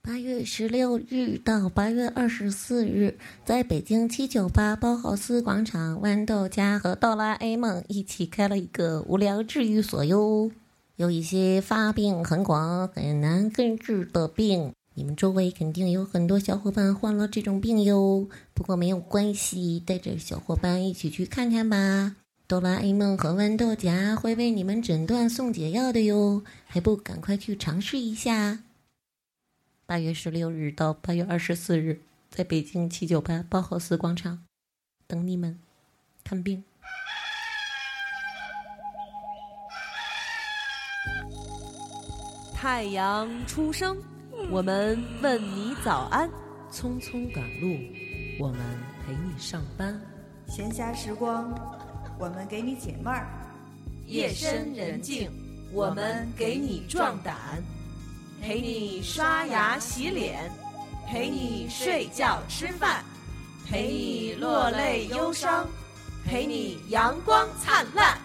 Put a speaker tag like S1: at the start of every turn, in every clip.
S1: 八月十六日到八月二十四日，在北京七九八包豪斯广场，豌豆荚和哆啦 A 梦一起开了一个无聊治愈所哟。有一些发病很广、很难根治的病，你们周围肯定有很多小伙伴患了这种病哟。不过没有关系，带着小伙伴一起去看看吧。哆啦 A 梦和豌豆荚会为你们诊断送解药的哟，还不赶快去尝试一下！八月十六日到八月二十四日，在北京七九八包豪斯广场等你们看病。
S2: 太阳初升，
S3: 嗯
S2: 我们问你早安。
S4: 匆匆赶路，我们陪你上班。
S5: 闲暇时光，我们给你解闷儿。
S6: 夜深人静，我们给你壮胆，陪你刷牙洗脸，陪你睡觉吃饭，陪你落泪忧伤，陪你阳光灿烂。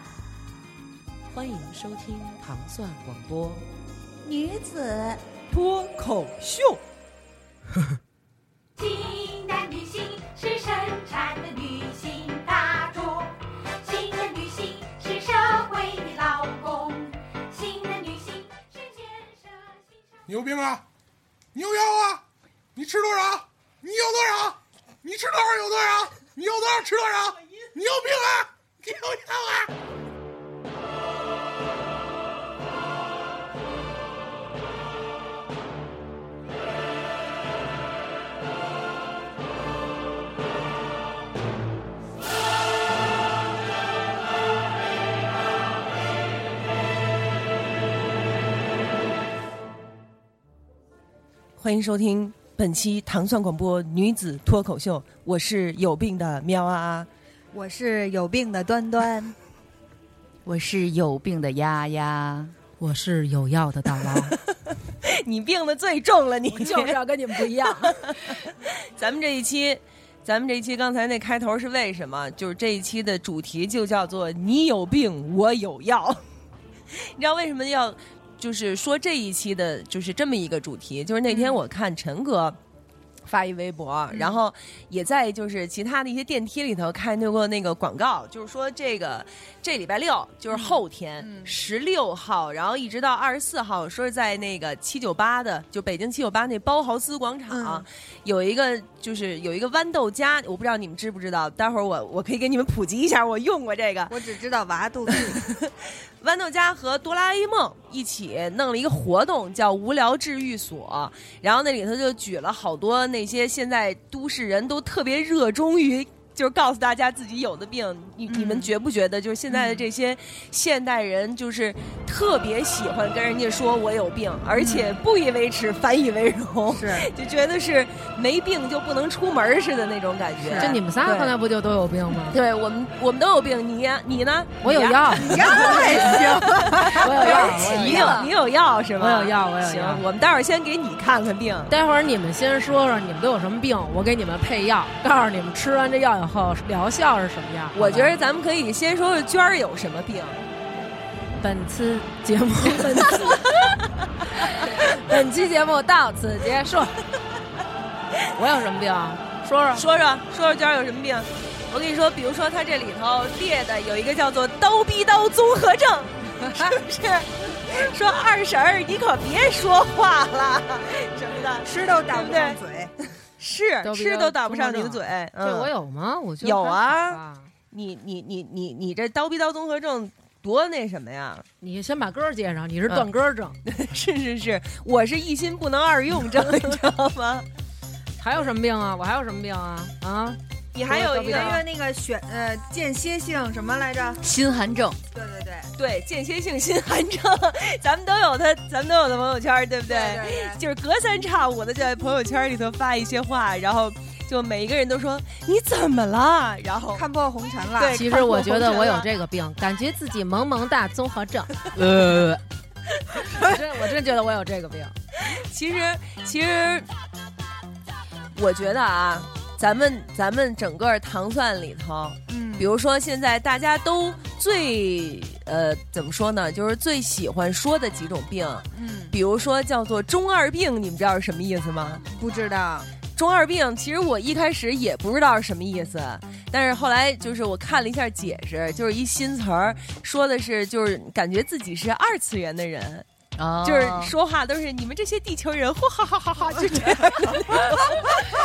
S4: 欢迎收听糖蒜广播。
S7: 女子
S3: 脱口秀。
S8: 新的女性是生产的女性大众，新的女性是社会的劳工，新的女性是建设新社
S9: 你有病啊！你有药啊！你吃多少？你有多少？你吃多少有多少？你有多少吃多少？你有病啊！你有药啊！
S3: 欢迎收听本期糖蒜广播女子脱口秀，我是有病的喵啊啊！
S7: 我是有病的端端，
S10: 我是有病的丫丫，
S11: 我是有药的大王。
S3: 你病的最重了，你
S12: 就是要跟你们不一样。
S3: 咱们这一期，咱们这一期刚才那开头是为什么？就是这一期的主题就叫做“你有病，我有药”。 你知道为什么要？就是说这一期的就是这么一个主题，就是那天我看陈哥发一微博，然后也在就是其他的一些电梯里头看到过那个广告，就是说这个这礼拜六就是后天十六、号，然后一直到二十四号，说是在那个七九八的就北京七九八那包豪斯广场、
S7: 嗯
S3: 有一个就是有一个豌豆荚，我不知道你们知不知道，待会儿我我可以给你们普及一下，我用过这个。
S7: 我只知道娃肚子。
S3: 豌豆荚和哆啦 A 梦一起弄了一个活动，叫“无聊治愈所”，然后那里头就举了好多那些现在都市人都特别热衷于。就是告诉大家自己有的病，你你们觉不觉得？就是现在的这些现代人，就是特别喜欢跟人家说我有病，而且不以为耻，反以为荣，
S7: 是
S3: 就觉得是没病就不能出门似的那种感觉。
S11: 就你们仨
S3: 对
S11: 刚才不就都有病吗？
S3: 对我们，我们都有病，你呀你呢？
S11: 我有
S3: 你呀
S11: 药，
S7: 你丫还行，
S3: 哎
S11: 我有药，我
S3: 你有
S11: 有药，
S3: 你啊有药是吗？
S11: 我有药，我有药
S3: 行，。我们待会儿先给你看看病。
S11: 待会儿你们先说说你们都有什么病，我给你们配药，告诉你们吃完这药以后疗效是什么样。
S3: 我觉得咱们可以先说说娟儿有什么病。
S11: 本次节 目，本次本期节目到此结束。我有什么病啊？说说。
S3: 说说说说娟儿有什么病？我跟你说，比如说它这里头列的有一个叫做“刀逼刀综合 症”，是不是？说二婶儿，你可别说话了，什么的，
S7: 吃都打不上嘴。
S3: 是
S11: 刀逼刀
S3: 吃都打不上你的
S11: 综
S3: 嘴
S11: 合。
S3: 嗯
S11: 这我有吗？我觉得
S3: 有
S11: 还
S3: 啊
S11: 好吧。
S3: 你你你你你这刀逼刀综合症多那什么呀？
S11: 你先把歌儿接上，你是
S3: 嗯
S11: 断歌儿症，
S3: 是是是，我是一心不能二用症，你知道吗？
S11: 还有什么病啊？我还有什么病啊？啊，
S3: 你还有一
S7: 那
S3: 个
S7: 个那个选呃间歇性什么来着？
S10: 心寒症。
S7: 对对对
S3: 对间歇性心寒症，咱们都有他，咱们都有的朋友圈，对不对？
S7: 对
S3: 就是隔三差五的就在朋友圈里头发一些话，然后就每一个人都说你怎么了？然后
S7: 对，哦看破红尘了。
S3: 对
S11: 其实我觉得我有
S3: 看
S11: 这个病，感觉自己萌萌哒综 合症。呃，我真我真觉得我有这个病。
S3: 其实其实，我觉得啊，咱们咱们整个糖蒜里头，
S7: 嗯
S3: 比如说现在大家都最呃，怎么说呢？就是最喜欢说的几种病，
S7: 嗯，
S3: 比如说叫做中二病，你们知道是什么意思吗？
S7: 不知道。
S3: 中二病，其实我一开始也不知道是什么意思，但是后来就是我看了一下解释，就是一新词儿，说的是就是感觉自己是二次元的人，
S10: 哦
S3: 就是说话都是你们这些地球人，哈哈哈哈哈，就这样。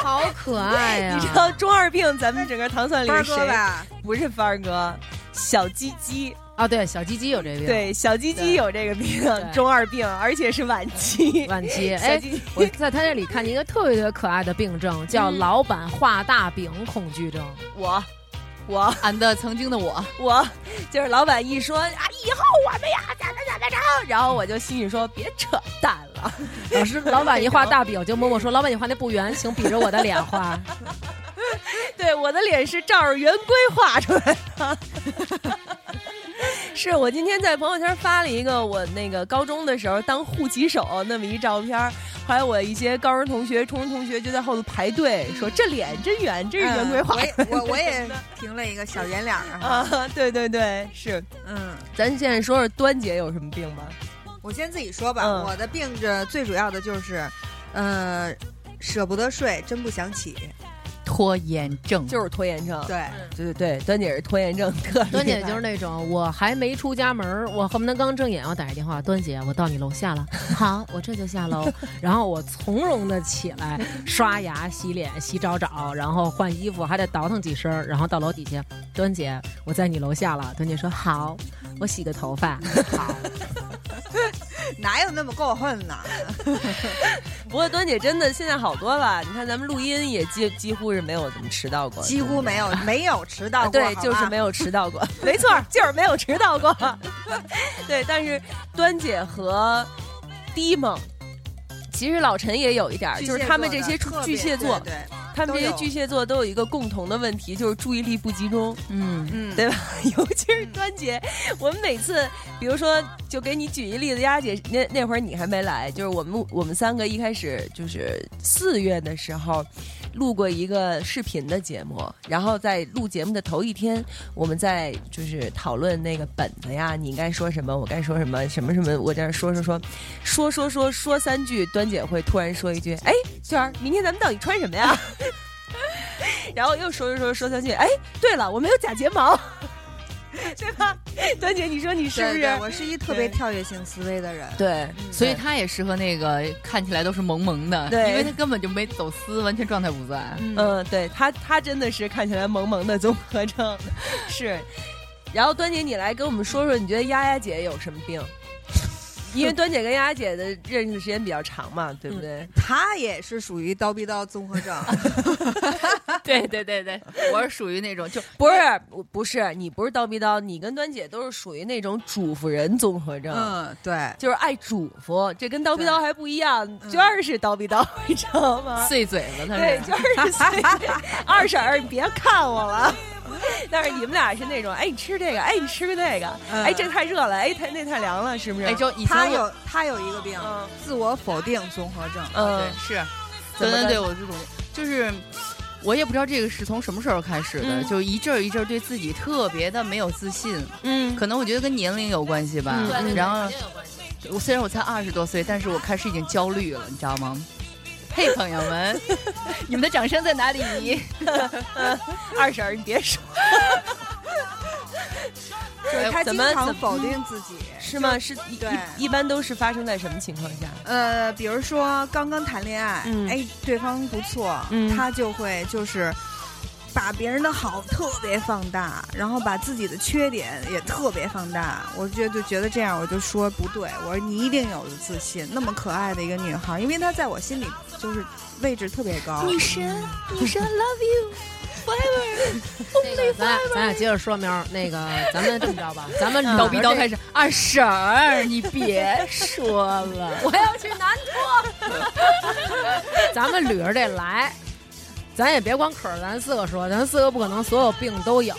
S11: 好可爱呀、
S3: 你知道中二病，咱们整个糖蒜里
S7: 班儿
S3: 谁
S7: 哥吧，
S3: 不是帆儿哥，小鸡鸡。
S11: 啊，对，小鸡鸡有这病，
S3: 对，小鸡鸡有这个病，中二病，而且是晚期。
S11: 晚期。
S3: 小
S11: 哎
S3: 鸡，嗯
S11: 我在他这里看见一个特别特别可爱的病症，叫老板画大饼恐惧 症。
S3: 我，我，
S10: 俺的曾经的我，
S3: 我，就是老板一说啊，以后我们呀怎么怎么着，然后我就心里说别扯淡了。
S11: 老师，老板一画大饼就默默说：“老板，你画那不圆，请比着我的脸画。
S3: 对，我的脸是照着圆规画出来的。 是我今天在朋友圈发了一个我那个高中的时候当护旗手那么一照片儿，后来我一些高中同学、初中同学就在后头排队说这脸真圆，这是圆规 画
S7: 嗯我也我我也 评了一个小圆脸儿啊，
S3: 啊！对对对，是。
S7: 嗯，
S3: 咱现在说说端姐有什么病吧？
S7: 我先自己说吧，
S3: 嗯
S7: 我的病这最主要的就是，呃，舍不得睡，真不想起。
S10: 拖延症，
S3: 就是拖延症。
S7: 对，
S3: 对对对，端姐是拖延症特”别。
S11: 端姐就是那种，我还没出家门儿，我恨不得刚睁眼，我打一电话，端姐，我到你楼下了。 好，我这就下楼， 然后我从容的起来，刷牙、洗脸、洗澡澡，然后换衣服，还得倒腾几身儿，然后到楼底下，端姐，我在你楼下了。端姐说好，我洗个头 发，好。
S7: 哪有那么过分呢？
S3: 哎不过端姐真的现在好多了，你看咱们录音也几几乎是没有怎么迟到过，
S7: 几乎没有，没有迟到过，
S3: 啊对，
S7: 好吧
S3: 就是没有迟到过，没错 儿，就是没有迟到过。对，但是端姐和迪梦，其实老陈也有一点儿，
S7: 巨
S3: 就
S7: 蟹座的
S3: 是他们这些
S7: 特别
S3: 巨蟹座，
S7: 对，对
S3: 他们这些
S7: 都有
S3: 巨蟹座都有一个共同的问题，就是注意力不集中。
S10: 嗯，
S7: 嗯，
S3: 对吧？ 尤其是端姐，我们每次，比如说，就给你举一例子，丫姐那那会儿你还没来，就是我们我们三个一开始就是四月的时候，录过一个视频的节目，然后在录节目的头一天，我们在就是讨论那个本子呀，你应该说什么，我该说什么，什么什么，我在那说说说，说说说说三句，端姐会突然说一句，哎，娟儿，明天咱们到底穿什么呀？ 然后又说着说着说三句，哎，对了，我没有假睫毛， 对吧？端姐，你说你是不
S7: 对
S3: 是？
S7: 对，我是一特别跳跃性思维的人。
S3: 对，
S10: 所以他也适合那个看起来都是萌萌的，
S3: 对
S10: 因为他根本就没走私，完全状态不在。
S3: 嗯，对他，他真的是看起来萌萌的综合症，是。然后端姐，你来跟我们说说，你觉得丫丫姐有什么病？因为端姐跟丫丫姐的认识时间比较长嘛，对不对？
S7: 他也是属于刀逼刀综合 症，
S3: 啊
S10: 对对对对，我是属于那种就
S3: 不是，我不是，你不是叨逼叨，你跟端姐都是属于那种嘱咐人综合症，
S7: 嗯，对，
S3: 就是爱嘱咐，这跟叨逼叨还不一样。娟儿是叨逼叨，你知道吗？
S10: 碎嘴子，他
S3: 啊对，
S10: 是
S3: 娟儿是碎二婶儿，你别看我了。但是你们俩是那种，哎，你吃这个，哎，你吃那个，
S7: 嗯
S3: 哎，这太热了，哎，太那太凉了，是不是？
S10: 哎，就以前
S7: 他
S10: 我
S7: 有他有一个病，
S3: 嗯
S7: 自我否定综合症。
S3: 嗯
S10: 对，是，
S3: 怎
S10: 对
S3: 么
S10: 对
S3: 的
S10: 对，我这种就是。我也不知道这个是从什么时候开始的，
S3: 嗯
S10: 就一阵儿一阵儿对自己特别的没有自信，
S3: 嗯，
S10: 可能我觉得跟年龄有关系吧。
S3: 嗯
S10: 然后，我虽然我才二十多岁，但是我开始已经焦虑了，你知道吗？嘿，朋友们，你们的掌声在哪里？
S3: 二婶儿，你别说，
S7: 对他
S3: 哎怎
S7: 经
S3: 么
S7: 常
S3: 怎么
S7: 否定自己，
S3: 是吗？是一
S7: 对
S3: 一一般都是发生在什么情况下？
S7: 呃，比如说刚刚谈恋爱，
S3: 嗯
S7: 哎，对方不错，
S3: 嗯
S7: 他就会就是把别人的好特别放大，然后把自己的缺点也特别放大。我觉得就觉得这样，我就说不对，我说你一定有自信，那么可爱的一个女孩，因为她在我心里就是位置特别高。
S11: 那个咱俩咱俩接着说苗儿，那个咱 们这么着吧，咱们
S10: 叨逼叨
S11: 始。
S10: 开始，二婶儿，你别 说了，我要去南
S11: 咱们捋着这来，咱也别光可着咱四个说，咱四个不可能所有病都有，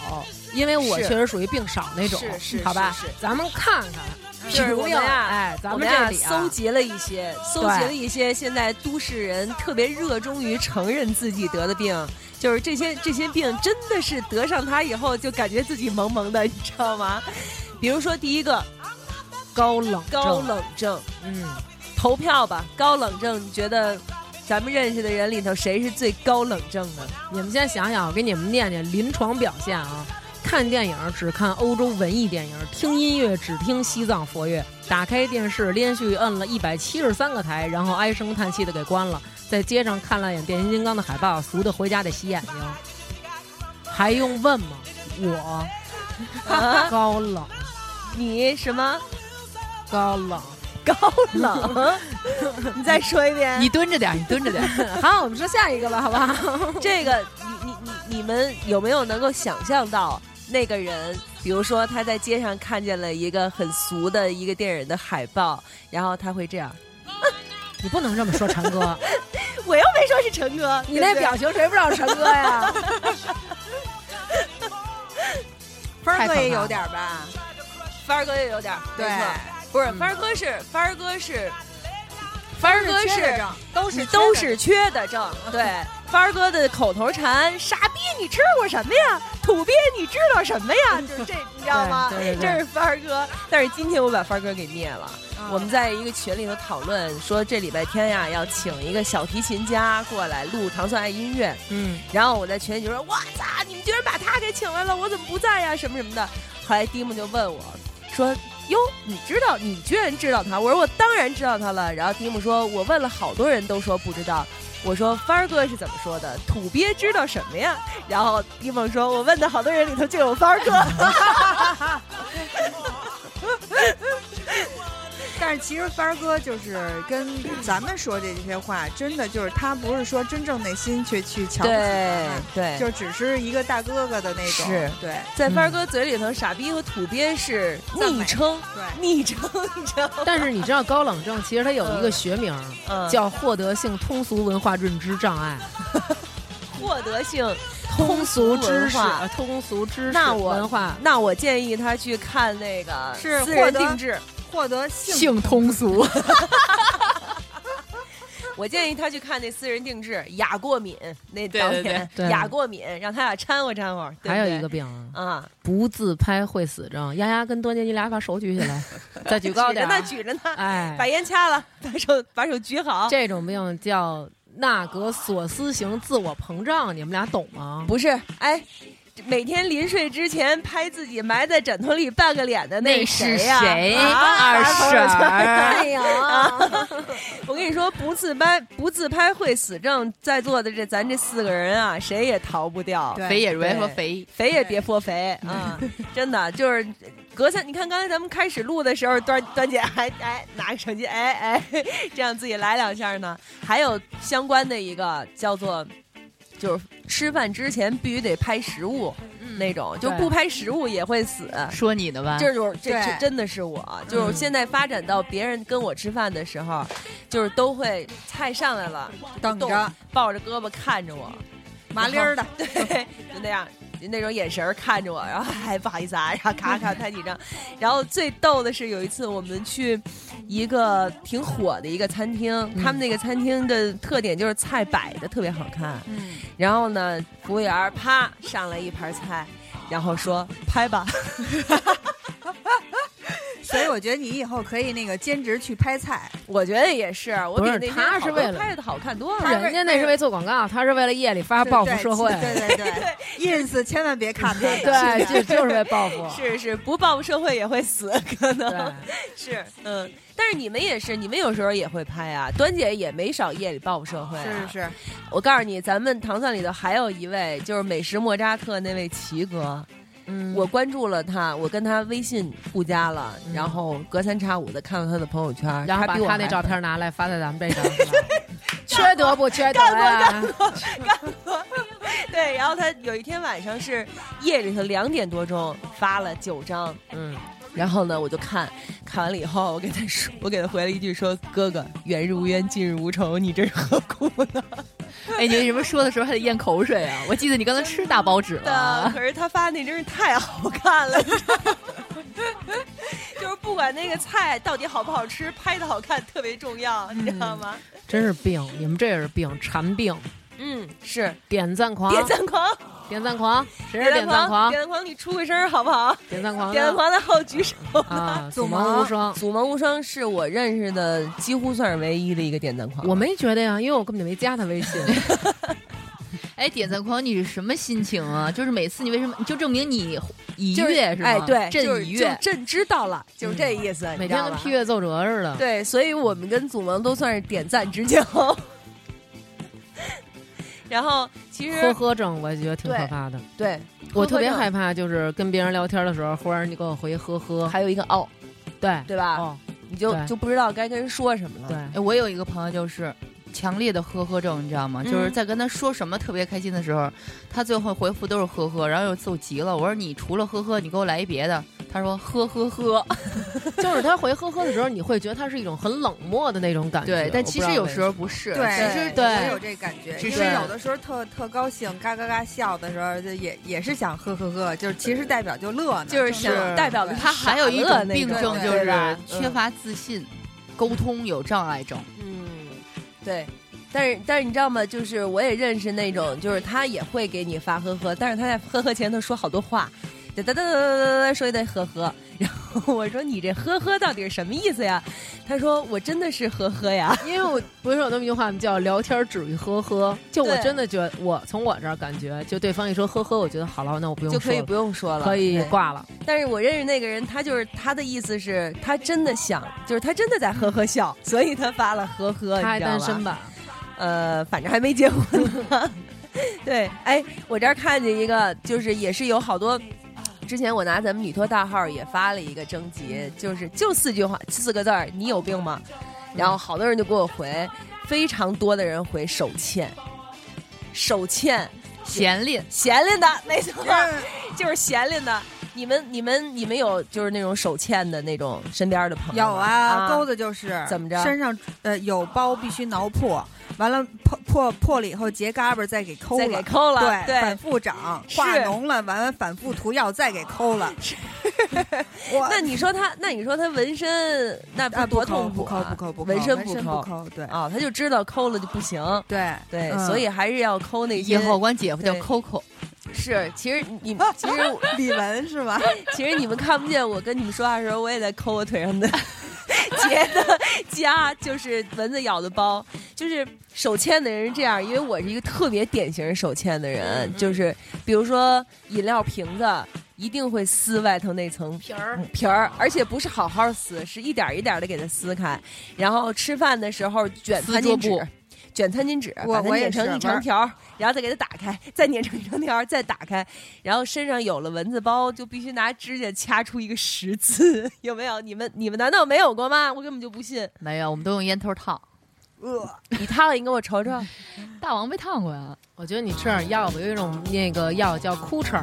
S11: 因为我
S3: 是
S11: 确实属于病少那种，
S3: 是是
S11: 好吧？
S3: 是是
S11: 咱们看看，
S3: 就是我
S11: 不
S3: 们
S11: 用
S3: 呀
S11: 哎，咱
S3: 我
S11: 们
S3: 们
S11: 这
S3: 俩
S11: 里啊
S3: 搜集了一些，搜集了一些现在都市人特别热衷于承认自己得的病，就是这些这些病真的是得上它以后就感觉自己萌萌的，你知道吗？比如说第一个
S11: 高冷
S3: 高冷症，
S11: 嗯，
S3: 投票吧，高冷症，你觉得咱们认识的人里头谁是最高冷症的？
S11: 你们先想想，我给你们念念临床表现啊。看电影只看欧洲文艺电影，听音乐只听西藏佛乐，打开电视连续摁了一百七十三个台，然后唉声叹气的给关了，在街上看了眼变形金刚的海报，俗的回家得洗眼睛。还用问吗？ 我、
S3: 啊
S11: 高冷，
S3: 你什么
S11: 高冷。
S3: 高 冷？你再说一遍。
S10: 你蹲着点儿，你蹲着点儿。
S11: 好，我们说下一个吧，好不好？
S3: 这个，你你你你们有没有能够想象到那个人？比如说他在街上看见了一个很俗的一个电影的海报，然后他会这样。
S11: 你不能这么说，陈 哥，
S3: 我又没说是陈哥，
S11: 你
S3: 对不
S11: 那
S3: 对
S11: 表情谁不知道是陈哥呀？
S7: 分
S10: 太
S7: 儿
S10: 可
S7: 哥也
S10: 怕
S7: 有
S10: 了
S7: 点儿吧？
S3: 帆儿哥也有点儿
S7: 对，
S3: 没错不是
S10: 嗯
S3: 帆儿哥是帆儿哥是帆儿哥
S7: 缺德
S3: 是
S7: 症都是
S3: 你
S7: 缺
S3: 都
S7: 德
S3: 是缺德症， 对。帆儿哥的口头禅：“傻逼，你吃过什么呀？土鳖，你知道什么呀？”就是这，你知道吗？
S11: 对对对
S3: 这是帆儿哥。但是今天我把帆儿哥给灭了。
S11: 啊
S3: 我们在一个群里头讨论说，这礼拜天呀要请一个小提琴家过来录《糖蒜爱音乐》。
S11: 嗯，
S3: 然后我在群里就说：“我操，你们居然把他给请来了，我怎么不在呀？什么什么的。”后来蒂姆就问我说：“哟，你知道？你居然知道他？”我说：“我当然知道他了。”然后蒂姆说：“我问了好多人都说不知道。”我说：“帆儿哥是怎么说的？土鳖知道什么呀？”然后蒂姆说：“我问的好多人里头就有帆儿哥。
S7: 但是其实帆儿哥就是跟咱们说这些话，真的就是他不是说真正内心去去”瞧不 起咱们，
S3: 对
S7: 嗯就只是一个大哥哥的那种，
S3: 是
S7: 对
S3: 在帆儿哥嘴里头，傻逼和土鳖是
S7: 赞
S3: 昵
S7: 美
S3: 称，
S7: 对。
S3: 昵称， 你知道吗？
S11: 但是你知道高冷症其实它有一个学名儿，
S3: 嗯
S11: 叫获得性通俗文化认知障碍，
S3: 获得性
S11: 通俗知
S3: 文
S11: 识，
S3: 化
S11: 呃通俗知识，
S3: 那我
S11: 文化
S3: 那我建议他去看那个
S7: 是
S3: 私
S7: 获
S3: 人
S7: 得
S3: 定制，
S7: 获得性
S11: 性通俗，
S3: 我建议他去看那私人定制雅过敏那
S10: 对
S3: 导
S10: 对
S3: 演
S11: 对对
S3: 雅过敏，让他俩掺和掺和。对不对
S11: 还有一个病啊，
S3: 啊，
S11: 不自拍会死症。丫丫跟端姐，你俩把手举起来，再举高
S3: 举着
S11: 点儿。啊
S3: 呢，举着呢，把
S11: 哎，
S3: 烟掐了，把手把手举好。
S11: 这种病叫纳格索斯型自我膨胀，你们俩懂吗？
S3: 不是，哎，每天临睡之前拍自己埋在枕头里半个脸的
S10: 那
S3: 谁
S10: 是
S3: 呀？
S10: 谁？
S3: 啊
S10: 二婶儿。
S11: 哎呀，
S3: 我跟你说，不自拍不自拍会死症，在座的这咱这四个人啊，谁也逃不掉。
S7: 对
S10: 肥也如 和
S3: 对
S10: 肥，
S3: 肥也别泼肥啊！ 真的就是隔三，你看刚才咱们开始录的时候，端端姐还哎拿个手机哎哎，这样自己来两下呢。还有相关的一个叫做，就是吃饭之前必须得拍食物、
S7: 嗯
S3: 那种，就
S11: 对
S3: 不拍食物也会死。
S10: 说你的吧，
S3: 这就是这
S7: 对嗯
S3: 这真的是我，就是现在发展到别人跟我吃饭的时候，就是都会菜上来了，
S7: 等
S3: 动
S7: 着
S3: 抱着胳膊看着我，
S7: 麻利 儿的，
S3: 对，就那样，就那种眼神儿看着我，然后哎不好意思啊，然后咔咔拍几张。然后最逗的是有一次我们去一个挺火的一个餐厅，
S11: 嗯
S3: 他们那个餐厅的特点就是菜摆的特别好看。
S7: 嗯，
S3: 然后呢，服务员儿啪上来一盘菜，然后说拍吧。
S7: 所以我觉得你以后可以那个兼职去拍菜，
S3: 我觉得也是，我比
S11: 不是
S3: 那天
S11: 他是
S3: 好多
S11: 为了
S3: 拍的好看多了。
S11: 人家那是为做广告，他是为了夜里发
S7: 对
S11: 报复
S7: 对
S11: 社会，
S7: 对对对，ins 千万别看他，
S11: 对，
S7: 是的
S11: 就就是为报复。
S3: 是是，不报复社会也会死，可能
S11: 对。
S3: 是嗯。但是你们也是，你们有时候也会拍啊。端姐也没少夜里报复社会、啊。
S7: 是是是，
S3: 我告诉你，咱们糖蒜里头还有一位，就是美食莫扎特那位齐哥，
S11: 嗯
S3: 我关注了他，我跟他微信互加了，
S11: 嗯
S3: 然后隔三差五的看啊了他的朋友圈，
S11: 然后把
S3: 比我
S11: 他那
S3: 还
S11: 照片拿来发在咱们 这上，是吧缺德不缺德呀？
S3: 对，然后他有一天晚上是夜里头两点多钟发了九张，
S11: 嗯，
S3: 然后呢我就看看完了以后，我给他说，我给他回了一句说：“哥哥，远日无冤，近日无仇，你这是何苦呢
S10: 哎，你为什么说的时候还得咽口水啊？我记得你刚才吃大包纸？”
S11: 啊
S3: 的，
S10: 了
S3: 可，是他发那真是太好看了。 就是不管那个菜到底好不好吃，拍的好看特别重要，你知道吗？
S11: 真是病，你们这也是病，馋病，
S3: 嗯，是
S11: 点赞狂，
S3: 点赞狂，
S11: 点赞狂，谁是点赞狂？
S3: 点赞狂，你出个声儿好不好？
S11: 点赞狂，
S3: 点赞狂的后举手
S11: 啊！祖萌无双，
S3: 祖萌无双是我认识的几乎算是唯一的一个点赞狂。
S11: 我没觉得呀，因为我根本就没加他微 信。
S10: 哎，点赞狂，你是什么心情啊？就是每次你为什么你就证明你一
S3: 就是
S10: 跃是吗？
S3: 哎，对，
S10: 朕一跃，
S3: 朕知道了，就是这意思。
S11: 嗯每天跟批阅奏折似的。
S3: 对，所以我们跟祖萌都算是点赞之交。 然后其实
S11: 呵呵症，我觉得挺可怕的。
S3: 对，
S11: 我特别害怕，就是跟别人聊天的时候，忽然你给我回呵呵，
S3: 还有一个哦，
S11: 对
S3: 对嗯吧？
S11: 哦，
S3: 你就就不知道该跟人说什么了。
S11: 对，
S10: 哎，我有一个朋友就是强烈的呵呵症，你知道吗？就是在跟他说什么特别开心的时候，他最后回复都是呵呵。然后有一次我急了，我说你除了呵呵，你给我来一别的。他说呵呵呵，
S11: 就是他回呵呵的时候，你会觉得他是一种很冷漠的那种感觉。
S10: 对，但其实有时候不是，
S7: 对，
S10: 其实
S7: 我有这感觉，
S10: 只
S7: 因
S10: 是
S7: 为有的时候特特高兴，嘎嘎嘎笑的时候，就也也是想呵呵呵，就是其实代表就乐呢，
S3: 就是
S7: 想
S3: 想代表着
S10: 他还有一种病症
S7: 对
S10: 就
S7: 对
S10: 是
S3: 吧
S10: 缺乏自信，沟通有障碍症。
S3: 嗯，对。但是但是你知道吗？就是我也认识那种，就是他也会给你发呵呵，但是他在呵呵前头说好多话，哒哒哒哒哒哒哒说一堆呵呵。然后我说你这呵呵到底是什么意思呀？他说我真的是呵呵呀。
S11: 因为我不是有那么一句话吗？叫“聊天止于呵呵”。就我
S3: 对
S11: 真的觉得，我从我这儿感觉，就对方一说呵呵，我觉得好了，那我不用
S3: 就
S11: 说
S3: 可以
S11: 了
S3: 不用说了，
S11: 可以
S3: 对
S11: 挂了。
S3: 但是我认识那个人，他就是他的意思是，他真的想，就是他真的在呵呵笑，所以他发了呵呵，
S11: 他还
S3: 你知道
S11: 单
S3: 吧
S11: 身吧？
S3: 呃，反正还没结婚呢。 对，哎，我这儿看见一个，就是也是有好多。之前我拿咱们女托大号也发了一个征集，就是就四句话，四个字儿，你有病吗？然后好多人就给我回，非常多的人回手欠，手欠，
S10: 闲练，
S3: 闲练的，没错，就是闲练的。你们、你们、你们有就是那种手欠的那种身边的朋友吗
S7: 有啊，钩子就是
S3: 怎么着
S7: 身上呃有包必须挠破，完了破破破了以后结嘎巴再给抠
S3: 再给
S7: 了，
S3: 抠了
S7: 对，
S3: 对
S7: 反复长，
S3: 是
S7: 化脓了，完了反复涂药再给抠了。我
S3: 那你说他，那你说他纹身，那
S7: 啊不
S3: 多
S7: 抠
S3: 痛
S7: 不
S3: 苦
S7: 抠
S3: 啊！
S7: 不抠不抠，
S3: 纹身
S7: 身
S3: 不抠
S7: 不抠，对
S3: 啊，他就知道抠了就不行。
S7: 对
S3: 对，
S7: 嗯
S3: 所以还是要抠那些
S10: 以。后管姐夫叫
S3: 对
S10: Coco，
S3: 是，其实你其实我
S7: 李玟是吧？
S3: 其实你们看不见我跟你们说话的时候，我也在抠我腿上的 结的痂，就是蚊子咬的包。就是手欠的人是这样，因为我是一个特别典型手欠的人，就是比如说饮料瓶子。一定会撕外头那层皮儿皮儿，而且不是好好撕，是一点儿一点的给它撕开。然后吃饭的时候卷
S10: 撕
S3: 餐
S10: 桌
S3: 巾纸
S10: 布，
S3: 卷餐巾纸，
S7: 我
S3: 把它
S7: 我也
S3: 碾成
S7: 是
S3: 一长
S7: 玩
S3: 条儿，然后再给它打开，再碾成一长条儿，再打开，然后身上有了蚊子包，就必须拿指甲掐出一个十字，有没有？你们你们难道没有过吗？我根本就不信。
S10: 没有，我们都用烟头烫。
S7: 呃，
S3: 你烫了，你给我瞅瞅。
S10: 大王被烫过呀？
S11: 我觉得你吃点药吧，有一种那个药叫 Kucher，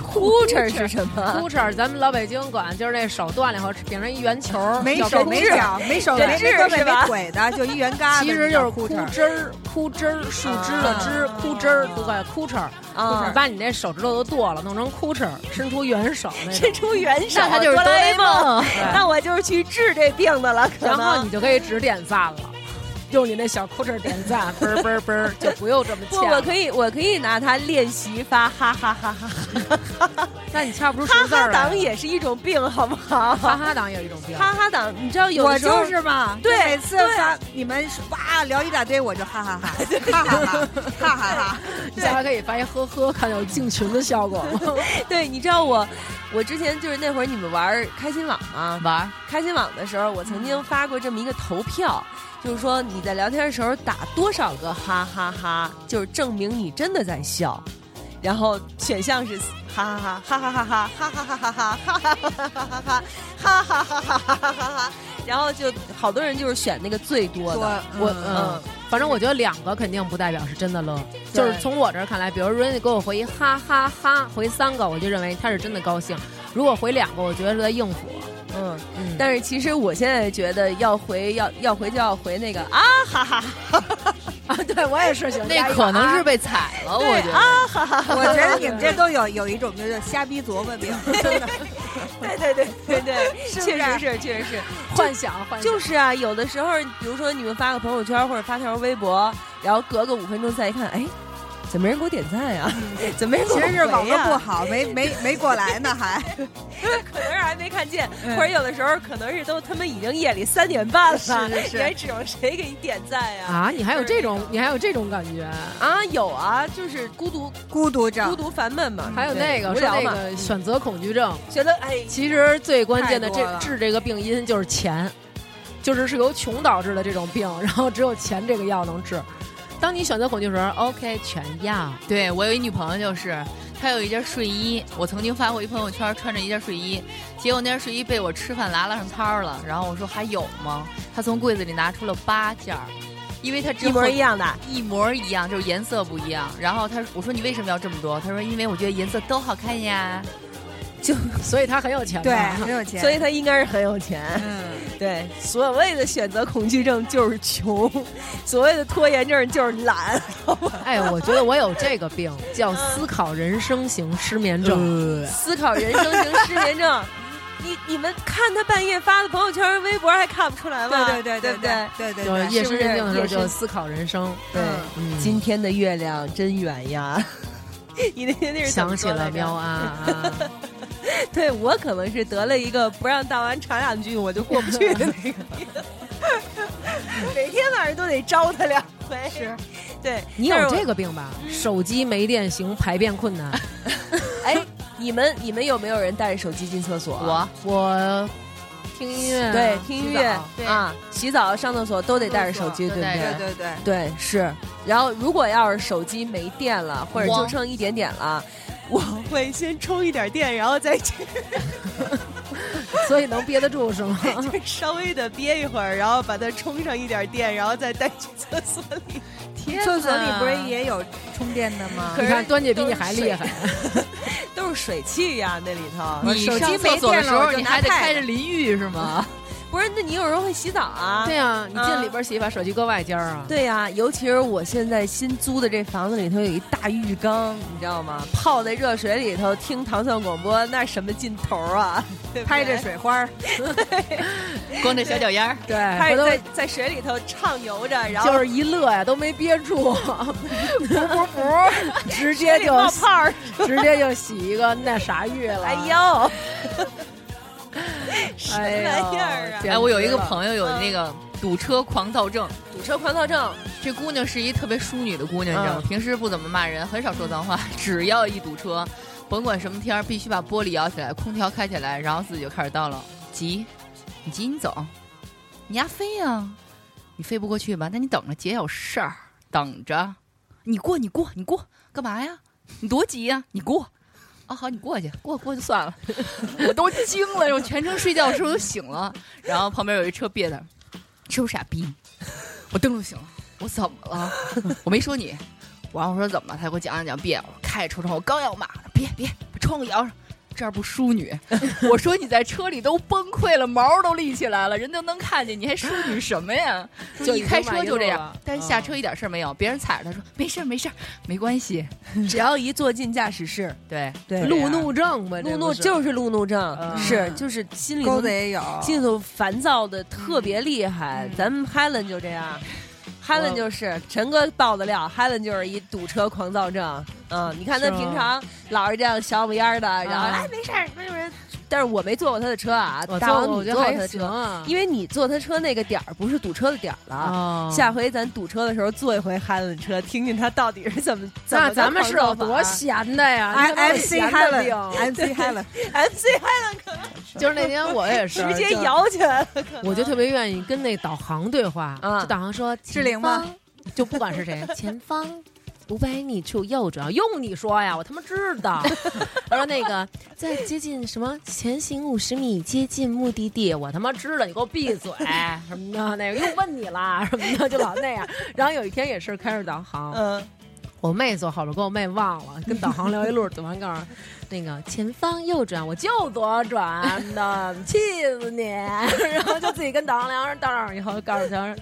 S3: 哭哧是什么？
S11: Kucher，咱们老北京管就是那手断了以后变成一圆球儿，
S7: 没
S11: 叫
S7: 手
S11: Kucher
S7: 没脚，没手没
S3: 对
S7: 没
S3: 是
S7: 胳膊
S3: 吧
S7: 没腿的，就一圆嘎子，
S11: 其实就是
S7: 裤
S11: 枯
S7: 衩儿。啊
S11: 枝儿、枯枝儿、树枝的枝、枯枝儿，都怪枯枝儿。
S3: 啊
S11: 你把你那手指头都剁了，弄成枯枝儿，伸出援手那 种。
S3: 伸出援手，
S10: 那他就是
S3: 哆啦 A
S10: 哆啦 A
S3: 梦。
S11: 对
S3: 那我就是去治这病的了，可
S11: 然后
S3: 能
S11: 你。就可以只点赞了，用你那小枯枝儿点赞，嘣儿嘣儿嘣儿，就不用这么
S3: 不，
S11: 掐
S3: 我
S11: 了。
S3: 可以，我可以拿它练习发哈哈哈哈哈哈哈，
S11: 那你掐不出
S3: 哈
S11: 十字
S3: 哈
S11: 儿
S3: 党
S11: 来。
S3: 也是一种病，好不好？
S11: 哈
S3: 哈
S11: 哈党也是一种病。
S3: 哈党，你知道有
S7: 我
S3: 的时候
S7: 就是嘛，
S3: 对
S7: 每次发你们哇聊一大堆，我就哈哈哈，哈哈哈，哈哈哈。
S11: 你下回可以发一呵呵，看有进群的效果吗？
S3: 对，你知道我，我之前就是那会儿你们玩儿开心网吗？
S10: 玩儿
S3: 开心网的时候，我曾经发过这么一个投票，就是说你在聊天的时候打多少个哈哈哈就是证明你真的在笑。然后选项是哈哈哈哈哈哈哈哈哈哈哈哈哈哈哈哈哈哈哈哈哈哈哈哈哈哈，然后就好多人就是选那个最多的，
S11: 我嗯，反正我觉得两个肯定不代表是真的乐，就是从我这儿看来，比如人家给我回一哈哈哈，回三个我就认为他是真的高兴；如果回两个，我觉得是在应付。
S3: 嗯。
S11: 嗯，
S3: 但是其实我现在觉得要回要要回就要回那个啊哈哈哈哈，
S11: 啊，对我也是喜欢加
S10: 那
S11: 一个
S10: 可能
S11: 啊
S10: 是被踩了，我觉得。
S7: 啊 我觉得你们这都有有一种就是瞎逼琢磨病，真的
S3: 对对对对对，
S7: 不
S3: 确实
S7: 是
S3: 是确实是。
S11: 幻想，幻想
S3: 就是啊，有的时候，比如说你们发个朋友圈或者发条微博，然后隔个五分钟再一看，哎，怎么没人给我点赞呀？ 怎么没人给我
S7: 其
S3: 回呀？
S7: 实是网络不好，没没没过来呢，还
S3: 可能是还没看见，
S7: 嗯
S3: 或者有的时候可能是都他们已经夜里三点半了，
S7: 是是是
S3: 你还指望谁给你点赞呀？
S11: 啊，你还有这种，你还有这种感觉？
S3: 啊，有啊，就是孤独、
S7: 孤独症
S3: 孤。独烦闷嘛，
S11: 还有那个
S3: 对无
S11: 说
S3: 聊
S11: 那
S3: 嘛，
S11: 个选择恐惧症，
S3: 觉得哎，
S11: 其实最关键的
S7: 太多
S11: 这
S7: 了
S11: 治这个病因就是钱，就是是由穷导致的这种病，然后只有钱这个药能治。当你选择恐惧的时候，OK，全要。
S10: 对我有一女朋友就是，她有一件睡衣，我曾经发过一朋友圈，穿着一件睡衣，结果那件睡衣被我吃饭拉拉上摊儿了，然后我说还有吗？她从柜子里拿出了八件儿，因为她之
S3: 一模
S10: 后
S3: 一样的，
S10: 一模一样，就是颜色不一样。然后她我说你为什么要这么多？她说因为我觉得颜色都好看呀。
S11: 所以他很有钱吧，
S7: 对，很有钱。
S3: 所以他应该是很有钱。
S7: 嗯，
S3: 对，所谓的选择恐惧症就是穷，所谓的拖延症就是懒。
S11: 哎，我觉得我有这个病，叫
S3: 嗯
S11: 思考人生型失眠症。
S3: 思考人生型失眠症。 你你们看他半夜发的朋友圈、微博还看不出来吗？
S7: 对对对
S3: 对
S7: 对啊对对对
S11: 就是
S7: 对，
S11: 夜深人静的时候
S3: 是不是
S11: 就思考人生，
S3: 对
S11: 嗯
S3: 今天的月亮真圆呀！ 你那天那是怎么
S11: 想起
S3: 说
S11: 了
S3: 来着
S11: 喵啊， 啊
S3: 对我可能是得了一个不让大完传两句我就过不去的那个病， 每天晚上都得招他两回。是，对
S11: 你有这
S3: 个？
S11: 个病吧？
S3: 嗯
S11: 手机没电行，排便困 难。
S3: 哎，你们你们有没有人带着手机进厕所啊？
S10: 我
S11: 我听音乐啊，
S3: 对，听音乐
S10: 对
S3: 嗯啊，洗澡、上厕所都得带着手机，
S10: 都
S3: 对不
S10: 带着
S7: 对
S3: 对？
S7: 对对，
S3: 对，是。然后，如果要是手机没电了，或者
S10: 我
S3: 就剩一点点了，我会先充一点电，然后再 去
S11: 所以能憋得住是吗？
S3: 就是稍微的憋一会儿，然后把它充上一点电，然后再带去厕所里。
S10: 天
S7: 厕所里不是也有充电的吗
S3: 可？
S11: 你
S3: 是啊
S11: 看端姐比你还厉害，
S3: 都是水汽呀，那里头
S10: 你
S7: 手
S10: 上
S7: 机没
S10: 厕所的
S7: 电
S10: 时
S7: 了我
S10: 候
S7: 就
S10: 你
S7: 拿
S10: 还得
S7: 菜
S10: 开着淋浴是吗？
S3: 不是？那你有时候会洗澡啊？
S11: 对呀，你进
S3: 嗯
S11: 里边洗把手机搁外间儿啊，
S3: 对呀、尤其是我现在新租的这房子里头有一大浴缸，你知道吗？泡在热水里头听糖蒜广播，那什么劲头啊！对不对
S7: 拍着，水花儿，
S10: 光着小脚丫儿。
S11: 对，
S3: 拍着
S11: 回头
S3: 在在水里头畅游着，然后
S11: 就是一乐呀，都没憋住， 不不不，直接就
S3: 冒泡儿，
S11: 直接就洗一个那啥浴了。
S3: 哎， 呦，什么
S11: 哎呦
S3: 玩意儿啊！
S11: 简
S10: 哎，我有一个
S11: 直了嗯
S10: 朋友有那个堵车狂躁症。
S3: 堵车狂躁症，
S10: 这姑娘是一特别淑女的姑娘，你
S11: 嗯
S10: 知道吗？平时不怎么骂人，很少说脏话， 只要一堵车，甭管什么天儿，必须把玻璃摇起来，空调开起来，然后自己就开始叨唠：急，你急你走，你丫飞呀、你飞不过去吧？那你等着，姐有事儿，等着，你过你过你过，干嘛呀？你多急呀、你过。啊，好，你过去，过过就算了。我都惊了，我全程睡觉的时候都醒了，然后旁边有一车别的，是不是傻逼？我蹬就醒了。我怎么了？我没说你。然后我说怎么了？他给我讲讲讲，别，我开着车窗，我刚要骂他，别别，把窗户摇上。这儿不淑女， 我说你在车里都崩溃了，毛都立起来了，人都能看见，你还淑女什么呀？
S11: 就
S10: 一开车就这
S11: 已经满意
S10: 样
S11: 了，嗯
S10: 但是下车一点事儿没有，别人踩着他说没事儿没事儿，没关系。
S3: 只要一坐进驾驶室，
S10: 对
S3: 对
S11: 哎路怒症吧，
S3: 路怒就是路怒症，
S11: 嗯
S3: 是就是心里头
S7: 钩子也有。
S11: 啊
S3: 心里头烦躁的特别厉害。
S11: 嗯
S3: 咱们 Helen 就这样，Helen 就是陈哥爆的料，Helen 就是一堵车狂躁症。嗯，你看他
S11: 是吗
S3: 平常老是这样小不蔫儿的，然后
S11: 啊
S3: 哎没事儿，没有人。但是我没坐过他的车啊，
S11: 我
S3: 大
S11: 坐
S3: 王
S11: 过，我
S3: 你
S11: 觉
S3: 坐
S11: 得
S3: 过他
S11: 还
S3: 的
S11: 行
S3: 车，
S11: 啊。
S3: 因为你坐他车那个点儿不是堵车的点儿了。
S11: 啊
S3: 下回咱堵车的时候坐一回 Helen 车，听听他到底是怎么怎么
S11: 那
S3: 个
S11: 咱们是有
S3: 狂躁法
S11: 多闲的呀
S7: I
S11: 你他妈
S7: M C
S11: 闲的病
S7: Helen，M C Helen，
S3: MC 哎 Helen 可能
S11: 就是那天我也是
S3: 直接
S11: 就
S3: 摇起来了，可能
S11: 我就特别愿意跟那导航对话，
S3: 啊
S11: 就导航说
S7: 志玲吗？
S11: 前方就不管是 谁，前方五百米处右转，用你说呀，我他妈知 道。然后那个在接近什么前行五十米接近目的地，我他妈知道，你给我闭嘴什么的，那个又问你啦什么的，就老那样。然后有一天也是开着导航，
S3: 嗯，
S11: 我妹坐好了，跟我妹忘了，跟导航聊一路，导航告诉我那个前方右转，我就左转的，气死你！ 然后就自己跟导航聊，然后到那儿以后告诉他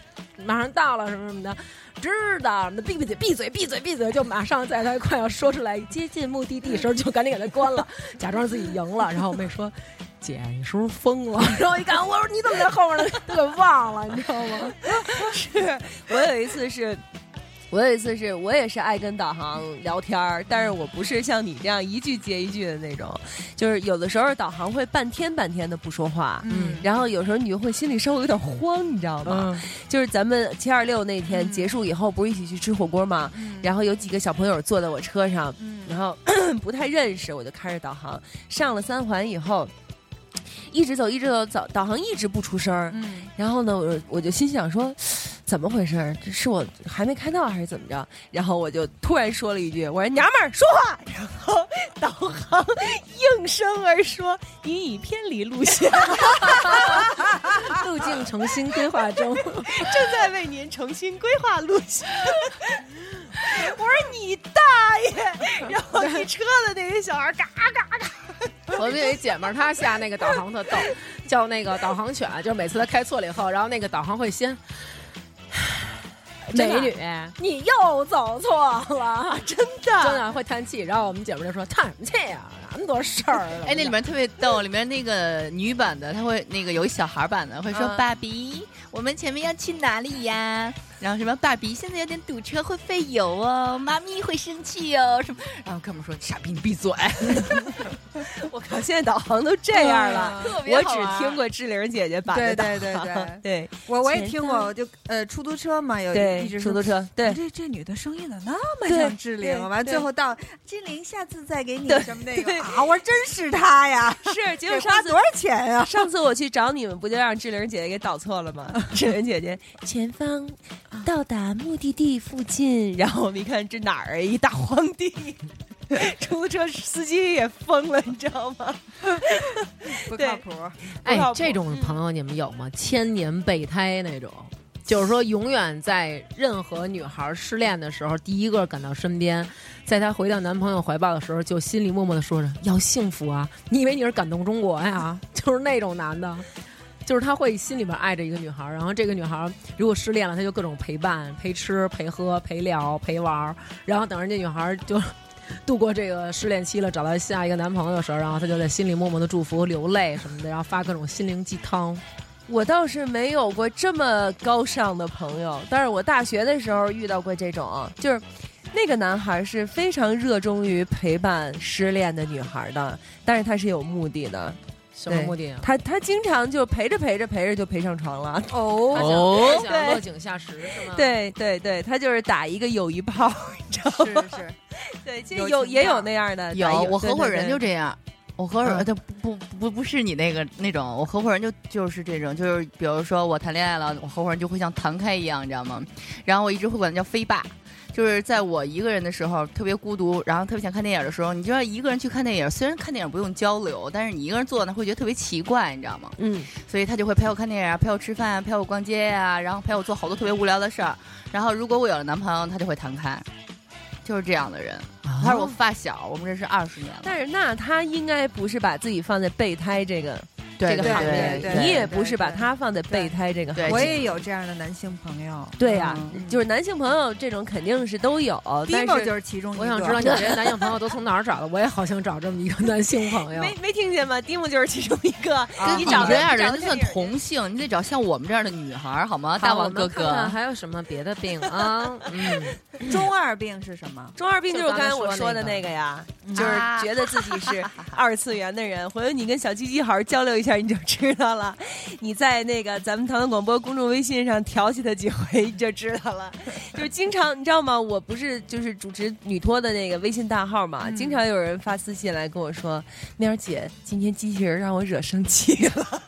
S11: 马上到了什么什么的，知道什么的，闭闭嘴，闭嘴，闭嘴，闭嘴，就马上在他快要说出来接近目的地的时候，就赶紧给他关了，假装自己赢了。然后我妹说。姐，你是不是疯了？ 然后一看，我说你 怎 么在后面呢？都给忘了，你知道吗？
S3: 我有一次是。我有一次是我也是爱跟导航聊天儿，但是我不是像你这样一句接一句的那种，就是有的时候导航会半天半天的不说话，
S7: 嗯
S3: 然后有时候你就会心里稍微有点慌，你知道吗？
S11: 嗯
S3: 就是咱们七二六那天结束以后，不是一起去吃火锅吗？然后有几个小朋友坐在我车上，然后 不太认识，我就开着导航上了三环以后。一直走，一直走，导导航一直不出声儿。
S7: 嗯
S3: 然后呢，我我就心想说，怎么回事儿？这是我还没开到还是怎么着？然后我就突然说了一句：“我说娘们儿说话。” 然后导航应声而说：“ 你已偏离路线，
S11: 路径重新规划中，
S3: 正在为您重新规划路 线。”我说你大 爷！然后骑车的那个小孩嘎嘎嘎，
S11: 我们有一姐们儿，她下那个导航特逗，叫那个导航犬，就是每次她开错了以后，然后那个导航会先。
S3: 啊
S11: 美女，你又走错了，真的，真的会叹气。然后我们姐们儿就说：“叹什么气啊，那么多事儿啊。”
S10: 哎，那里面特别逗，里面那个女版的，她会那个有一小孩版的，会说：“
S3: 嗯
S10: 爸比，我们前面要去哪里呀？”然后什么“爸比，现在有点堵车，会费油哦，妈咪会生气哦。”什么？然后哥们儿说：“傻逼，你闭嘴！”
S3: 我靠！现在导航都这样了，
S7: 嗯
S10: 特别
S3: 我
S10: 好玩
S3: 只听过志玲姐姐版
S7: 对
S3: 的导航。，
S7: 对对 对
S3: 对
S7: 我我也
S3: 前
S7: 听
S3: 段
S7: 过，我就呃出租车嘛，有一直
S3: 对，
S7: 说哎
S3: 出租车对
S7: 这这女的声音怎么那么
S3: 对
S7: 像志
S3: 对
S7: 玲？完了
S3: 对
S7: 最后到志玲，下次再给你
S3: 对
S7: 什么那个
S3: 对
S7: 啊，我说真是她呀，
S3: 是，结
S7: 得
S3: 果
S7: 花
S3: 上
S7: 多
S3: 次
S7: 少 钱呀？
S3: 上次我去找你们，不就让志玲姐姐给导错了 吗？志玲姐姐，前方到达目的地附近，然后我们一看这哪儿啊？一大荒地。 出租车司机也疯了，你知道吗？
S7: 不
S3: 对
S7: 靠谱，
S11: 哎
S3: 不靠，谱嗯
S11: 这种朋友你们有吗？千年备胎那种，就是说永远在任何女孩失恋的时候，第一个赶到身边，在她回到男朋友怀抱的时候，就心里默默的说着要幸福啊！你以为你是感动中国呀？ 就是那种男的。就是他会心里边爱着一个女孩，然后这个女孩如果失恋了，他就各种陪伴、陪吃、陪喝、陪聊、陪玩，然后等人家女孩就度过这个失恋期了，找到下一个男朋友的时候，然后他就在心里默默的祝福、流泪什么的，然后发各种心灵鸡汤。
S3: 我倒是没有过这么高尚的朋友，但是我大学的时候遇到过这种，就是那个男孩是非常热衷于陪伴失恋的女孩的，但是他是有目的的，
S11: 什么目的啊？
S3: 他他经常就陪着陪着陪着就陪上床了。
S11: 他
S7: 哦，
S11: 想他想
S3: 对
S11: 落井下石是
S10: 嗯
S11: 吗？，
S3: 对对对，他就是打一个友谊炮，你知道吗？
S7: 是是，
S3: 对，其
S7: 友
S3: 实有
S7: 情
S3: 也
S7: 炮
S3: 有那样的，
S10: 啊有
S3: 打一个
S10: 我合伙人就。这样。我合伙人
S3: 嗯
S10: 他不不不不是你那个那种，我合伙人就就是这种，就是比如说我谈恋爱了，我合伙人就会像弹开一样，你知道吗？然后我一直会管他叫飞爸，就是在我一个人的时候特别孤独，然后特别想看电影的时候，你知道一个人去看电影，虽然看电影不用交流，但是你一个人坐那会觉得特别奇怪，你知道吗？
S3: 对对嗯，
S10: 所以他就会陪我看电影啊，陪我吃饭啊，陪我逛街呀、然后陪我做好多特别无聊的事儿。然后如果我有了男朋友，他就会弹开，就是这样的人。他是我发小，我们认识二十年了。
S3: 但是那他应该不是把自己放在备胎这个
S10: 对
S3: 这个
S10: 对
S3: 行业
S10: 对
S3: 里，
S10: 对
S3: 你
S10: 对
S3: 也不是把
S7: 对
S3: 他放在备胎这个行
S10: 对
S3: 业。
S7: 我也有这样的男性朋友
S3: 对呀、
S7: 嗯
S3: 就是男性朋友这种肯定是都有，但
S7: ，Dimo
S3: 是
S7: 就是其中一个。
S11: 我想知道你这些男性朋友都从哪儿找的，我也好想找这么一个男性朋友。
S3: 没没听见吗？蒂姆就是其中一个。
S10: 跟
S3: 你
S10: 啊你
S3: 找
S10: 这样
S3: 你
S10: 的
S3: 找
S10: 人就
S3: 这
S10: 算
S3: 样的
S10: 同性，你得找像我们这样的女孩儿好吗？
S11: 好
S10: 大王
S11: 我
S10: 哥
S11: 们看看
S10: 哥，
S11: 还有什么别的病啊？嗯，
S7: 中二病是什么？
S3: 中二病就是
S11: 就
S3: 刚
S11: 刚
S3: 才
S11: 才
S3: 我
S11: 说
S3: 的
S11: 那
S3: 那个呀，
S7: 嗯
S3: 就是觉得自己是二次元的人。回头你跟小鸡鸡好好交流一下，你就知道了。你在那个咱们唐唐广播公众微信上调戏他几回，你就知道了。就是经常，你知道吗？我不是就是主持女托的那个微信大号嘛，经常有人发私信来跟我说：“喵儿姐，今天机器人让我惹生气了。”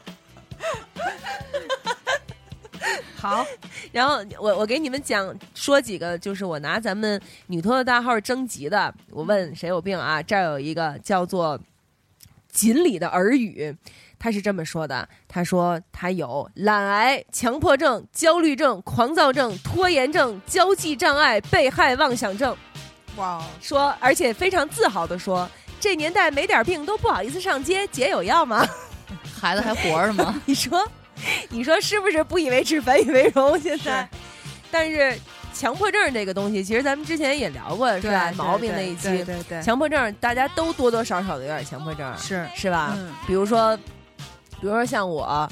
S7: 好，
S3: 然后我我给你们讲说几个，就是我拿咱们女托的大号征集的。我问谁有病啊？这儿有一个叫做锦鲤的耳语，他是这么说的：他说他有懒癌、强迫症、焦虑症、狂躁症、拖延症、交际障碍、被害妄想症。
S7: 哇哦，
S3: 说，而且非常自豪的说，这年代没点病都不好意思上街，姐有药 吗？
S10: 孩子还活着 吗？
S3: 你说，你说是不是不以为耻反以为荣？现在，但是强迫症这个东西，其实咱们之前也聊过，是
S7: 对
S3: 吧？
S7: 对
S3: 啊毛病那
S7: 对
S3: 一
S7: 对
S3: 期，
S7: 对对，
S3: 强迫症大家都多多少少的有点强迫症，
S7: 是
S3: 是吧？
S7: 嗯
S3: 比如说，比如说像我，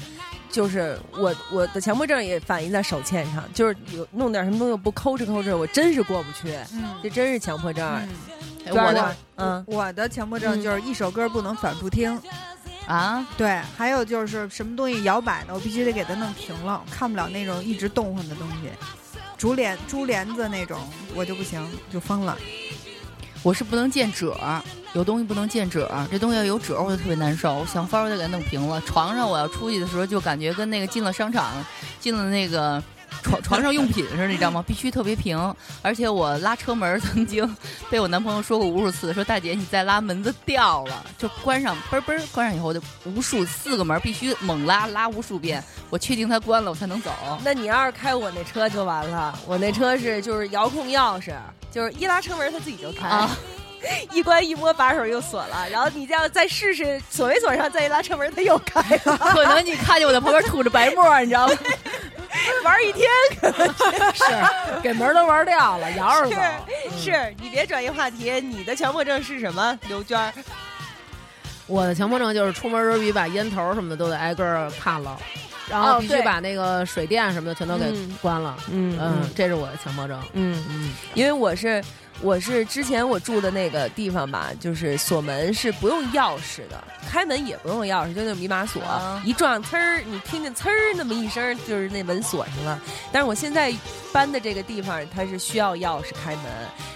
S3: 就是我我的强迫症也反映在手欠上，就是有弄点什么东西不抠哧抠哧，我真是过不去，
S7: 嗯
S3: 这真是强迫症。
S7: 哎
S3: 娟儿
S7: 我
S3: 呢
S7: 的
S3: 嗯
S7: 我的强迫症就是一首歌不能反复听。
S10: 啊，
S7: 对，还有就是什么东西摇摆的，我必须得给它弄停了，看不了那种一直动换的东西，竹帘珠帘子那种，我就不行，就疯了。
S10: 我是不能见褶儿，有东西不能见褶儿，这东西要有褶儿我就特别难受，我想法儿我就给它弄平了。床上我要出去的时候，就感觉跟那个进了商场，进了那个。床床上 用品似的，你知道吗？必须特别平，而且我拉车门儿曾经被我男朋友说过无数次，说大姐你再拉门子掉了，就关上，嘣儿嘣儿关上以后就无数四个门儿必须猛拉拉无数遍，我确定它关了我才能走。
S3: 那你要是开我那车就完了，我那车是就是遥控钥匙，就是一拉车门它自己就开，
S10: 啊
S3: 一关一摸把手又锁了，然后你这样再试试锁没锁上，再一拉车门它又开了，
S10: 可能你看见我在旁边吐着白沫儿，你知道吗？
S3: 玩一天可能
S11: 是 给门儿都玩掉了，摇着走。
S3: 是是，你别转移话题，你的强迫症是什么？刘娟儿，
S11: 我的强迫症就是出门儿时候必须把烟头什么的都得挨个儿看了，然后
S3: 哦
S11: 必须
S3: 对
S11: 把那个水电什么的全都给
S3: 嗯
S11: 关了。
S3: 嗯
S11: 嗯，这是我的强迫症。
S3: 嗯
S11: 嗯，
S3: 因为我是我是之前我住的那个地方吧，就是锁门是不用钥匙的，开门也不用钥匙，就那种密码锁，
S10: 啊
S3: 一撞呲儿，你听见呲儿那么一声，就是那门锁上了。但是我现在搬的这个地方，它是需要钥匙开门。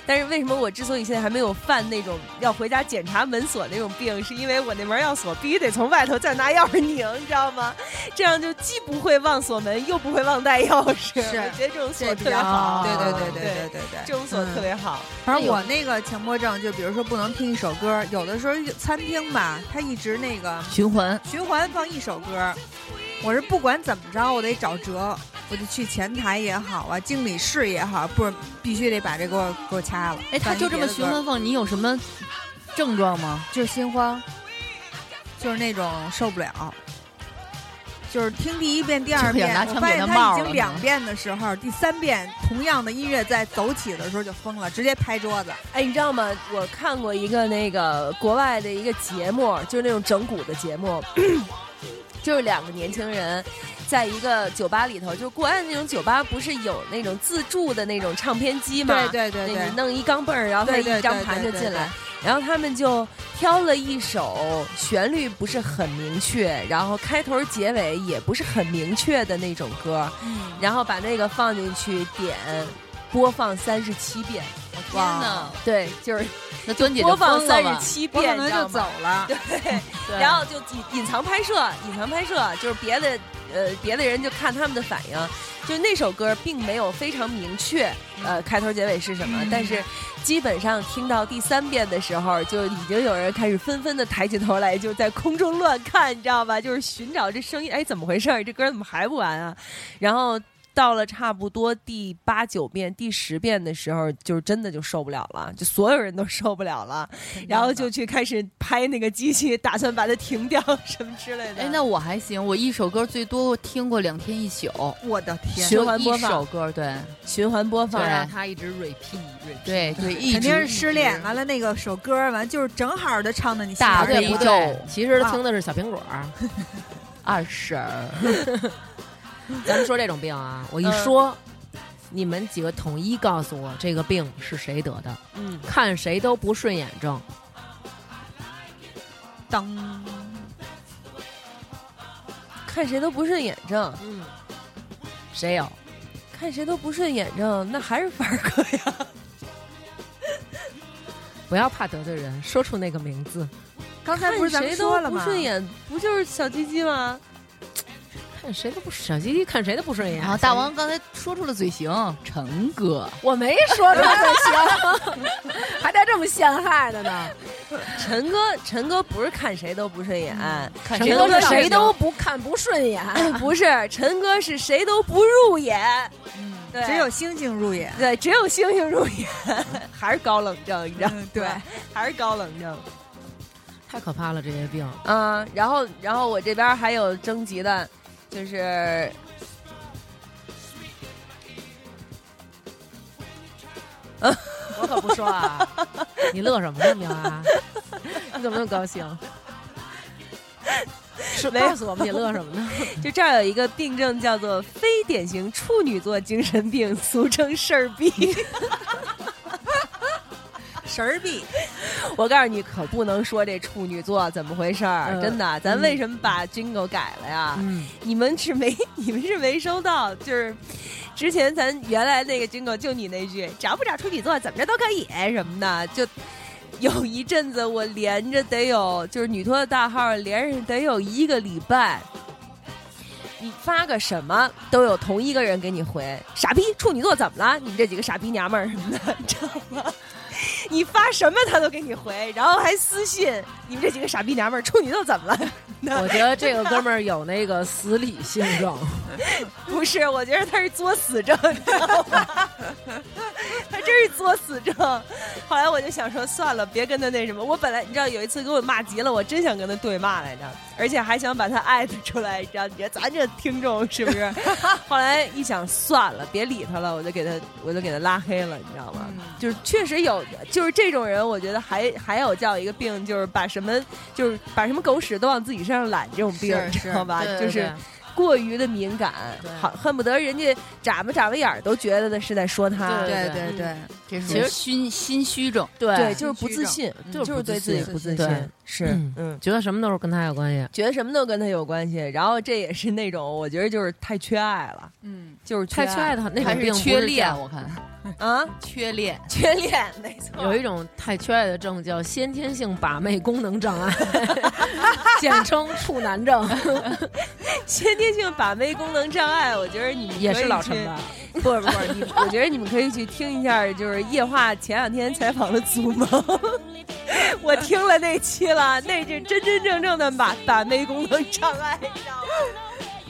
S3: 但是为什么我之所以现在还没有犯那种要回家检查门锁那种病，是因为我那门要锁，必须得从外头再拿钥匙拧，你知道吗？这样就既不会忘锁门，又不会忘带钥匙。
S7: 是
S3: 我觉得这种锁
S7: 这比
S3: 特别
S7: 较嗯
S3: 好。
S7: 对对对
S3: 对
S7: 对对对对。
S3: 这种锁特别好。
S7: 反正我
S3: 那
S7: 那个强迫症，就比如说不能听一首歌，有的时候餐厅吧，它一直那个
S10: 循环
S7: 循环放一首歌，我是不管怎么着，我得找辙，我就去前台也好啊，经理室也好，不是必须得把这给我给我掐了。
S10: 哎，他就这么循环放，你有什么症状吗？
S7: 就是心慌，就是那种受不了。就是听第一遍、第二
S10: 就想
S7: 遍
S10: 拿，
S7: 我
S10: 枪
S7: 发
S10: 给
S7: 现
S10: 他冒
S7: 他已经
S10: 了呢
S7: 两遍的时候，第三遍同样的音乐在走起的时候就疯了，直接拍桌子。
S3: 哎，你知道吗？我看过一个那个国外的一个节目，就是那种整蛊的节目， 就是两个年轻人。在一个酒吧里头，就是国外那种酒吧，不是有那种自助的那种唱片机吗？
S7: 对
S3: 那
S7: 对对
S3: 你
S7: 对，
S3: 弄一钢镚儿，然后他
S7: 对对
S3: 一张
S7: 对
S3: 盘
S7: 对
S3: 就
S7: 对
S3: 进来
S7: 对，
S3: 然后他们就挑了一首旋律不是很明确，然后开头结尾也不是很明确的那种歌，
S7: 嗯
S3: 然后把那个放进去点播放三十七遍，
S10: 天哪！
S3: 对，就是
S10: 那端姐
S3: 播
S10: 就
S3: 放
S10: 疯了
S3: 三十
S10: 吧？
S3: 七
S7: 我可
S3: 遍，你
S7: 能
S3: 知
S7: 就
S3: 道
S7: 走
S3: 吗？
S7: 了。
S3: 对，然后就隐隐藏拍摄，隐藏拍摄就是别的呃别的人就看他们的反应，就那首歌并没有非常明确呃开头结尾是什么，但是基本上听到第三遍的时候，就已经有人开始纷纷的抬起头来，就在空中乱看，你知道吧？就是寻找这声音，哎，怎么回事儿？这歌怎么还不完啊？然后。到了差不多第八九遍、第十遍的时候，就真的就受不了了，就所有人都受不了了。然后就去开始拍那个机器，打算把它停掉 什么之类的。
S10: 哎，那我还行，我一首歌最多听过两天一宿，
S7: 我的天，
S3: 循环播
S10: 就一首
S3: 放，
S10: 歌，对
S3: 循环播放啊
S11: 就让
S3: 呀，
S11: 他一直 repeat repeat。
S10: 对对，一
S7: 肯
S10: 直
S7: 定是失恋。完了那个首歌完了就是正好的唱的你心
S10: 大
S11: 啊，
S7: 坎
S10: 悲
S11: 对
S7: 里
S11: 不
S10: 咒
S11: 对？其实听的是小苹果儿。
S10: 二婶儿，
S11: 咱们说这种病啊，我一说，你们几个统一告诉我这个病是谁得的，
S3: 嗯，
S11: 看谁都不顺眼症。
S7: 当
S3: 看谁都不顺眼症，
S11: 嗯，谁有？
S3: 看谁都不顺眼症，那还是凡儿哥呀。
S11: 不要怕得罪人，说出那个名字。
S7: 刚才不是咱
S3: 看谁
S7: 们说
S3: 都
S7: 了
S3: 不
S7: 吗？
S3: 顺眼，不就是小鸡鸡吗？
S11: 看谁都不哦小鸡鸡，看谁都不顺眼
S10: 然后大，王刚才说出了嘴型，陈哥，
S11: 我没说他才行， 还带这么陷害的 呢。
S3: 陈哥，陈哥不是看谁都不顺眼，嗯
S10: 看
S3: 谁都
S11: 是
S3: 上
S11: 谁
S3: 行
S11: 都不看不顺眼，
S3: 不是陈哥是谁都不入眼，对
S7: 只有星星入眼。
S3: 对，只有星星入眼， 还是高冷症，你知道吗？
S7: 嗯对，
S3: 还是高冷症。
S11: 太可怕了这些病。
S3: 嗯，然后然后我这边还有征集的，就是
S11: 我可不说 啊，你乐什么呢，苗啊？你怎么那么高兴？是告诉我们你乐什么呢？
S3: 就这儿有一个病症叫做非典型处女座精神病，俗称事儿 逼。
S7: 神儿逼！
S3: 我告诉你，可不能说这处女座怎么回事儿，
S7: 嗯
S11: 呃
S3: 真的。咱为什么把 Jingle 改了呀？ 你们是没， 你们是没收到，就是之前咱原来那个 Jingle 就你那句“找不找处女座，怎么着都可以”什么的，就有一阵子我连着得有，就是女托的大号连着得有一个礼拜。你发个什么都有同一个人给你回，傻逼处女座怎么了？你们这几个傻逼娘们儿什么的，你 知道吗？你发什么他都给你回，然后还私信你们这几个傻逼娘们儿处女座怎么了？
S11: 嗯我觉得这个哥们儿有那个死理性 症，
S3: 不是，我觉得他是作死症，你知道吗？ 他真是作死症。后来我就想说，算了，别跟他那什么。我本来你知道有一次给我骂急了，我真想跟他对骂来着，而且还想把他 艾特出来，你知道？你觉得咱这听众是不是？ 后来一想，算了，别理他了，我就给他，我就给他拉黑了，你知道吗？
S10: 嗯
S3: 就是确实有，就是这种人，我觉得还还有叫一个病，就是把什么，就是把什么狗屎都往自己身上揽这种病，你知道吧？
S10: 对对
S3: 就是。
S10: 对
S3: 过于的敏感
S11: 对，
S3: 好恨不得人家眨巴眨巴眼儿都觉得是在说他。
S10: 对
S7: 对
S10: 对
S7: 对对，
S10: 这是心心虚症，
S3: 对
S11: 对
S3: 就是不自信，
S11: 就
S3: 就
S11: 是
S3: 是
S11: 不
S3: 对
S11: 自
S3: 自己
S11: 信
S3: 不自
S11: 对
S3: 信，是
S11: 嗯
S3: 嗯，
S11: 觉得什么都是跟他有关系。
S3: 觉得什么都跟他有关系。然后这也是那种我觉得就是太缺爱了，
S7: 嗯，
S3: 就是
S11: 太缺爱
S3: 爱
S11: 的那
S10: 还
S11: 种病
S10: 是
S11: 不
S10: 缺
S11: 叫
S10: 恋？我看
S3: 啊，
S10: 缺恋，
S3: 缺恋没错。
S11: 有一种太缺爱的症叫先天性把妹功能障碍， 简称处男症，
S3: 先天性把妹功能障碍，我觉得你们
S11: 也
S3: 可
S11: 是
S3: 以
S11: 老
S3: 去
S11: 成的。
S3: 不是不是，你我觉得你们可以去听一下，就是夜话前两天采访的祖 萌，我听了那期了，那是真真正正的把把妹功能障碍，你知道吗？
S11: 啊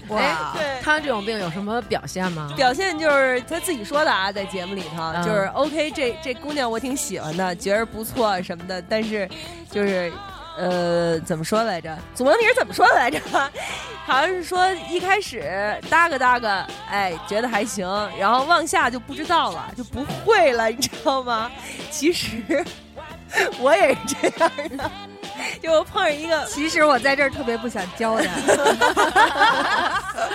S7: 哇
S3: 哎，
S11: 他这种病有什么表现吗
S3: 对，？表现就是他自己说的啊，在节目里头
S11: 嗯
S3: 就是 OK，这这姑娘我挺喜欢的，觉着不错什么的，但是就是。呃，怎么说来着？祖萌，你是怎么说的来着？ 好像是说一开始搭个搭个，哎，觉得还行，然后往下就不知道了，就不会了，你知道吗？其实 我也是这样的，就碰上一个
S7: 其实我在这儿特别不想教 他，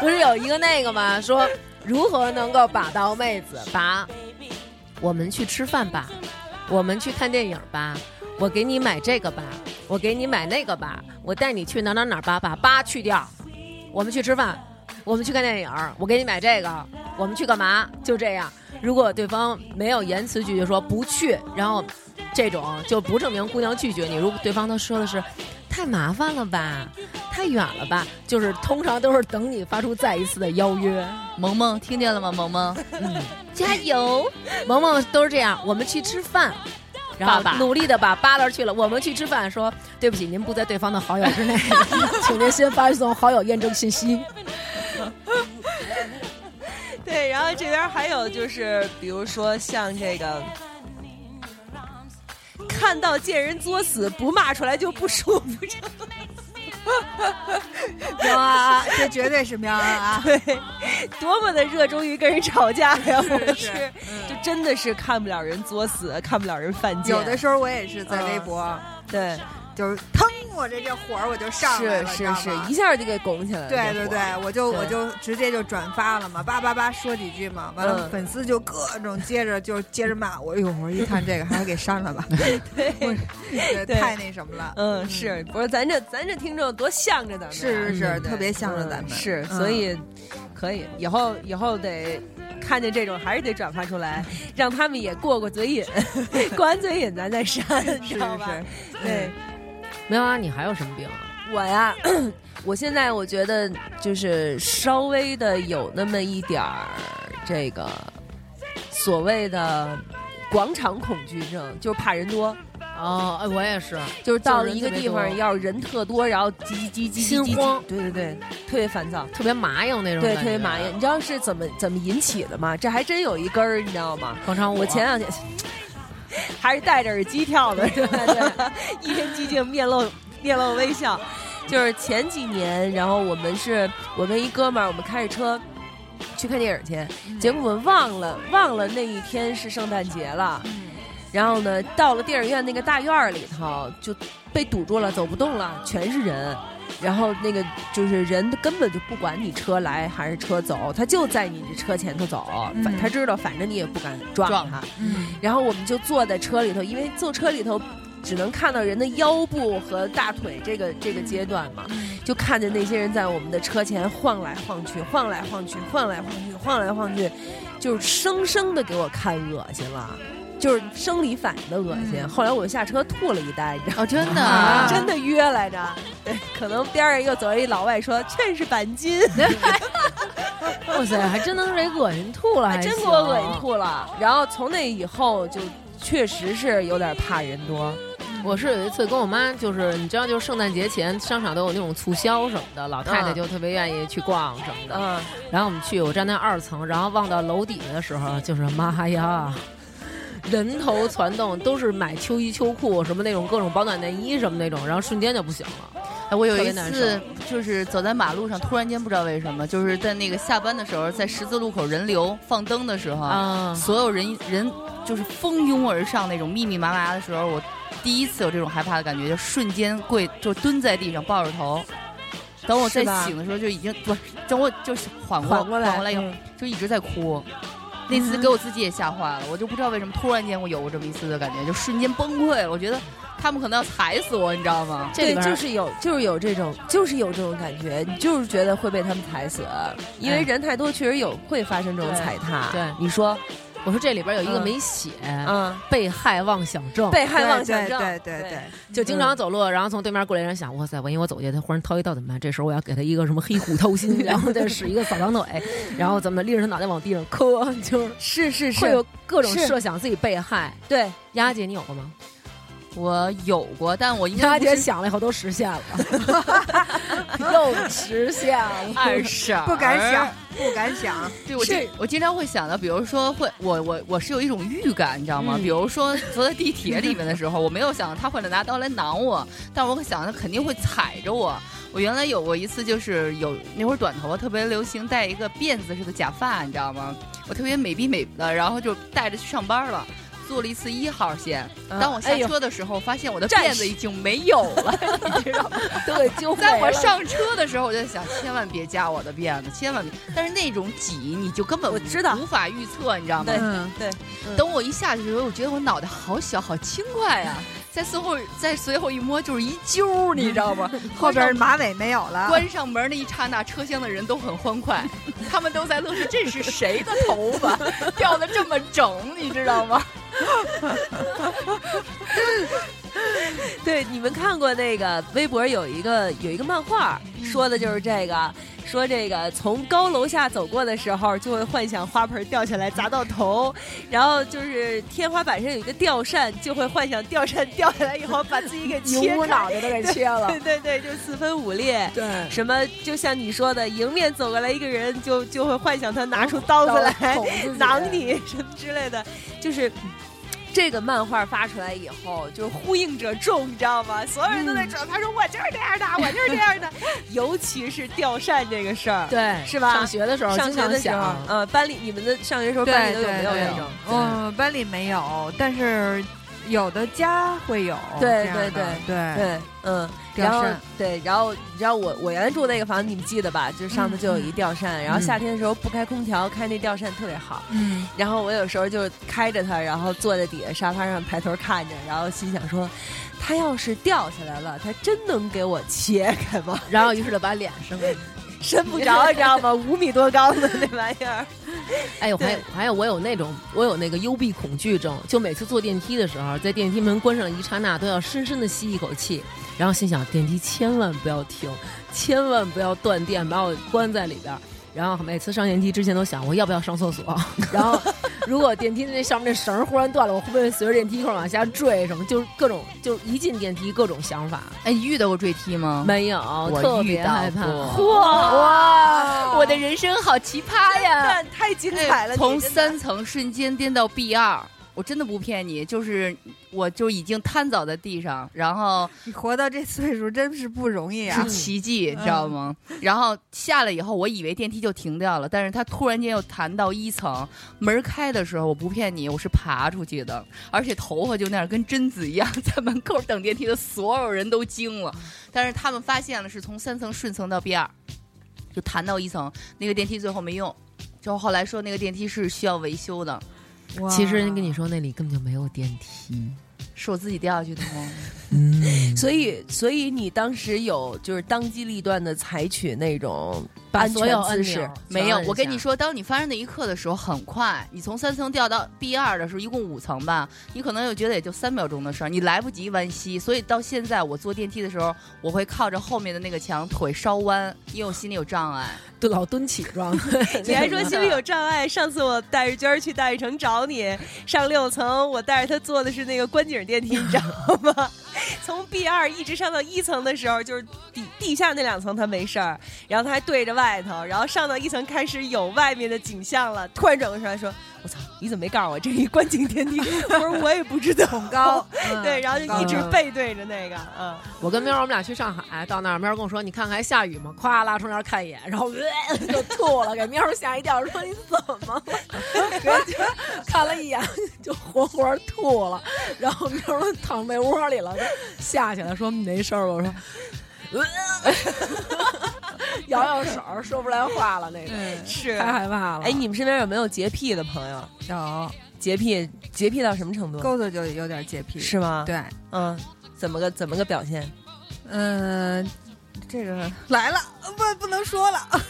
S11: 不是有一个那个吗？说如何能够把到妹子？把我们去吃饭吧，我们去看电影吧，我给你买这个吧，我给你买那个吧，我带你去哪哪哪吧，把吧去掉，我们去吃饭，我们去看电影，我给你买这个，我们去干嘛？就这样。如果对方没有言辞拒绝说不去，然后这种就不证明姑娘拒绝你。如果对方他说的是太麻烦了吧，太远了吧，就是通常都是等你发出再一次的邀约。
S10: 萌萌听见了吗？萌萌，
S11: 加油，萌萌都是这样。我们去吃饭，然后
S10: 爸爸
S11: 努力的把扒拉去了。我们去吃饭，说对不起，您不在对方的好友 之内，请您先发送好友验证信息。
S3: 对，然后这边还有就是，比如说像这个，看到见人作死不骂出来就不舒服。
S7: 喵啊，这绝对是喵啊 啊！
S3: 对，多么的热衷于跟人吵架呀！我
S7: 是是
S3: 是，就真的是看不了人作死，看不了人犯贱。
S7: 有的时候我也是在微博，
S3: 对，
S7: 就是腾，我这这火儿我就上来
S3: 是
S7: 了，
S3: 是是，一
S7: 一。
S3: 下就给拱起来了。
S7: 对
S3: 这
S7: 对
S3: 火
S7: 对，我就
S3: 对
S7: 我就直接就转发了嘛，叭叭叭说几句嘛，完了
S3: 嗯
S7: 粉丝就各种接着就接着骂我，哎呦，我一看这个还是给删了吧， 对，
S3: 对
S7: 太那什么了，
S3: 嗯，是不是咱这咱这听众多向着咱们啊？
S7: 是是
S3: 对
S7: 是，特别向着咱们，
S3: 嗯是，
S7: 嗯
S3: 所以可以以后以后得看见这种还是得转发出来，让他们也过过嘴 瘾， 过完嘴瘾咱再删，你
S7: 是
S3: 知
S7: 是
S3: 道吧？
S7: 是，嗯
S3: 对
S11: 喵啊，你还有什么病啊？
S3: 我呀， 我现在我觉得就是稍微的有那么一点儿这个所谓的广场恐惧症，就是怕人多，
S11: 哦，哎，我也是，
S3: 就是到
S11: 就是人
S3: 一个
S11: 特别
S3: 地方
S11: 多
S3: 要人特多，然后叽叽叽叽叽叽，
S11: 心慌
S3: 对对对，特别烦躁。
S11: 特别麻痒那种，
S3: 对，特别麻烦。。你知道是怎么怎么引起的吗？这还真有一根儿，你知道吗？
S11: 广场舞，
S3: 我前两天 还是戴着耳机跳的，对对，一身寂静，面露面露微笑。就是前几年，然后我们是我跟一哥们儿，我们开着车去看电影
S11: 嗯
S3: 去，结果我们忘了忘了那一天是圣诞节了。
S7: 嗯
S3: 然后呢，到了电影院那个大院儿里头，就被堵住了，走不动了，全是人。然后那个就是人根本就不管你车来还是车走，他就在你这车前头走，反
S10: 嗯
S3: 他知道反正你也不敢撞
S10: 撞
S3: 他。
S10: 嗯，
S3: 然后我们就坐在车里头，因为坐车里头只能看到人的腰部和大腿这个这个阶段嘛，就看见那些人在我们的车前晃来晃去，晃来晃去，晃来晃去，晃来晃去，就是生生的给我看恶心了。就是生理反应的恶心，后来我下车吐了一袋，你知道吗？
S10: 哦，真的
S3: 啊
S10: 啊，
S3: 真的约来着， 对，可能边上又走着一老外说全是钣金，
S11: 哇塞，还真能给恶心吐了，
S3: 还啊真给我恶心。吐了。然后从那以后就确实是有点怕人多，
S11: 我是有一次跟我妈，就是你知道，就是圣诞节前商场都有那种促销什么的，老太太
S3: 嗯
S11: 就特别愿意去逛什么的。
S3: 嗯，
S11: 然后我们去，我站在二层，然后望到楼底下的时候，就是妈呀，人头攒动，都是买秋衣秋裤什么那种各种保暖内衣什么那种，然后瞬间就不行了。
S10: 哎我有
S11: 特
S10: 一
S11: 别难
S10: 次就是走在马路上，突然间不知道为什么，就是在那个下班的时候，在十字路口人流放灯的时候，
S3: 嗯
S11: 啊
S10: 所有人人就是蜂拥而上那种密密麻麻的时候，我第一次有这种害怕的感觉，就瞬间跪，就蹲在地上抱着头。等我再
S3: 是吧
S10: 醒的时候，就已经不是，等我就是缓过
S3: 缓过来
S10: 缓过来以后，就一直在哭。那次给我自己也吓坏了，我就不知道为什么突然间我有过这么一次的感觉，就瞬间崩溃了。我觉得他们可能要踩死我，你知道吗？
S11: 这里
S3: 对，
S11: 边
S3: 就是有，就是有这种，就是有这种感觉，你就是觉得会被他们踩死，因为
S11: 哎
S3: 人太多，确实有会发生这种
S11: 对
S3: 踩踏。
S11: 对
S3: 你说，
S11: 我说这里边有一个
S3: 嗯
S11: 没写，
S3: 嗯，
S11: 被害妄想症。
S3: 被害妄想
S7: 对
S3: 症，
S7: 对对对，
S11: 就经常走路，然后从对面过来人想，哇塞，万一我走下去，他忽然掏一刀怎么办？这时候我要给他一个什么黑虎掏心， 然后再使一个扫堂腿，然后怎么拎着他脑袋往地上磕，就
S3: 是
S11: 是
S3: 是是，
S11: 会有各种
S3: 是
S11: 设想自己被害。
S3: 对，
S11: 丫姐，你有过吗？
S10: 我有过，但我应该
S11: 丫
S10: 不是
S11: 姐想了以后都实现了， 又实现了。
S10: 二傻，
S7: 不敢想，不敢想。
S10: 对我经我经常会想到，比如说会我我我是有一种预感，你知道吗？
S3: 嗯
S10: 比如说坐在地铁 里面的时候，我没有想到他会拿刀来挠我，但我想他肯定会踩着我。我原来有过一次，就是有那会儿短头发特别流行，戴一个辫子似的假发，你知道吗？我特别美逼美的，然后就带着去上班了。坐了一次一号线，当我下
S3: 哎呦
S10: 车的时候，发现我的
S3: 战
S10: 辫子已经没有了，你知道吗？
S3: 都给 揪
S10: 在
S3: 回
S10: 我
S3: 了
S10: 上车的时候，我就在想，千万别夹我的辫子，千万别。但是那种挤，你就根本
S3: 我知道
S10: 无法预测，你知道吗
S3: 对？
S7: 嗯，
S3: 对，
S10: 等我一下去的时候，我觉得我脑袋好小，好轻快啊！再随后再随后一摸，就是一揪儿，你知道吗？
S7: 后边马尾没有了，
S10: 关上门那一刹那，车厢的人都很欢快，他们都在乐说这是谁的头发掉的这么整，你知道吗？
S3: 对，你们看过那个微博有一个有一个漫画，
S10: 嗯
S3: 说的就是这个，说这个从高楼下走过的时候，就会幻想花盆掉下来砸到头，然后就是天花板上有一个吊扇，就会幻想吊扇 掉下来以后把自己给切
S11: 我
S3: 开，
S11: 脑袋都给切 了
S3: 对对对，就是四分五裂。
S11: 对，
S3: 什么？就像你说的，迎面走过来一个人就，就会幻想他拿出刀子 来
S11: 捅自己
S3: 囊你什么之类的，就是。这个漫画发出来以后，就是呼应者众，你知道吗？所有人都在找，他说我就是这样的，我就是这样的。 尤其是吊扇这个事儿，
S11: 对，
S3: 是吧
S11: 上学的时候
S3: 上
S11: 经
S3: 学
S11: 常
S3: 的时候
S11: 想，，
S3: 呃，班里你们的上学时候班里都有没有
S7: 对
S3: 那
S7: 对
S3: 种？
S7: 嗯，班里没有，但是有的家会有。
S3: 对
S7: 这样
S3: 对
S7: 的对，
S3: 对，嗯，
S7: 哎吊
S3: 然后
S7: 扇
S3: 对，然后你知道我我原来住那个房子，你们记得吧？就上头就有
S7: 嗯
S3: 一吊扇，然后夏天的时候不开空调，开那吊扇特别好。
S7: 嗯，
S3: 然后我有时候就开着它，然后坐在底下沙发上抬头看着，然后心想说，它要是掉下来了，它真能给我切开吗？
S11: 然后于是就把脸伸过去。
S3: 伸不着，你知道吗？五米多高的那玩意儿。
S11: 哎，我还有
S3: 对
S11: 还有，我有那种我有那个幽闭恐惧症，就每次坐电梯的时候，在电梯门关上的一刹那，都要深深的吸一口气，然后心想电梯千万不要停，千万不要断电，把我关在里边儿。然后每次上电梯之前都想我要不要上厕所， 然后如果电梯的那上面那绳儿忽然断了，我会不会随着电梯一块儿往下坠什么？就是各种，就是一进电梯各种想法。
S10: 哎，你遇到过坠梯吗？
S11: 没有，特
S10: 遇
S11: 别
S10: 到
S11: 害怕。
S10: 过
S7: 啊
S3: 哇
S10: 啊我的人生好奇葩呀！
S3: 太精彩了！
S10: 哎从
S3: 你真的
S10: 三层瞬间颠到 B 二，我真的不骗你，就是我就已经瘫倒在地上，然后
S7: 你活到这岁数真是不容
S3: 哎
S7: 易啊，
S10: 是奇迹，知
S3: 嗯
S10: 道吗？然后下来以后，我以为电梯就停掉了，但是它突然间又弹到一层，门开的时候，我不骗你，我是爬出去的，而且头发就那样跟贞子一样， 在门口等电梯的所有人都
S3: 嗯
S10: 惊了，但是他们发现了是从三层顺层到 B 二，就弹到一层，那个电梯最后没用，就后来说那个电梯是需要维修的。
S7: 哇
S11: 其实人跟你说那里根本就没有电梯，
S10: 是我自己掉下去的吗？
S3: 所以，所以你当时有就是当机立断的采取那种
S11: 把
S3: 安
S11: 所有
S3: 全
S11: 按
S3: 姿
S11: 钮
S3: 势，
S10: 没有，我跟你
S11: 说，
S10: 说，当你发生那一刻的时候，很快，你从三层掉到 B 二的时候，一共五层吧，你可能就觉得也就三秒钟的事儿，你来不及弯膝，所以到现在我坐电梯的时候，我会靠着后面的那个墙，腿稍弯，因为我心里有障碍。
S11: 对老蹲起状，
S3: 你还说心里有障碍。上次我带着娟儿去大悦城找你，上六层，我带着她坐的是那个观景电梯，你知道吗？ 从 B 二一直上到一层的时候，就是底地下那两层她没事儿，然后她还对着外头，然后上到一层开始有外面的景象了，突然转过身来说：“我操，你怎么没告诉我这一观景电梯？” 我说：“我也不知道。”恐
S7: 高，
S3: 对，然后就一直
S11: 嗯
S3: 背对着那个，嗯。
S11: 我跟喵儿我们俩去上海，到那儿喵儿跟我说：“你看看还下雨吗？”咵拉窗帘看一眼，然后、呃、就吐了，给喵儿吓一跳，说：“你怎么了？”看了一眼就活活吐了，然后喵儿躺被窝里了，吓起来说：“没事儿吧？”我说。呃 摇摇手，说不出来话了，那个
S3: 是
S11: 太害怕了。
S3: 哎，你们身边有没有洁癖的朋友？
S7: 有
S3: 洁癖，洁癖到什么程
S10: 嗯
S3: 度？
S7: 钩子就有点洁癖，
S3: 是吗？，
S7: 对，
S3: 嗯，怎么个怎么个表现？
S7: 嗯、这个来了，不不能说了，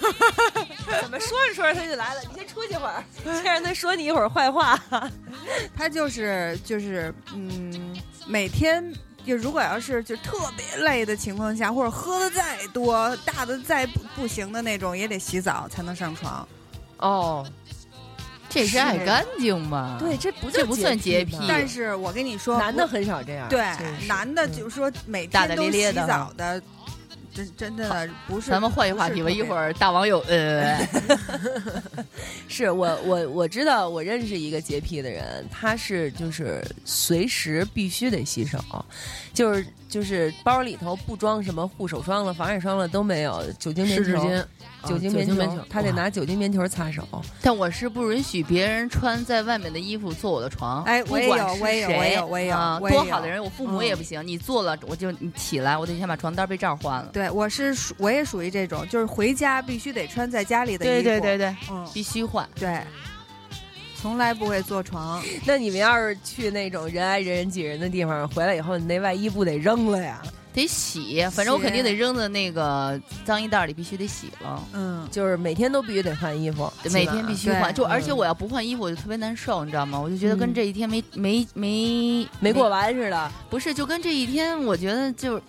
S3: 怎么说着说着他就来了？你先出去会儿，先让他说你一会儿坏 话。
S7: 他就是就是嗯，每天就如果要是就特别累的情况下，或者喝的再多、大的再不不行的那种，也得洗澡才能上床。
S3: 哦，
S10: 这也是爱干净
S11: 啊
S10: 吧？
S3: 对，，这不
S10: 这不算洁癖
S3: 吗
S7: 但是我跟你说，
S3: 男的很少这样。
S7: 对
S3: 真是
S7: 男的就是说每
S10: 大
S7: 天都
S10: 大咧咧
S7: 洗
S10: 的
S7: 澡的，真真的不是。
S10: 咱们换一个话题吧，一会儿大网友呃，
S3: 是我我我知道，我认识一个洁癖的人，他是就是随时必须得洗手，就是就是包里头不装什么护手霜了、防晒霜了都没有，酒精棉
S11: 湿纸
S3: 球。
S11: 巾，啊
S3: 酒精棉
S11: 棉
S3: 球，
S11: 球，
S3: 他得拿酒精棉球擦手。
S10: 但我是不允许别人穿在外面的衣服坐我的床。
S7: 哎，我也
S10: 不
S7: 有
S10: 管，是
S7: 我也有，
S10: 谁
S7: 我也有，我也有
S10: 啊，
S7: 我也
S10: 多
S7: 有嗯
S10: 好的。人，我父母也不行。你坐了，我就你起来，我得先把床单被罩换了。
S7: 对，我是属我也属于这种，就是回家必须得穿在家里的衣
S10: 对
S7: 服。
S10: 对对，对，
S7: 嗯，
S10: 必须换。
S7: 对，从来不会坐 床。
S3: 那你们要是去那种人挨人人挤人的地方，回来以后你那外衣不得扔了呀？
S10: 得洗，反正我
S7: 洗
S10: 肯定得扔在那个脏衣袋里，必须得洗了。
S7: 嗯，
S3: 就是每天都必须得换衣服，
S10: 每天必须
S7: 对
S10: 换，就
S7: 嗯
S10: 而且我要不换衣服，我就特别难受，你知道吗？我就觉得跟
S11: 嗯
S10: 这一天没没没
S3: 没过，完似的。
S10: 不是，就跟这一天，我觉得就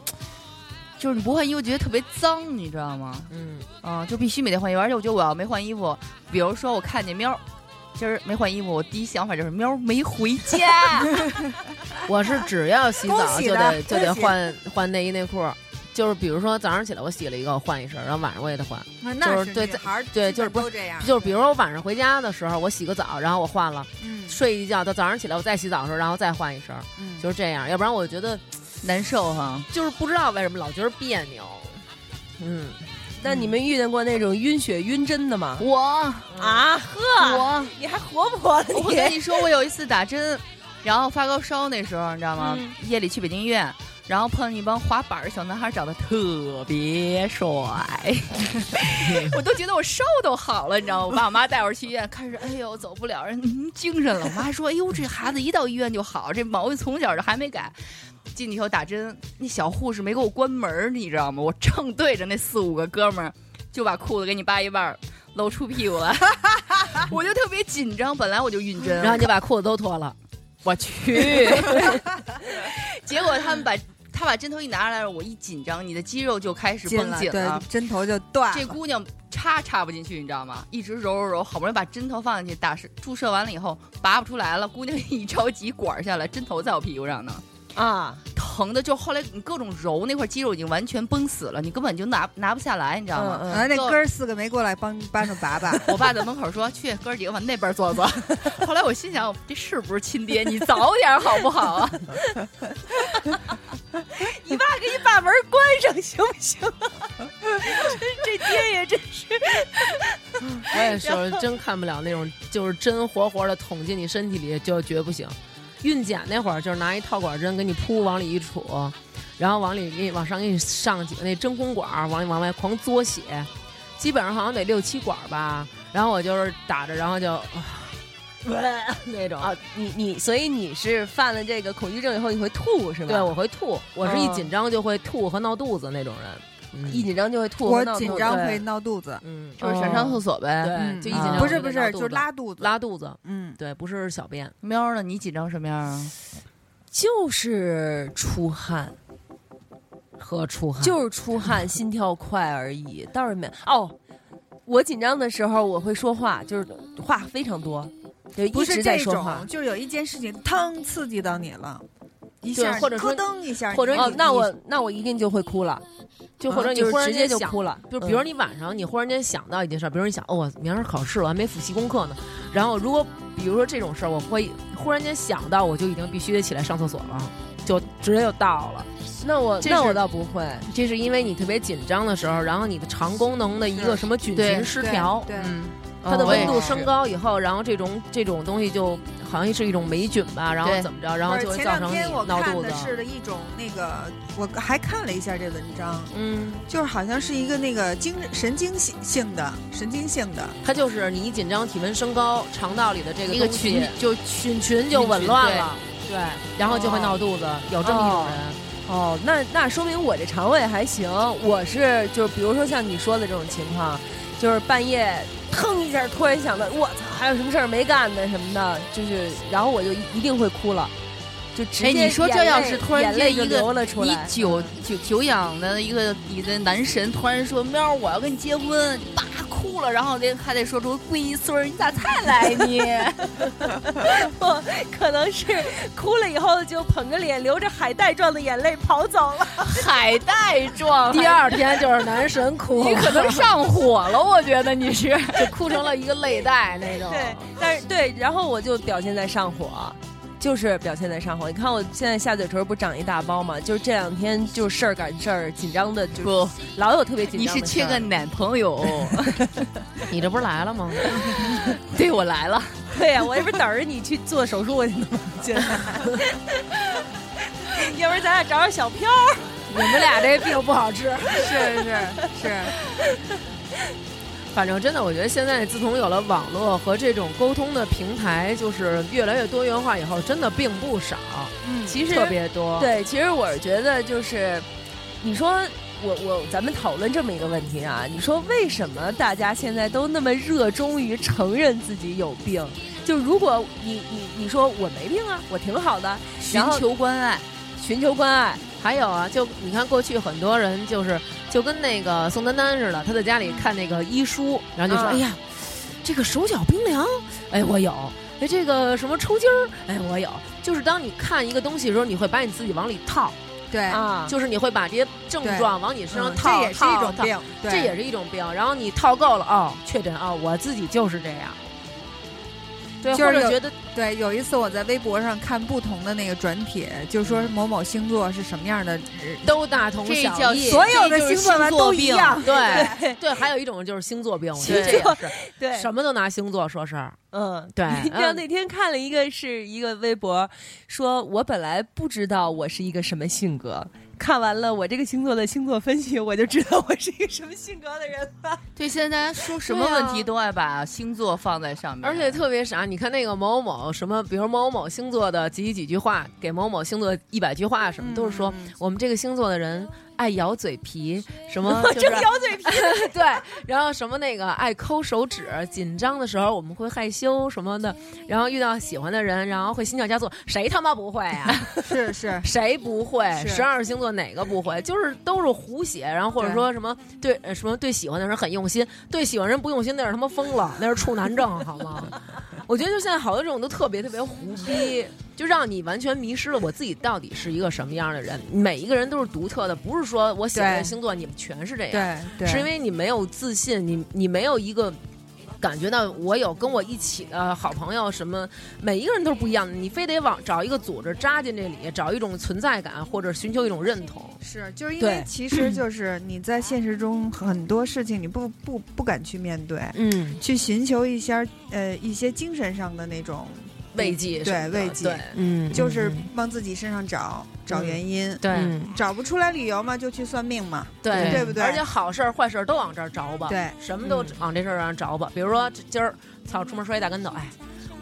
S10: 就是你不换衣服，觉得特别脏，你知道吗？
S11: 嗯，
S10: 嗯，就必须每天换衣服，而且我觉得我要没换衣服，比如说我看见喵儿今儿没换衣服，我第一想法就是喵儿没回家，
S11: 我是只要洗澡
S7: 恭喜
S11: 就
S7: 的
S11: 得就得
S7: 恭喜
S11: 换换内衣内裤，就是比如说早上起来我洗了一个，我换一身，然后晚上我也得换。
S7: 啊
S11: 就
S7: 那
S11: 是
S7: 是
S11: 对
S7: 女
S11: 在
S7: 孩儿
S11: 对
S7: 基
S11: 就是
S7: 本
S11: 不
S7: 都这样，
S11: 就是比如说我晚上回家的时候，我洗个澡，然后我换了，
S7: 嗯
S11: 睡一觉，到早上起来我再洗澡的时候，然后再换一身，
S7: 嗯
S11: 就是这样。要不然我觉得
S10: 难受哈。
S11: 就是不知道为什么老觉得别扭。嗯，
S3: 那你们遇见过那种晕血晕针的吗？
S10: 我
S3: 啊呵，
S10: 嗯我
S3: 你还活不活了
S10: 我
S3: 你？
S10: 跟你说，我有一次打针，然后发高烧那时候，你知道
S3: 嗯
S10: 吗？夜里去北京医院，然后碰见一帮滑板儿的小男孩，长得特别帅，我都觉得我烧都好了，你知道吗？我爸我妈带我去医院，开始哎呦走不了，人、嗯、精神了。我妈说，哎呦这孩子一到医院就好，这毛病从小就还没改。进去以后打针，那小护士没给我关门儿，你知道吗？我正对着那四五个哥们儿，就把裤子给你扒一半儿，露出屁股来， 我就特别紧张。本来我就晕针，
S11: 然后你就把裤子都脱了，
S10: 我去，结果他们把他把针头一拿出来，我一紧张，你的肌肉就开始
S7: 进
S10: 绷
S7: 了，
S10: 紧
S11: 啊
S10: 了
S7: 对，。针头就断
S10: 这
S7: 了。
S10: 姑娘插插不进去，你知道吗？一直揉揉揉，好不容易把针头放进去，打注射 完了以后拔不出来了。姑娘一着急，管儿下来，针头在我屁股上呢，
S3: 啊，
S10: 疼的，就后来你各种揉那块肌肉已经完全绷死了，你根本就拿拿不下来，你知道吗？
S7: 嗯嗯啊那哥儿四个没过来帮帮手 拔拔。
S10: 我爸在门口说：“去哥儿几个往那边坐 坐。”后来我心想，这是不是亲爹？你早点好不好啊？
S3: 你爸给你把门关上行不行？ 这爹也真是。
S11: 我也是，真看不了那种，就是针活活的捅进你身体里，就绝不行。孕检那会儿，就是拿一套管针给你噗往里一杵，然后往里给你往上给你上几个那真空管儿，往里往外狂嘬血，基本上好像得六七管儿吧。然后我就是打着，然后就。 那 种
S3: 啊，你你，所以你是犯了这个恐惧症以后，你会吐是吗？
S11: 对，我会吐，我是一
S3: 嗯
S11: 紧张就会吐和闹肚子那种人。嗯
S3: 一紧张就会吐，
S7: 我
S3: 会闹肚子
S7: 紧张
S3: 对
S7: 会闹肚子，
S11: 嗯，
S10: 就是想上厕所呗。
S11: 对，就一紧
S10: 啊
S11: 张
S7: 嗯不是
S11: 就
S7: 不
S11: 得
S7: 是，
S11: 闹
S7: 就是
S11: 肚子
S7: 拉肚子。
S11: 拉肚子，
S7: 嗯，
S11: 对，不是小便。
S10: 喵呢？你紧张什么样啊？
S3: 就是出汗，
S11: 和出汗，
S3: 就是出汗，心跳快而已，倒是没哦。我紧张的时候我会说话，就是话非常多，就
S7: 不
S3: 一
S7: 是
S3: 直
S7: 这
S3: 在说话
S7: 种，。就是有一件 事情，腾刺激到你了，一下
S11: 对或者说
S7: 咯噔一下，
S11: 或者
S3: 哦
S7: 你，
S3: 那我那我一定就会哭了，
S11: 啊就或者
S3: 嗯
S11: 你
S3: 就是
S11: 忽然
S3: 直接
S11: 间
S3: 就
S11: 想
S3: 哭了，
S11: 就比如
S3: 嗯
S11: 你晚上你忽然间想到一件事儿，比如你想哦，我明儿考试了，我还没复习功课呢。然后如果比如说这种事儿，我会忽然间想到，我就已经必须得起来上厕所了，就直接就到了。
S3: 那我
S11: 这
S3: 那
S11: 是
S3: 我倒不会，
S11: 这是因为你特别紧张的时候，然后你的肠功能的一个什么菌
S10: 对
S11: 群失调，
S7: 对，
S10: 嗯，
S11: 它的
S10: 我也
S11: 温度
S10: 是
S11: 升高以后，然后这种这种东西就好像是一种霉菌吧，然后
S10: 对
S11: 怎么着，然后
S7: 不是
S11: 就会
S7: 前
S11: 造
S7: 两
S11: 成你
S7: 天我
S11: 闹
S7: 看
S11: 肚
S7: 的
S11: 子。
S7: 是一种那个，我还看了一下这文章，
S11: 嗯，
S7: 就是好像是一个那个精神经性性的神经性的，
S11: 它就是你一紧张，体温升高，肠道里的这个
S10: 那个
S11: 东
S10: 群
S11: 西
S10: 就
S11: 菌群就紊乱了，对，然后就会
S3: 哦
S11: 闹肚子，有这么一种人。
S3: 哦，那那说明我这肠胃还行。我是就是比如说像你说的这种情况，就是半夜腾一下突然想到，我操，还有什么事儿没干呢什么的，就是然后我就一定会哭了，就直接
S10: 哎，
S3: 眼泪、
S10: 你说这要是突然
S3: 眼泪
S10: 间
S3: 就
S10: 一个
S3: 流了出
S10: 你
S3: 来，嗯
S10: 久久久仰的一个你的男神突然说喵，我要跟你结婚，叭哭了，然后得还得说出龟孙儿，你咋才来你？
S3: 可能是哭了以后就捧着脸流着海带状的眼泪跑走了。
S10: 海带状，
S11: 第二天就是男神哭，
S10: 你可能上火了，我觉得你是。
S11: 就哭成了一个泪袋那种。
S10: 哦
S3: 对，但是对，然后我就表现在上火，就是表现在上火。你看我现在下嘴唇不长一大包吗？就是这两天就事儿赶事儿，紧张的就
S10: 不，
S3: 老有特别紧
S10: 你
S3: 张的
S10: 是
S3: 事
S10: 缺
S3: 儿
S10: 个男朋友。
S11: 你这不是来了 吗？
S10: 对，我来了。
S3: 对呀、我这不是等着你去做手术去呢吗？现在 要不然咱俩找找小飘儿。
S11: 你们俩这病不好治。
S7: 是是是，
S11: 反正真的，我觉得现在自从有了网络和这种沟通的平台，就是越来越多元化以后，真的并不少，
S7: 嗯，
S3: 其实
S11: 特别多。，
S3: 对，其实我是觉得就是，你说我我咱们讨论这么一个问题啊，你说为什么大家现在都那么热衷于承认自己有病？就如果你你你说我没病啊，我挺好的，
S10: 寻
S3: 然后
S10: 求关爱，
S3: 寻求关爱，
S11: 还有啊，就你看过去很多人就是就跟那个宋丹丹似的，她在家里看那个医书，然后就说：“
S7: 啊
S3: 嗯
S11: 哎呀，这个手脚冰凉，哎我有。”哎，这个什么抽筋儿，哎，我有。就是当你看一个东西的时候，你会把你自己往里套，
S7: 对，
S3: 啊，
S11: 就是你会把这些症
S7: 对
S11: 状往你身上
S7: 嗯
S11: 套，
S7: 这也是一
S11: 套
S7: 种
S11: 套
S7: 病，对
S11: 这也是一种病。然后你套够了哦，确诊哦，我自己就是这样。对，
S7: 就是
S11: 或者
S7: 有
S11: 觉得
S7: 对，有一次我在微博上看不同的那个转帖，就说某某星座是什么样的人，
S11: 都大同
S10: 这
S11: 小
S10: 叫
S11: 异。
S7: 所有的
S10: 这就是
S7: 星座完
S10: 星座
S7: 都一
S10: 病
S7: 样
S11: 对对，还有一种就是星座病，我觉得这
S10: 星
S11: 也
S3: 座
S11: 是
S3: 对，
S11: 什么都拿星座说事儿。
S3: 嗯。
S11: 对，
S3: 你知道
S11: 嗯
S3: 那天看了一个是一个微博，说我本来不知道我是一个什么性格，看完了我这个星座的星座分析，我就知道我是一个什么性格的人了。
S10: 对，现在大家说什么
S11: 对啊
S10: 问题都爱把星座放在上面，
S11: 而且特别啊傻，你看那个某某某什么，比如某某星座的几几句话，给某某星座一百句话什
S7: 嗯
S11: 么，都 是说我们这个星座的人爱咬嘴皮，什么就是
S3: 小嘴皮，
S11: 对，然后什么那个爱抠手指，紧张的时候我们会害羞什么的，然后遇到喜欢的人，然后会心跳加速，谁他妈不会啊？
S7: 是是，
S11: 谁不会？
S7: 是
S11: 十二星座哪个不会？就是都是胡写，然后或者
S7: 对
S11: 说什么对呃什么对喜欢的人很用心，对喜欢人不用心那是他妈疯了，那是处男症好吗？ 我觉得就现在好多这种都特别特别胡逼，就让你完全迷失了我自己到底是一个什么样的人。每一个人都是独特的，不是说我写的
S7: 对
S11: 星座你们全是这样，
S7: 对对，
S11: 是因为你没有自信，你你没有一个。感觉到我有跟我一起的好朋友，什么每一个人都是不一样的，你非得往找一个组织扎进这里，找一种存在感或者寻求一种认同。
S7: 是，就是因
S11: 对
S7: 为其实就是你在现实中很多事情你不不不敢去面对，
S11: 嗯，
S7: 去寻求一些呃一些精神上的那种
S11: 慰藉什么的，
S7: 对慰藉
S11: 对，
S1: 嗯，
S7: 就是往自己身上找找原因，
S11: 对
S1: 嗯
S7: 找不出来理由嘛，就去算命嘛，
S11: 对
S7: 对不对？
S11: 而且好事儿、坏事儿都往这儿着
S3: 啊
S11: 吧，
S7: 对
S11: 什么
S3: 嗯
S11: 都往这事儿上着吧。比如说这今儿操出门摔一大跟头，哎，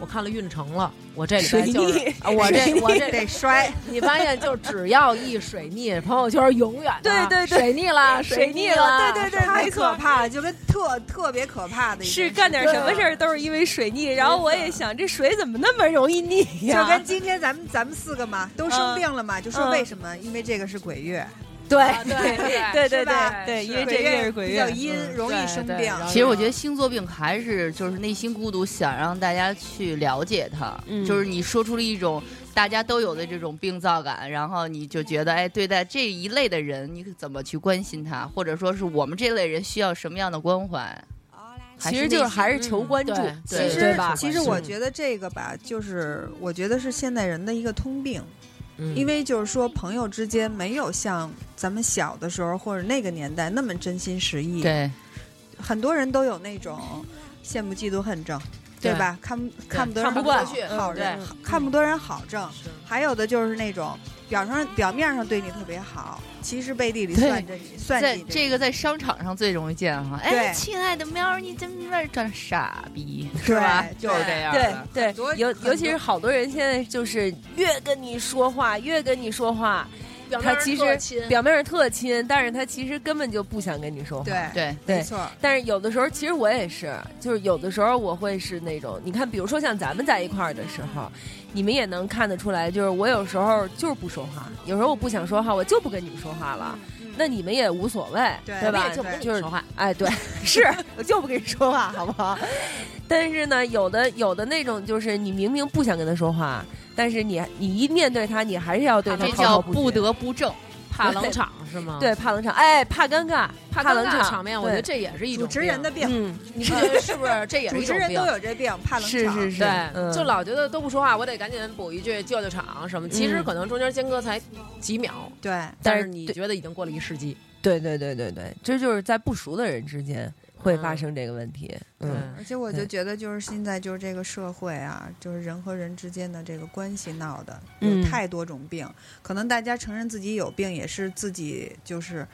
S11: 我看了运城了，我这礼拜就是
S3: 水逆
S11: 啊我这我这
S7: 得摔，
S11: 你发现就只要一水逆，朋友圈永远的
S3: 对对对
S11: 啊水逆了，
S3: 水
S11: 逆
S3: 逆
S11: 了，
S3: 了
S7: 对对对，
S3: 啊太
S7: 太
S3: 可
S7: 可怕了，就跟特特别可怕的一件
S3: 是
S7: 事
S3: 干点什么事儿都是因为水逆，然后我也想这水怎么那么容易逆呀？
S7: 就跟今天咱们咱们四个嘛，都生
S3: 嗯
S7: 病了嘛，就说
S3: 嗯
S7: 为什么？因为这个是鬼月，
S3: 对
S11: 啊对
S3: 对
S7: 是
S3: 对
S7: 吧
S3: 对对，因为这
S7: 鬼
S3: 月是鬼
S7: 比
S3: 月嗯
S7: 较，阴，容易生病。
S10: 其实我觉得星座病还是就是内心孤独，想让大家去了解它，
S1: 嗯
S10: 就是你说出了一种大家都有的这种病灶感，然后你就觉得，哎，对待这一类的人，你怎么去关心他，或者说是我们这类人需要什么样的关怀？
S3: 其实就是还是
S11: 嗯
S3: 求关注。
S11: 对
S10: 对
S7: 其
S11: 对
S7: 实
S11: 吧，
S7: 其实我觉得这个吧，就是我觉得是现代人的一个通病，
S11: 嗯
S7: 因为就是说朋友之间没有像咱们小的时候或者那个年代那么真心实意。，
S10: 对，
S7: 很多人都有那种羡慕嫉妒恨症，
S11: 对
S7: 对吧？看不看不得
S11: 看
S7: 人
S11: 不惯
S7: 好好人
S11: 嗯，
S7: 看不得人好症。还有的就是那种表上表面上对你特别好，其实背地里
S10: 对
S7: 算着你，算
S10: 在
S7: 计着
S10: 这个在商场上最容易见哈。哎，
S7: 对
S10: 亲爱的喵儿，你真是长傻逼，
S7: 你
S10: 是吧？
S7: 对
S10: 就是这样的。
S3: 对
S7: 很多
S3: 对，尤
S7: 很
S3: 尤其
S7: 多
S3: 是好多人现在就是越跟你说话，越跟你说话，
S11: 表
S3: 他
S11: 面
S3: 其
S11: 特
S3: 实
S11: 亲
S3: 表面上特亲，但是他其实根本就不想跟你说话。
S7: 对
S10: 对，
S3: 对
S7: 没错，
S3: 但是有的时候，其实我也是，就是有的时候我会是那种，你看，比如说像咱们在一块儿的时候，你们也能看得出来，就是我有时候就是不说话，有时候我不想说话，我就不跟你们说话了。嗯那你们也无所谓，
S7: 对
S3: 对吧？
S7: 我也就不跟你
S3: 是说话，哎， 对，是我就不跟你说话，好不好？但是呢，有的有的那种就是你明明不想跟他说话，但是你你一面对他，你还是要对他
S10: 这
S3: 滔
S10: 叫
S3: 滔不
S10: 不
S3: 绝。
S10: 得不正。
S11: 怕冷场是 吗？
S3: 对，怕冷场，哎，怕尴尬，
S11: 怕
S3: 冷
S11: 尴尬
S3: 场，
S11: 场面，我觉得这也是一种
S7: 主持人的
S11: 病，
S7: 病，
S3: 嗯，
S11: 你不觉得是不是？这也是
S7: 主
S11: 一
S7: 持
S11: 种
S7: 人
S11: 病
S7: 都。有这病，怕冷
S3: 是
S7: 场。
S3: 是是，
S11: 对，
S3: 嗯
S11: 就老觉得都不说话，我得赶紧补一句救救场什么。其实
S3: 嗯
S11: 可能中间间隔才几秒，
S7: 对，
S11: 但
S3: 但
S11: 是
S3: 是
S11: 你
S3: 对
S11: 觉得已经过了一世纪。
S3: 对对对对对，这就是在不熟的人之间会发
S11: 嗯
S3: 生这个问题。嗯，
S11: 嗯
S7: 而且我就
S3: 对
S7: 觉得，就是现在就是这个社会啊，就是人和人之间的这个关系闹的
S3: 嗯
S7: 有太多种病，可能大家承认自己有病，也是自己就是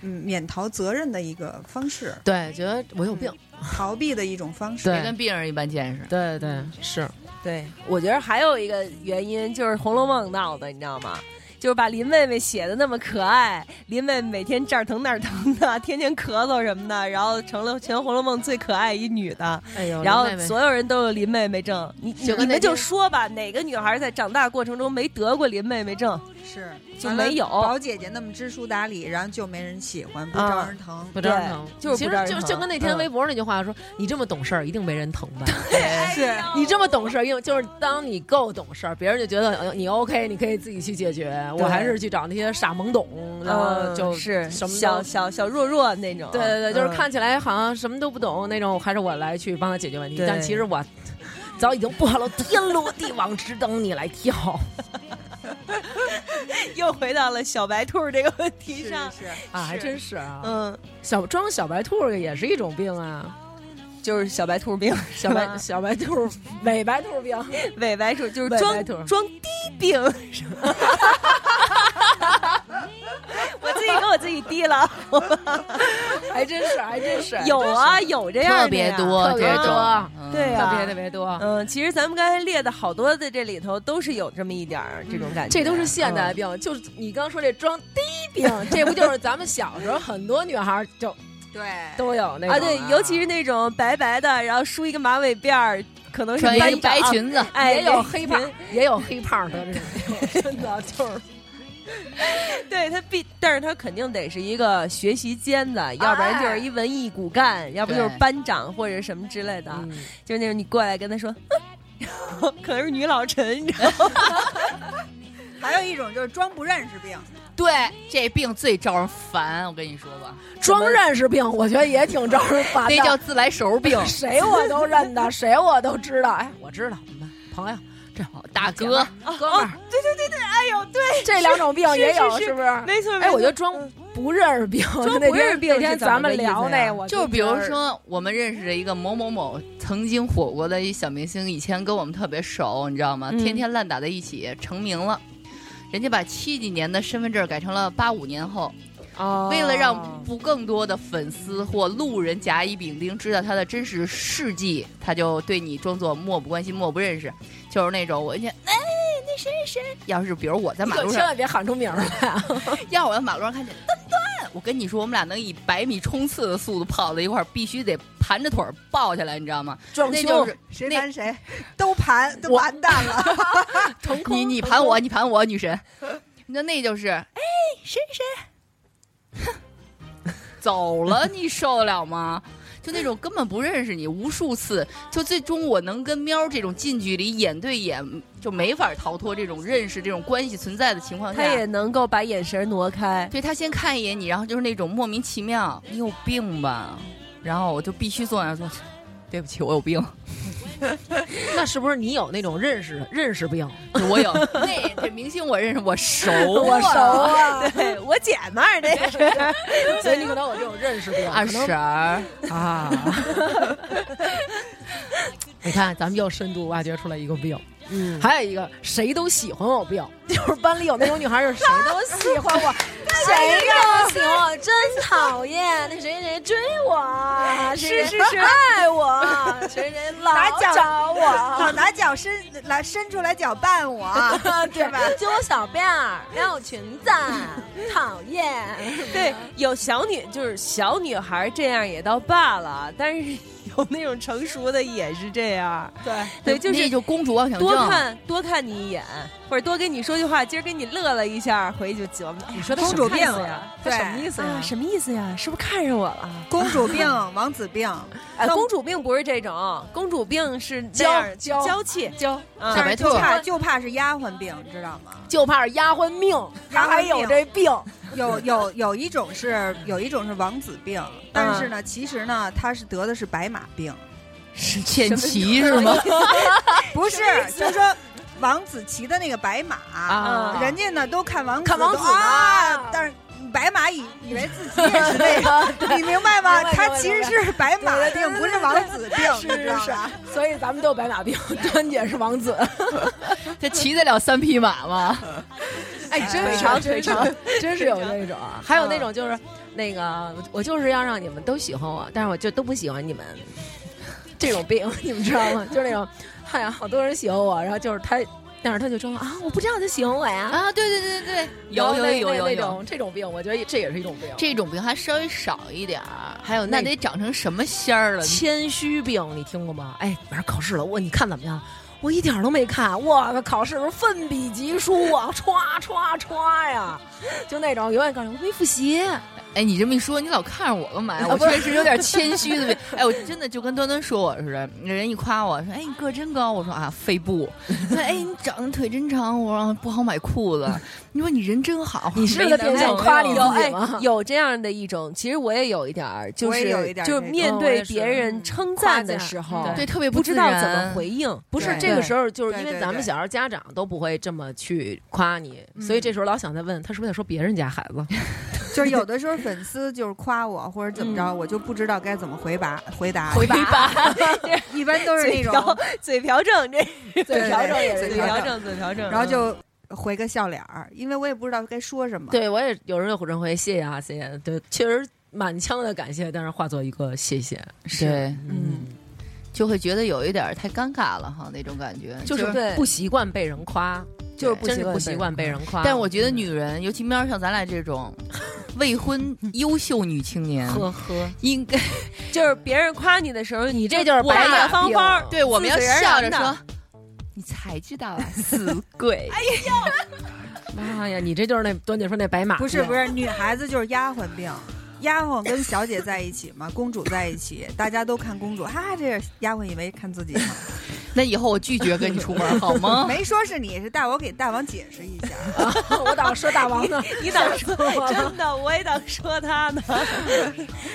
S7: 嗯免逃责任的一个方式，
S11: 对，觉得我有病。
S7: 逃避的一种方式。
S11: 对
S10: 别跟病人一般见识。
S11: 对对是，
S3: 对，我觉得还有一个原因就是《红楼梦》闹的，你知道吗？就是把林妹妹写的那么可爱，林妹妹每天这儿疼那儿疼的， 天天咳嗽什么的，然后成了全《红楼梦》最可爱一女的。
S11: 哎呦，
S3: 然后
S11: 林妹妹
S3: 所有人都有林妹妹症，你你
S10: 就跟
S3: 你
S10: 那
S3: 们就
S10: 天
S3: 说吧，哪个女孩在长大过程中没得过林妹妹症？
S7: 是
S3: 就
S7: 完了
S3: 没有
S7: 宝姐姐那么知书达理，然后就没人喜欢，不
S3: 啊
S7: 招人疼。
S11: 不招人疼，
S3: 对就是
S11: 其
S3: 不
S11: 实
S3: 招人
S11: 就
S3: 疼
S11: 就跟那天
S3: 嗯
S11: 微博那句话说，你这么懂事儿，一定没人疼吧？
S7: 是
S11: 你这么懂事儿，因为就是当你够懂事儿，别人就觉得呃你 OK，你可以自己去解决。我还是去找那些傻懵懂，然后
S3: 嗯，
S11: 就是什么
S3: 小
S11: 都。
S3: 小小弱弱那种。
S11: 对对对，就是
S3: 嗯
S11: 看起来好像什么都不懂那种，还是我来去帮他解决问题。
S3: 对
S11: 但其实我早已经布好了天罗地网，只等你来挑。
S3: 又回到了小白兔这个问题
S7: 是
S3: 上。
S7: 是，
S11: 啊，还真是啊，
S3: 嗯，
S11: 小装小白兔儿也是一种病啊，
S3: 就是小白兔病，
S11: 小白小白兔儿伪白兔儿病。
S3: 伪白兔就是
S11: 伪
S3: 装
S11: 白兔
S3: 装低 病。我自己给我自己低了，
S11: 还真是，还真是
S3: 有啊，有这样的呀
S10: 特别多
S11: 特
S10: 这
S11: 别
S10: 种
S11: 多，
S10: 嗯
S3: 对呀、
S11: 特别特别多。
S3: 嗯，其实咱们刚才列的好多的这里头都是有这么一点儿这种感觉，嗯
S11: 嗯这都是现代病，就是你刚说这装低病，这不就是咱们小时候很多女孩儿就
S7: 对。
S11: 都有那
S3: 嗯
S11: 种
S3: 啊，对，尤其是那种白白的，然后梳一个马尾辫儿，可能是
S10: 穿一个
S3: 班
S10: 白
S3: 长，
S10: 裙子，
S3: 哎，
S11: 也
S3: 对
S11: 有 黑胖，也有黑胖的这种，真的就是
S3: 对他必，但是他肯定得是一个学习尖子，
S11: 哎
S3: 要不然就是一文艺骨干，要不就是班长或者什么之类的，
S11: 嗯
S3: 就是那种你过来跟他说，嗯、可能是女老陈，你知道吗？
S7: 还有一种就是装不认识病，
S10: 对，这病最招人烦，我跟你说吧，
S11: 装认识病，我觉得也挺招人烦的，
S10: 那叫自来熟病，
S11: 谁我都认得，谁我都知道，哎， 我知道，朋友。这好，
S10: 大哥，
S12: 啊
S3: 哦
S11: 哥们儿，
S3: 对对对对，哎呦，对，
S11: 这两种病也有，
S3: 是
S11: 不是？
S3: 没 错，
S11: 哎，我觉得装不认识病，
S3: 装不认识病，
S11: 那天咱们聊那，
S10: 我就比如说，我们认识的一个某某某曾经火过的一小明星，以前跟我们特别熟，你知道吗？
S11: 嗯
S10: 天天烂打在一起，成名了，人家把七几年的身份证改成了八五年后，
S11: 哦
S10: 为了让不更多的粉丝或路人甲乙丙丁知道他的真实事迹，他就对你装作漠不关心、漠不认识。就是那种我一见，哎，那谁谁谁，要是比如我在马路上，
S11: 千万别喊出名 来、啊。
S10: 要我在马路上看见墩墩，我跟你说，我们俩能以百米冲刺的速度跑到一块儿，必须得盘着腿儿抱起来，你知道吗？那就是
S7: 谁盘谁，都盘都完蛋了。
S10: 你你盘我，你盘我，女神。那那就是哎，谁谁，走了，你受得了吗？ 就那种根本不认识你，无数次，就最终我能跟喵这种近距离眼对眼，就没法逃脱这种认识、这种关系存在的情况下，
S3: 他也能够把眼神挪开。
S10: 对他先看一眼你，然后就是那种莫名其妙，你有病吧？然后我就必须坐那说，对不起，我 有病。
S11: 那是不是你有那种认识认识病？
S10: 我有，那这明星我认识，我熟，
S11: 我熟 啊，
S3: 对我姐们儿这
S11: 是，所以你可能有这种认识病。
S10: 二婶儿
S11: 啊， 你看咱们又深度挖掘出来一个病， 嗯，还有一个谁都喜欢我病，就是班里有那种女孩是谁都喜欢我。
S12: 谁都喜欢我，真讨厌！那谁谁追我，啊
S3: 是是是，
S12: 爱我，啊 谁谁老 找我，
S11: 啊
S12: 啊
S7: 老拿脚伸来伸出来搅拌 我，啊
S12: 对吧？揪我小辫儿，撩我裙子，讨厌。
S3: 对，有小女就是小女孩这样也倒罢了，但是有那种成熟的也是这样。
S7: 对
S3: 对，就是
S10: 就公主妄想症，
S3: 多看多看你一眼，或者多跟你说句话，今儿跟你乐了一下，回去就琢磨。
S11: 你说
S7: 公主病
S11: 呀？对，什么意思呀？
S3: 啊什么意思呀？是不是看上我了？
S7: 公主病、王子病，
S3: 哎，公主病不是这种，公主病是
S11: 娇娇
S3: 娇气啊
S11: 娇，
S10: 小白
S7: 就怕就怕是丫鬟病，知道吗？
S11: 就怕是丫鬟命，她还有这病。
S7: 有有有一种是有一种是王子病，
S11: 嗯
S7: 但是呢，其实呢，他是得的是白马病，
S10: 是欠骑是吗？
S7: 不是，就是说。王子骑的那个白马，啊、人家呢都看王子，
S11: 看王子
S7: 啊，但是白马以以为自己也是那 个，你明白吗？他其实是白马病，不是王子病，
S11: 是是是。 所以咱们都有白马病， 端姐是王子，
S10: 这骑得了三匹马吗？
S11: 哎，真是真是真是有那种，啊嗯还有那种就是那个，我就是要让你们都喜欢我，但是我就都不喜欢你们，这种病 你们知道吗？就是那种。哎呀，好多人喜欢我，然后就是他，但是他就装啊，我不知道他喜欢我呀
S10: 啊！对对对对对，有有有有
S11: 那种这种病，我觉得这也是一种病。嗯
S10: 这种病还稍微少一点儿，
S11: 还有
S10: 那得长成什么仙儿了？
S11: 谦虚病你听过吗？哎，晚上考试了，我你看怎么样？我一点都没看，我的考试时候奋笔疾书啊，歘歘歘呀，就那种永远告诉我没复习。
S10: 哎，你这么一说，你老看着我干
S11: 啊
S10: 嘛呀？我确实有点谦虚的。哎，我真的就跟端端说我似的，人一夸我说：“哎，你个真高。”我说：“啊，肺部。”说：“哎，你长得腿真长。”我说：“啊不好买裤子。”你说你人真好，
S11: 你是个别想夸你自己
S3: 吗？有这样的一种，其实我也有一点儿，就是就是嗯面对别人称赞的时候，
S10: 对特别
S3: 不知道怎么回应。不是这个时候，就是因为咱们小时候家长都不会这么去夸你，
S11: 嗯
S3: 所以这时候老想在问他是不是在说别人家孩子。
S7: 就是有的时候粉丝就是夸我或者怎么着，我就不知道该怎么回答嗯回答
S10: 回答，
S7: 一般都是那种
S3: 嘴瓢症，
S7: 这嘴
S3: 瓢症
S7: 也
S3: 是嘴瓢症，嘴瓢嗯症，
S7: 然后就。回个笑脸儿，因为我也不知道该说什么。
S11: 对我也有人有人回谢谢啊，谢谢。对，确实满腔的感谢，但是化作一个谢谢。
S10: 对，嗯，就会觉得有一点太尴尬了哈，那种感觉，
S11: 就是不习惯被人夸，
S10: 就是
S11: 真是不习惯被人夸。
S10: 但我觉得女人，尤其喵像咱俩这 种未婚优秀女青年，
S11: 呵呵，
S10: 应该
S3: 就是别人夸你的时候，
S11: 你这就是
S3: 大大方方。
S10: 对，我们要笑着说。你才才知道啊，死鬼！哎
S3: 哎
S11: 妈呀，你这就是那端姐说那白马，
S7: 不是不是，女孩子就是丫鬟病。丫鬟跟小姐在一起嘛，公主在一起，大家都看公主，哈，这丫鬟以为看自己呢。
S10: 那以后我拒绝跟你出 门好
S3: 嗯
S10: 吗？
S7: 没说是你，是大我给大王解释一下。
S11: 我当说大 王呢，
S3: 你当说真的，我也当说他 呢。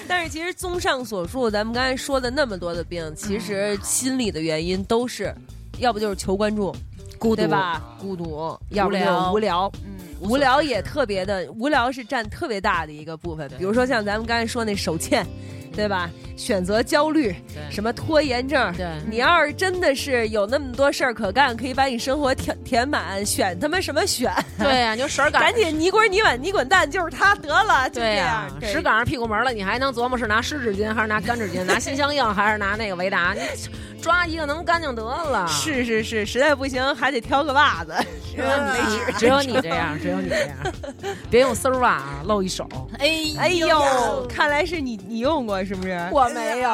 S3: 但是其实综上所述，咱们刚才说的那么多的病，其实心理的原因都是，要不就是求关注，
S11: 孤独
S3: 对吧？孤独，要不就无聊，嗯。无聊也特别的，无聊是占特别大的一个部分。比如说像咱们刚才说那手欠，对吧？选择焦虑，什么拖延症。
S11: 对，
S3: 你要是真的是有那么多事儿可干，可以把你生活填填满，选他妈什么选？
S11: 对
S3: 啊
S11: 呀、你就手赶
S3: 赶紧你滚你碗你滚蛋，就是他得了，就这
S11: 对啊呀
S3: 样。、
S11: 屎赶上屁股门了，你还能琢磨是拿湿纸巾还是拿干纸巾，拿心相印还是拿那个维达？你 抓一个能干净得了。
S3: 是是是，实在不行还得挑个袜子。
S11: 只有你，只有你这样，只有你这样，别用丝袜啊，露一手。
S3: 哎哎呦，看来是你你用过是不是？
S11: 我没 有，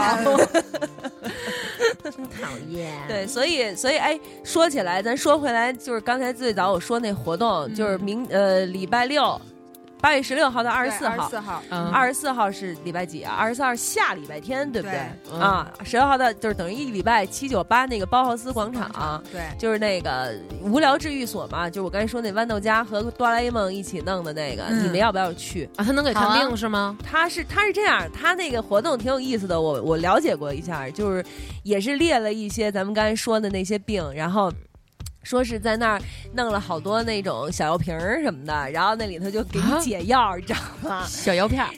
S1: 讨厌。
S3: 对，所以所以哎，说起来，咱说回来，就是刚才最早我说那活动，就是明呃礼拜六，八月十六号到 二十四号，
S7: 24号
S11: 嗯
S3: 二十四号是礼拜几啊？二十四号是下礼拜天，对不对？
S7: 对
S11: 嗯
S3: 啊，十六号到就是等于一礼拜，七九八那个包豪斯广场、啊
S7: 对，
S3: 就是那个无聊治愈所嘛，就是我刚才说那豌豆荚和哆啦 A 梦一起弄的那个，
S7: 嗯
S3: 你们要不要去？
S11: 啊，他能给
S10: 好
S11: 看
S10: 啊
S11: 病是吗？
S3: 他是他是这样，他那个活动挺有意思的，我我了解过一下，就是也是列了一些咱们刚才说的那些病，然后。说是在那儿弄了好多那种小药瓶儿什么的，然后那里头就给你解药，你知道吗？
S10: 小药片儿，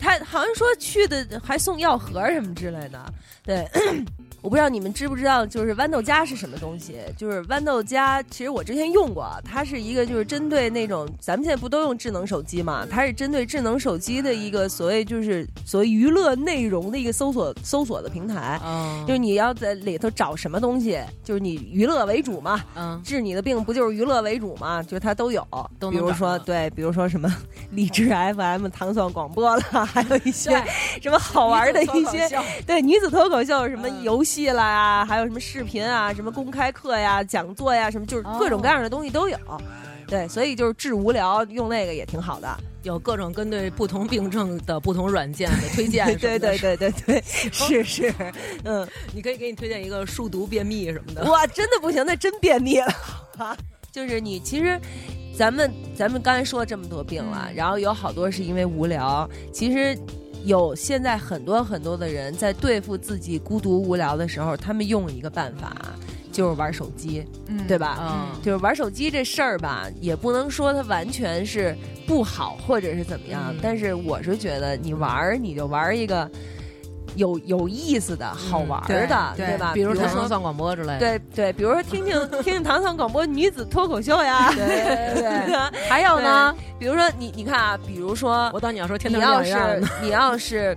S3: 他好像说去的还送药盒儿什么之类的。对， 我不知道你们知不知道，就是豌豆荚是什么东西？就是豌豆荚，其实我之前用过，它是一个就是针对那种咱们现在不都用智能手机嘛，它是针对智能手机的一个所谓就是所谓娱乐内容的一个搜索搜索的平台。
S11: 嗯
S3: 就是你要在里头找什么东西，就是你娱乐为主嘛，
S11: 嗯，
S3: 治你的病不就是娱乐为主嘛？就是它都有，
S11: 都
S3: 比
S11: 能啊
S3: 如
S11: 找
S3: 说
S11: 到
S3: 对，比如说什 么荔枝 FM、糖蒜广播啦， 还有一些 什么好玩的一些对女子脱口秀，什么
S11: 嗯
S3: 游戏啦，还有什么视频啊，什么公开课呀、讲座呀，什么
S11: 哦
S3: 就是各种各样的东西都有。对，所以就是治无聊用那个也挺好的。
S11: 有各种针对不同病症的不同软件的推荐
S3: 对
S11: 什
S3: 对
S11: 么 的
S3: 对，对对对， 是是，嗯，
S11: 你可以给你推荐一个数独便秘什么的。
S3: 哇，真的不行，那真便秘了。 就是你其实。咱们咱们刚才说了这么多病了，然后有好多是因为无聊。其实有现在很多很多的人在对付自己孤独无聊的时候，他们用一个办法，就是玩手机，
S7: 嗯
S3: 对吧？
S10: 嗯，
S3: 就是玩手机这事儿吧，也不能说它完全是不好或者是怎么样，
S11: 嗯
S3: 但是我是觉得你玩儿你就玩儿一个有有意思的、好玩儿的，
S7: 对
S3: 嗯对吧？
S11: 比如说
S3: 说
S11: 糖蒜广播之类的，，
S3: 对对，比如说听听听听糖糖广播女子脱口秀呀，对 对，还有呢，比如说你你看啊，比如说
S11: 我当你要说天
S3: 你
S11: 堂
S3: 要
S11: 两
S3: 是
S11: 院呢，
S3: 你要是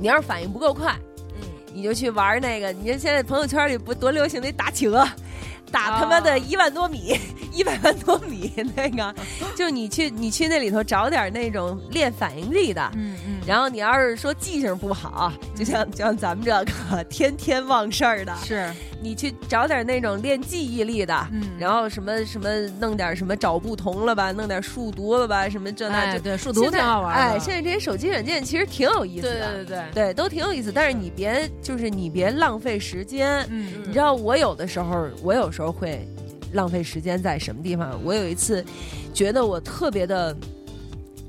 S3: 你要是反应不够快，
S11: 嗯
S3: 你就去玩那个，你看现在朋友圈里不多流行那打企鹅。打他妈
S11: 啊
S3: 的一万多米，一百万多米那 个，就是你去你去那里头找点那种练反应力的，
S7: 嗯嗯，
S3: 然后你要是说记性不好，就
S11: 嗯
S3: 像就像咱们这个 天天忘事儿的，
S7: 是，
S3: 你去找点那种练记忆力的，
S7: 嗯
S3: 然后什么什么弄点什么找不同了吧，弄点数独了吧，什么这那
S11: 哎，
S3: 就。
S11: 对，数
S3: 数
S11: 独挺好玩的。
S3: 哎，现在这些手机软件其实挺有意思
S11: 对
S3: 的，
S11: 对对啊对，
S3: 对都挺有意思。但是你别就是你别浪费时间，
S7: 嗯
S3: 你知道我有的时候，我有时候会浪费时间在什么地方？我有一次觉得我特别的，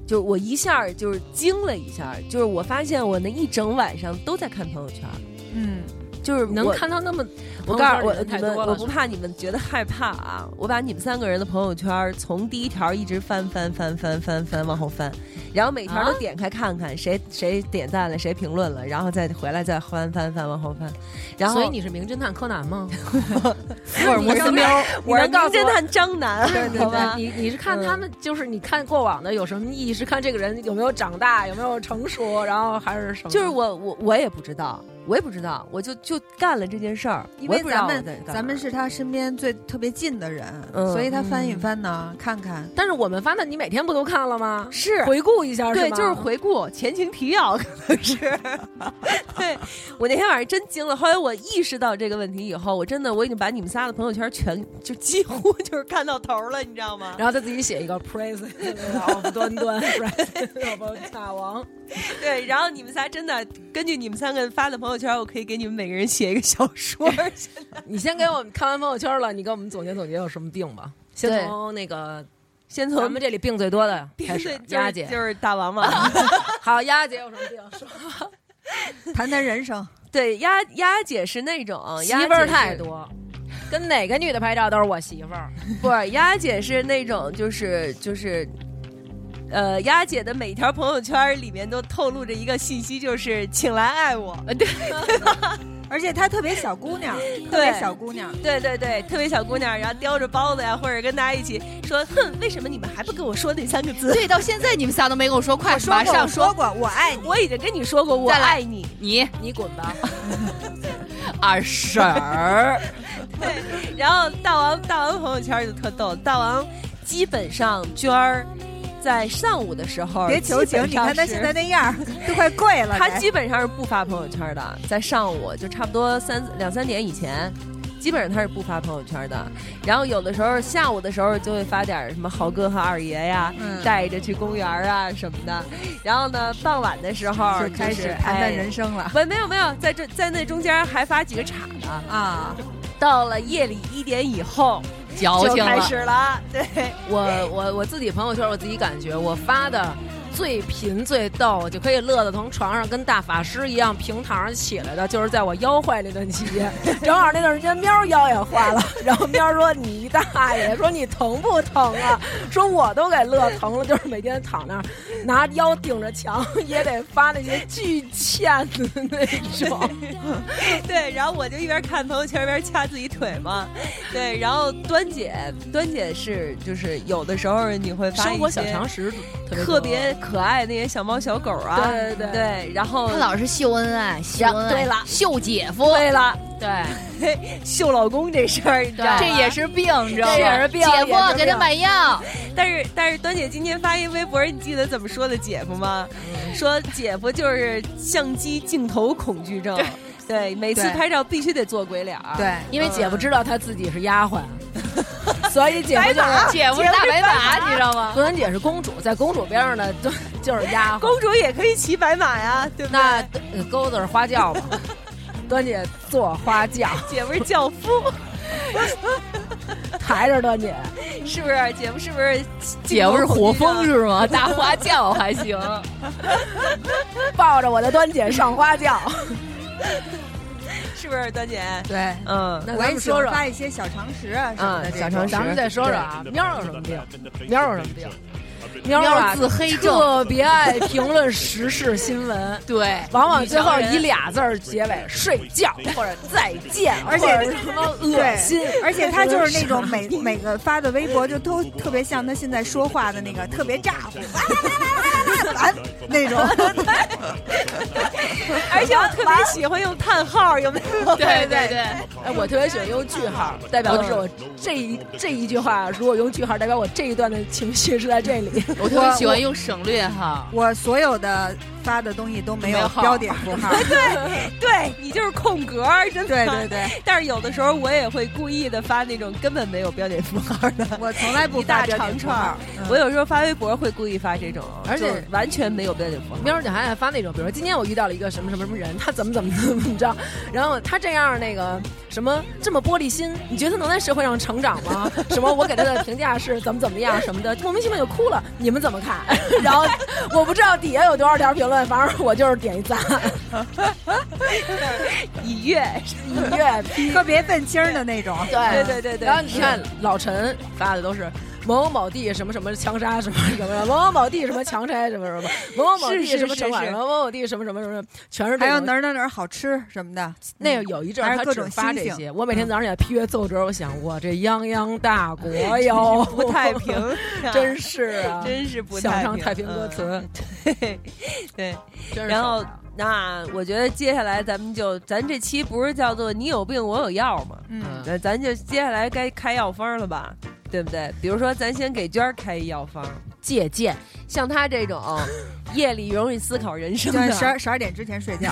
S3: 就是我一下儿就是惊了一下儿，就是我发现我那一整晚上都在看朋友圈儿，
S7: 嗯，
S3: 就是
S11: 能
S3: 我。
S11: 看到那么，
S3: 我告诉我，
S11: 朋友圈
S3: 你
S11: 里人太
S3: 们
S11: 多
S3: 我
S11: 了，
S3: 不怕你们觉得害怕啊！我把你们三个人的朋友圈儿从第一条一直翻翻翻翻翻翻往后翻，然后每条都
S11: 啊
S3: 点开看看谁谁点赞了，谁评论了，然后再回来再翻翻翻往后翻，然后
S11: 所以你是名侦探柯南 吗？
S10: 福尔摩斯喵，
S3: 我是名侦探张 楠，好吧？
S11: 你你是看
S3: 嗯
S11: 他们，就是你看过往的有什么意义？是看这个人有没有长大，有没有成熟，然后还是什么？
S3: 就是我我我也不知道，我也不知道，我就就干了这件事儿，
S7: 因
S3: 我
S7: 为
S3: 也不知道
S7: 咱
S3: 我在
S7: 们
S3: 干嘛
S7: 咱们是他身边最特别近的人，
S3: 嗯
S7: 所以他翻一翻呢，看看。
S11: 但是我们发的，你每天不都看了吗？
S3: 是
S11: 回顾一下，
S3: 对，
S11: 是吗
S3: 就是回顾前情提要，可能是。 对我那天晚上真惊了，后来我意识到这个问题以后，我真的我已经把你们仨的朋友圈全就几乎 就是看到头了，你知道吗？
S11: 然后他自己写一个 praise of 端端 praise of 大王，
S3: 对，然后你们仨真的根据你们三个发的朋友圈，我可以给你们每个人写一个小说。
S11: 你先给我们看完朋友圈了，你给我们总结总结有什么病吧？
S3: 对
S11: 先从那个，
S3: 先从
S11: 咱们这里病最多的开始
S3: 对，就是
S11: 丫姐
S3: 就是大王嘛。
S11: 好，丫姐有什么病？说
S7: 谈谈人 生，
S3: 对，丫丫姐是那种
S11: 媳
S3: 丫
S11: 妇儿
S3: 哦姐
S11: 太
S3: 是
S11: 多，跟哪个女的拍照都是我媳妇儿。
S3: 不是，丫姐是那种就是就是，呃，丫姐的每条朋友圈里面都透露着一个信息，就是请来爱我。
S7: 呃
S3: 对
S7: 而且她特别小姑娘，特
S3: 对
S7: 别小姑娘。
S3: 对对对，特别小姑娘，然后叼着包子呀，或者跟大家一起说，哼，为什么你们还不跟我说那三个字？
S10: 对，到现在你们仨都没跟我说，快
S7: 我说
S10: 马
S7: 过，我
S10: 上
S7: 说过，我爱你。
S3: 我已经跟你说过，我
S10: 再来
S3: 爱你。
S10: 你
S11: 你滚吧！
S10: 二婶 儿，
S3: 然后大王大王朋友圈就特逗，大王基本上娟儿在上午的时候，
S7: 别求情，你看她
S3: 他
S7: 现在那样儿，都快跪了。
S3: 他
S7: 得
S3: 基本上是不发朋友圈的，在上午就差不多三两三点以前，基本上他是不发朋友圈的。然后有的时候下午的时候就会发点什么豪哥和二爷呀，
S7: 嗯
S3: 带着去公园啊什么的。然后呢，傍晚的时候
S7: 就开始谈谈人
S3: 生。
S7: 生了
S3: 哎不，没有没有，在这在那中间还发几个岔呢。
S7: 啊！
S3: 到了夜里一点以后
S10: 矫
S3: 就
S10: 情
S3: 开
S10: 了
S3: 始。了，对，
S11: 我
S3: 哎
S11: 我我自己朋友圈，我自己感觉我发的最贫最逗，就可以乐得从床上跟大法师一样平躺上起来的，就是在我腰坏那段期间，正好那段时间喵腰也 坏了，然后喵说你大爷，说你疼不疼啊？说我都给乐疼了，就是每天躺那儿拿腰顶着墙也得发那些巨欠的那种，
S3: 对，然后我就一边看朋友圈一边掐自己腿嘛，对，然后端姐，端姐是就是有的时候你会 发
S11: 生
S3: 一
S11: 活
S3: 些
S11: 小常识
S3: 特别可爱那些小猫小狗啊，
S11: 对对对
S3: 然后
S10: 他老是秀恩爱，秀
S3: 然
S10: 恩爱，
S3: 对了
S10: 秀姐夫，
S3: 对了，
S10: 对，
S3: 秀老公这事儿，你知道吗
S10: 这也是病，你知道吗？
S3: 这也是病
S10: 姐夫
S3: 也是病
S10: 给他买药，
S3: 但是但是端姐今天发一微博，你记得怎么说的姐夫吗？说姐夫就是相机镜头恐惧症，对，每次
S7: 对
S3: 拍照必须得做鬼脸儿，
S7: 对，
S11: 因为姐夫知道他自己是丫鬟， 所以姐夫就是
S10: 姐夫是大白马，你知道吗？
S11: 端姐是公主，在公主边上呢，就就是丫鬟。
S3: 公主也可以骑白马呀，对不对？
S11: 那呃钩子是花轿嘛？端姐做花轿，
S3: 姐夫是教父，
S11: 抬着端姐。
S3: 是不是？姐夫是不是？
S10: 姐夫是火风是吗？大花轿还行，
S11: 抱着我的端姐上花轿。
S3: 是不是端姐？
S7: 对，
S3: 嗯，
S11: 那
S7: 我
S11: 咱
S7: 也
S11: 们
S7: 喜
S11: 说
S7: 欢
S11: 说，
S7: 发一些小常识啊什么的
S3: 嗯
S7: 这种。
S3: 小常识
S11: 咱们再说说啊，喵有什么病？喵有什么病？喵
S10: 喵
S11: 啊，
S10: 自黑症，。
S11: 特别爱评论时事新闻
S10: 对，
S11: 往往最后以俩字儿结尾，睡觉或者再见，
S7: 而且
S11: 或者什么恶心，
S7: 而且他就是那种每每个发的微博就都特别像他现在说话的那个特别咋呼，哇啦啦啦啦啦啦那种。
S3: 而且我特别喜欢用叹号，有没有？
S10: 对对对，
S11: 哎，我特别喜欢用句号，代表的是我这一这一句话。如果用句号代表我这一段的情绪是在这里，
S10: 我特别喜欢用省略号，
S7: 我所有的发的东西都没
S10: 没
S7: 有
S10: 有号
S7: 标点符号，
S3: 对你就是空格儿，真的。
S7: 对对对，
S3: 但是有的时候我也会故意的发那种根本没有标点符号的。
S7: 我从来不
S3: 一
S7: 发
S3: 大
S7: 标
S3: 长
S7: 点符
S3: 串儿
S7: 号。嗯，
S3: 我有时候发微博会故意发这种，
S11: 而且
S3: 就是完全没有标点符号。
S11: 喵儿姐还爱发那种，比如说今天我遇到了一个什么什么什么人，他怎么怎么怎么着，然后他这样那个什么这么玻璃心，你觉得他能在社会上成长吗？什么我给他的评价是怎么怎么样什么的，莫名其妙就哭了，你们怎么看？然后我不知道底下有多少条评论，反正我就是点一赞，
S3: 以月，
S11: 一月批。
S7: 特别愤青儿的那种，
S11: 对
S3: 对对对
S11: 然后你看老陈发的都是某某某地什么什么枪杀什么什么，某某某地什么强拆什么什么，某某某地
S3: 是是
S11: 什么城管
S3: 是
S11: 什
S3: 是
S11: 么，某某地什么什么什么，全是这
S7: 还有
S11: 种
S7: 哪儿哪儿哪儿好吃什么的，
S11: 那个有一阵
S7: 还
S11: 儿
S7: 是
S11: 他
S7: 各
S11: 只
S7: 种
S11: 发
S7: 星
S11: 这
S7: 星
S11: 些，我每
S3: 嗯
S11: 天早上起来批阅奏折，我想我这泱泱大国 哟，
S3: 哎不太平，
S11: 真是啊，
S3: 真是不太
S11: 想
S3: 平。
S11: 唱太平歌词，
S3: 嗯， 对对。然后，
S11: 啊
S3: 那我觉得接下来咱们就，咱这期不是叫做“你有病我有药”吗？
S7: 嗯，
S3: 那咱就接下来该开药方了吧，对不对？比如说，咱先给娟儿开一药方，借鉴。像他这种夜里容易思考人生
S7: 就
S3: 的，
S7: 是十二十二点之前睡觉，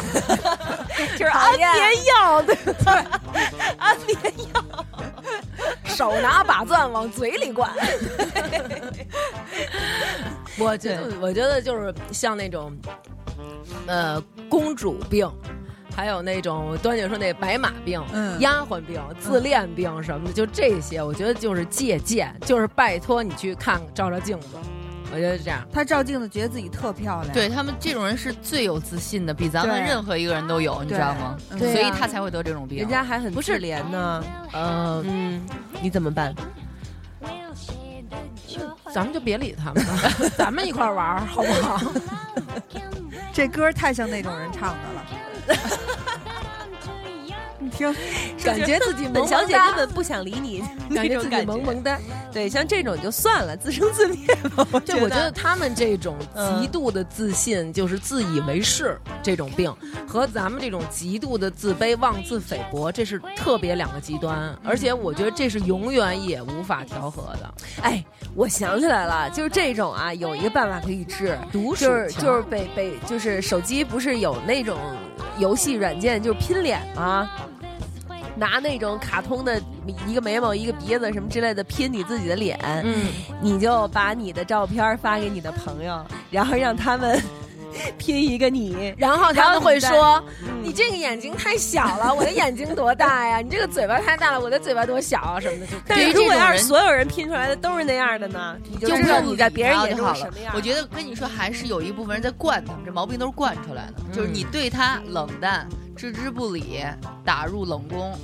S3: 就是安
S11: 哎
S3: 眠药， 对不对？
S11: 啊
S3: 安眠
S12: 药，手拿把钻往嘴里灌。
S11: 我觉得，我觉得就是像那种，呃，公主病，还有那种端姐说那白马病、
S12: 嗯
S11: 丫鬟病、自恋病什么的，就这些，我觉得就是借鉴，就是拜托你去看照照镜子，我觉得是这样。
S7: 她照镜子觉得自己特漂亮，
S10: 对他们这种人是最有自信的，比咱们
S7: 对
S10: 任何一个人都有，你知道吗？
S3: 对
S10: 所以
S3: 嗯
S10: 他才会得这种病。
S3: 人家还很自怜呢。
S11: 呃，
S3: 嗯，你怎么办？
S11: 咱们就别理他们 了，咱们一块儿玩儿好不 好？
S7: 这歌太像那种人唱的了。你听，
S3: 感觉自己本小姐根本不想理你，
S11: 感
S3: 那
S11: 觉
S3: 种
S11: 自己
S3: 感
S11: 萌萌哒。
S3: 对，像这种就算了，自生自灭吧。我
S11: 对，我觉得他们这种
S3: 嗯
S11: 极度的自信，就是自以为是这种病，和咱们这种极度的自卑、妄自菲薄，这是特别两个极端，而且我觉得这是永远也无法调和的。
S3: 哎，我想起来了，就是这种啊，有一个办法可以治，
S11: 毒鼠
S3: 就是
S11: 强
S3: 就是北北就是手机不是有那种游戏软件，就是拼脸吗？拿那种卡通的一个眉毛、一个鼻子什么之类的拼你自己的脸，
S11: 嗯，
S3: 你就把你的照片发给你的朋友，然后让他们 拼一个你，
S11: 然后他们嗯会说你
S3: 这
S11: 个眼睛太小了，我的眼睛多大呀？你这个嘴巴太大了，我的嘴巴多小啊？什么的就。
S3: 但是如果要是所有人拼出来的都是那样的呢，你就
S10: 不
S3: 知道
S10: 要
S3: 你
S10: 理
S3: 在别人
S10: 他
S3: 眼
S10: 就
S3: 中
S10: 好
S3: 是
S10: 了
S3: 什么样。。嗯
S10: 我觉得跟你说，还是有一部分人在惯他们，这毛病都是惯出来的。就是
S3: 嗯
S10: 你对他冷淡、置之不理、打入冷宫，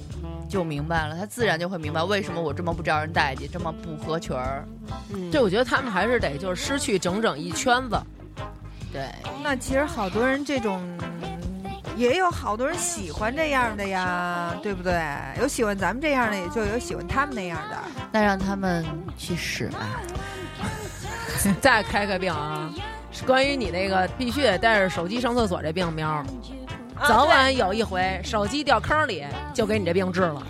S10: 就明白了，他自然就会明白为什么我这么不招人待见，这么不合群儿。
S3: 嗯
S11: 对，我觉得他们还是得就是失去整整一圈子。对，
S3: 哎
S7: 那其实好多人这种，也有好多人喜欢这样的呀，对不对？有喜欢咱们这样的，也就有喜欢他们那样的。
S10: 那让他们去使吧。
S11: 再开开病啊！是关于你那个必须得带着手机上厕所这病喵，
S3: 啊
S11: 早晚有一回手机掉坑里，就给你这病治了，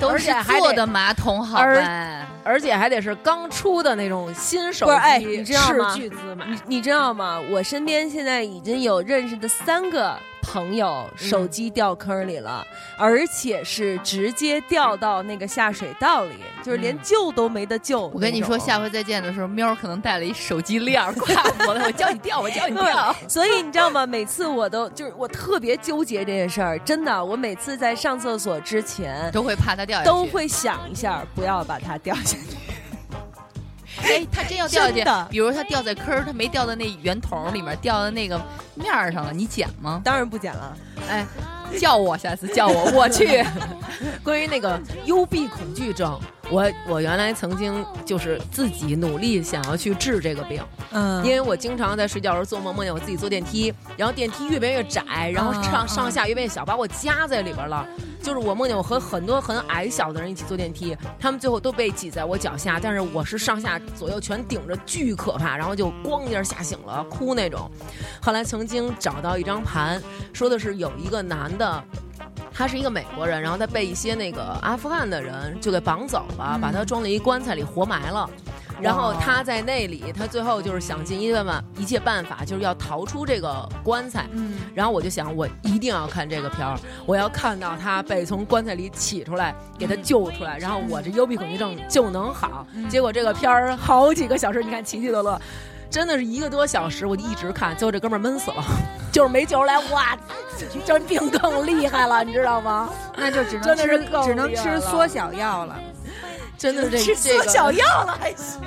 S10: 都
S11: 而
S10: 是
S11: 且还
S10: 坐
S11: 得
S10: 的马桶好
S11: 而
S10: 吧？
S11: 而且还得是刚出的那种新手
S3: 不
S11: 机，
S3: 是，哎，你知道吗？
S11: 斥巨 资买。
S3: 你你知道吗？我身边现在已经有认识的三个朋友
S10: 嗯
S3: 手机掉坑里了，而且是直接掉到那个下水道里，就是连救都没得救那种。
S10: 嗯我跟你说，下回再见的时候，喵儿可能带了一手机链儿挂脖子，我教你掉，我教你 掉。
S3: 对，所以你知道吗？每次我都就是我特别纠结这件事儿，真的，我每次在上厕所之前
S10: 都会怕它掉下去，
S3: 都会想一下，不要把它掉下去。
S10: 哎，它真要掉下
S3: 真的
S10: 去，比如它掉在坑儿，它没掉到那圆筒里面，掉到那个面儿上了，你捡吗？
S3: 当然不捡了。
S10: 哎，叫我下次叫我，我去。
S11: 关于那个幽闭恐惧症，我我原来曾经就是自己努力想要去治这个病，
S7: 嗯
S11: 因为我经常在睡觉的时候做梦，梦见我自己坐电梯，然后电梯越变越窄，然后上、上下越变越小，把我夹在里边了。就是我梦见我和很多很矮小的人一起坐电梯，他们最后都被挤在我脚下，但是我是上下左右全顶着，巨可怕，然后就咣一下吓醒了，哭那种。后来曾经找到一张盘，说的是有一个男的。他是一个美国人，然后他被一些那个阿富汗的人就给绑走了，把他装在一棺材里活埋了。然后他在那里，他最后就是想尽一切办法，一切办法就是要逃出这个棺材。
S7: 嗯，
S11: 然后我就想，我一定要看这个片儿，我要看到他被从棺材里起出来，给他救出来，然后我这幽闭恐惧症就能好。结果这个片儿好几个小时，你看奇奇乐乐，真的是一个多小时，我就一直看，最后这哥们儿闷死了，就是没救出来，哇，这病更厉害了，你知道吗？
S7: 那就只能
S11: 真的是
S7: 吃
S11: 够
S7: 只能
S11: 厉害
S7: 吃
S11: 了
S7: 缩小药了。
S11: 真的是这
S3: 吃
S11: 这
S3: 缩
S11: 个
S3: 小药了还行。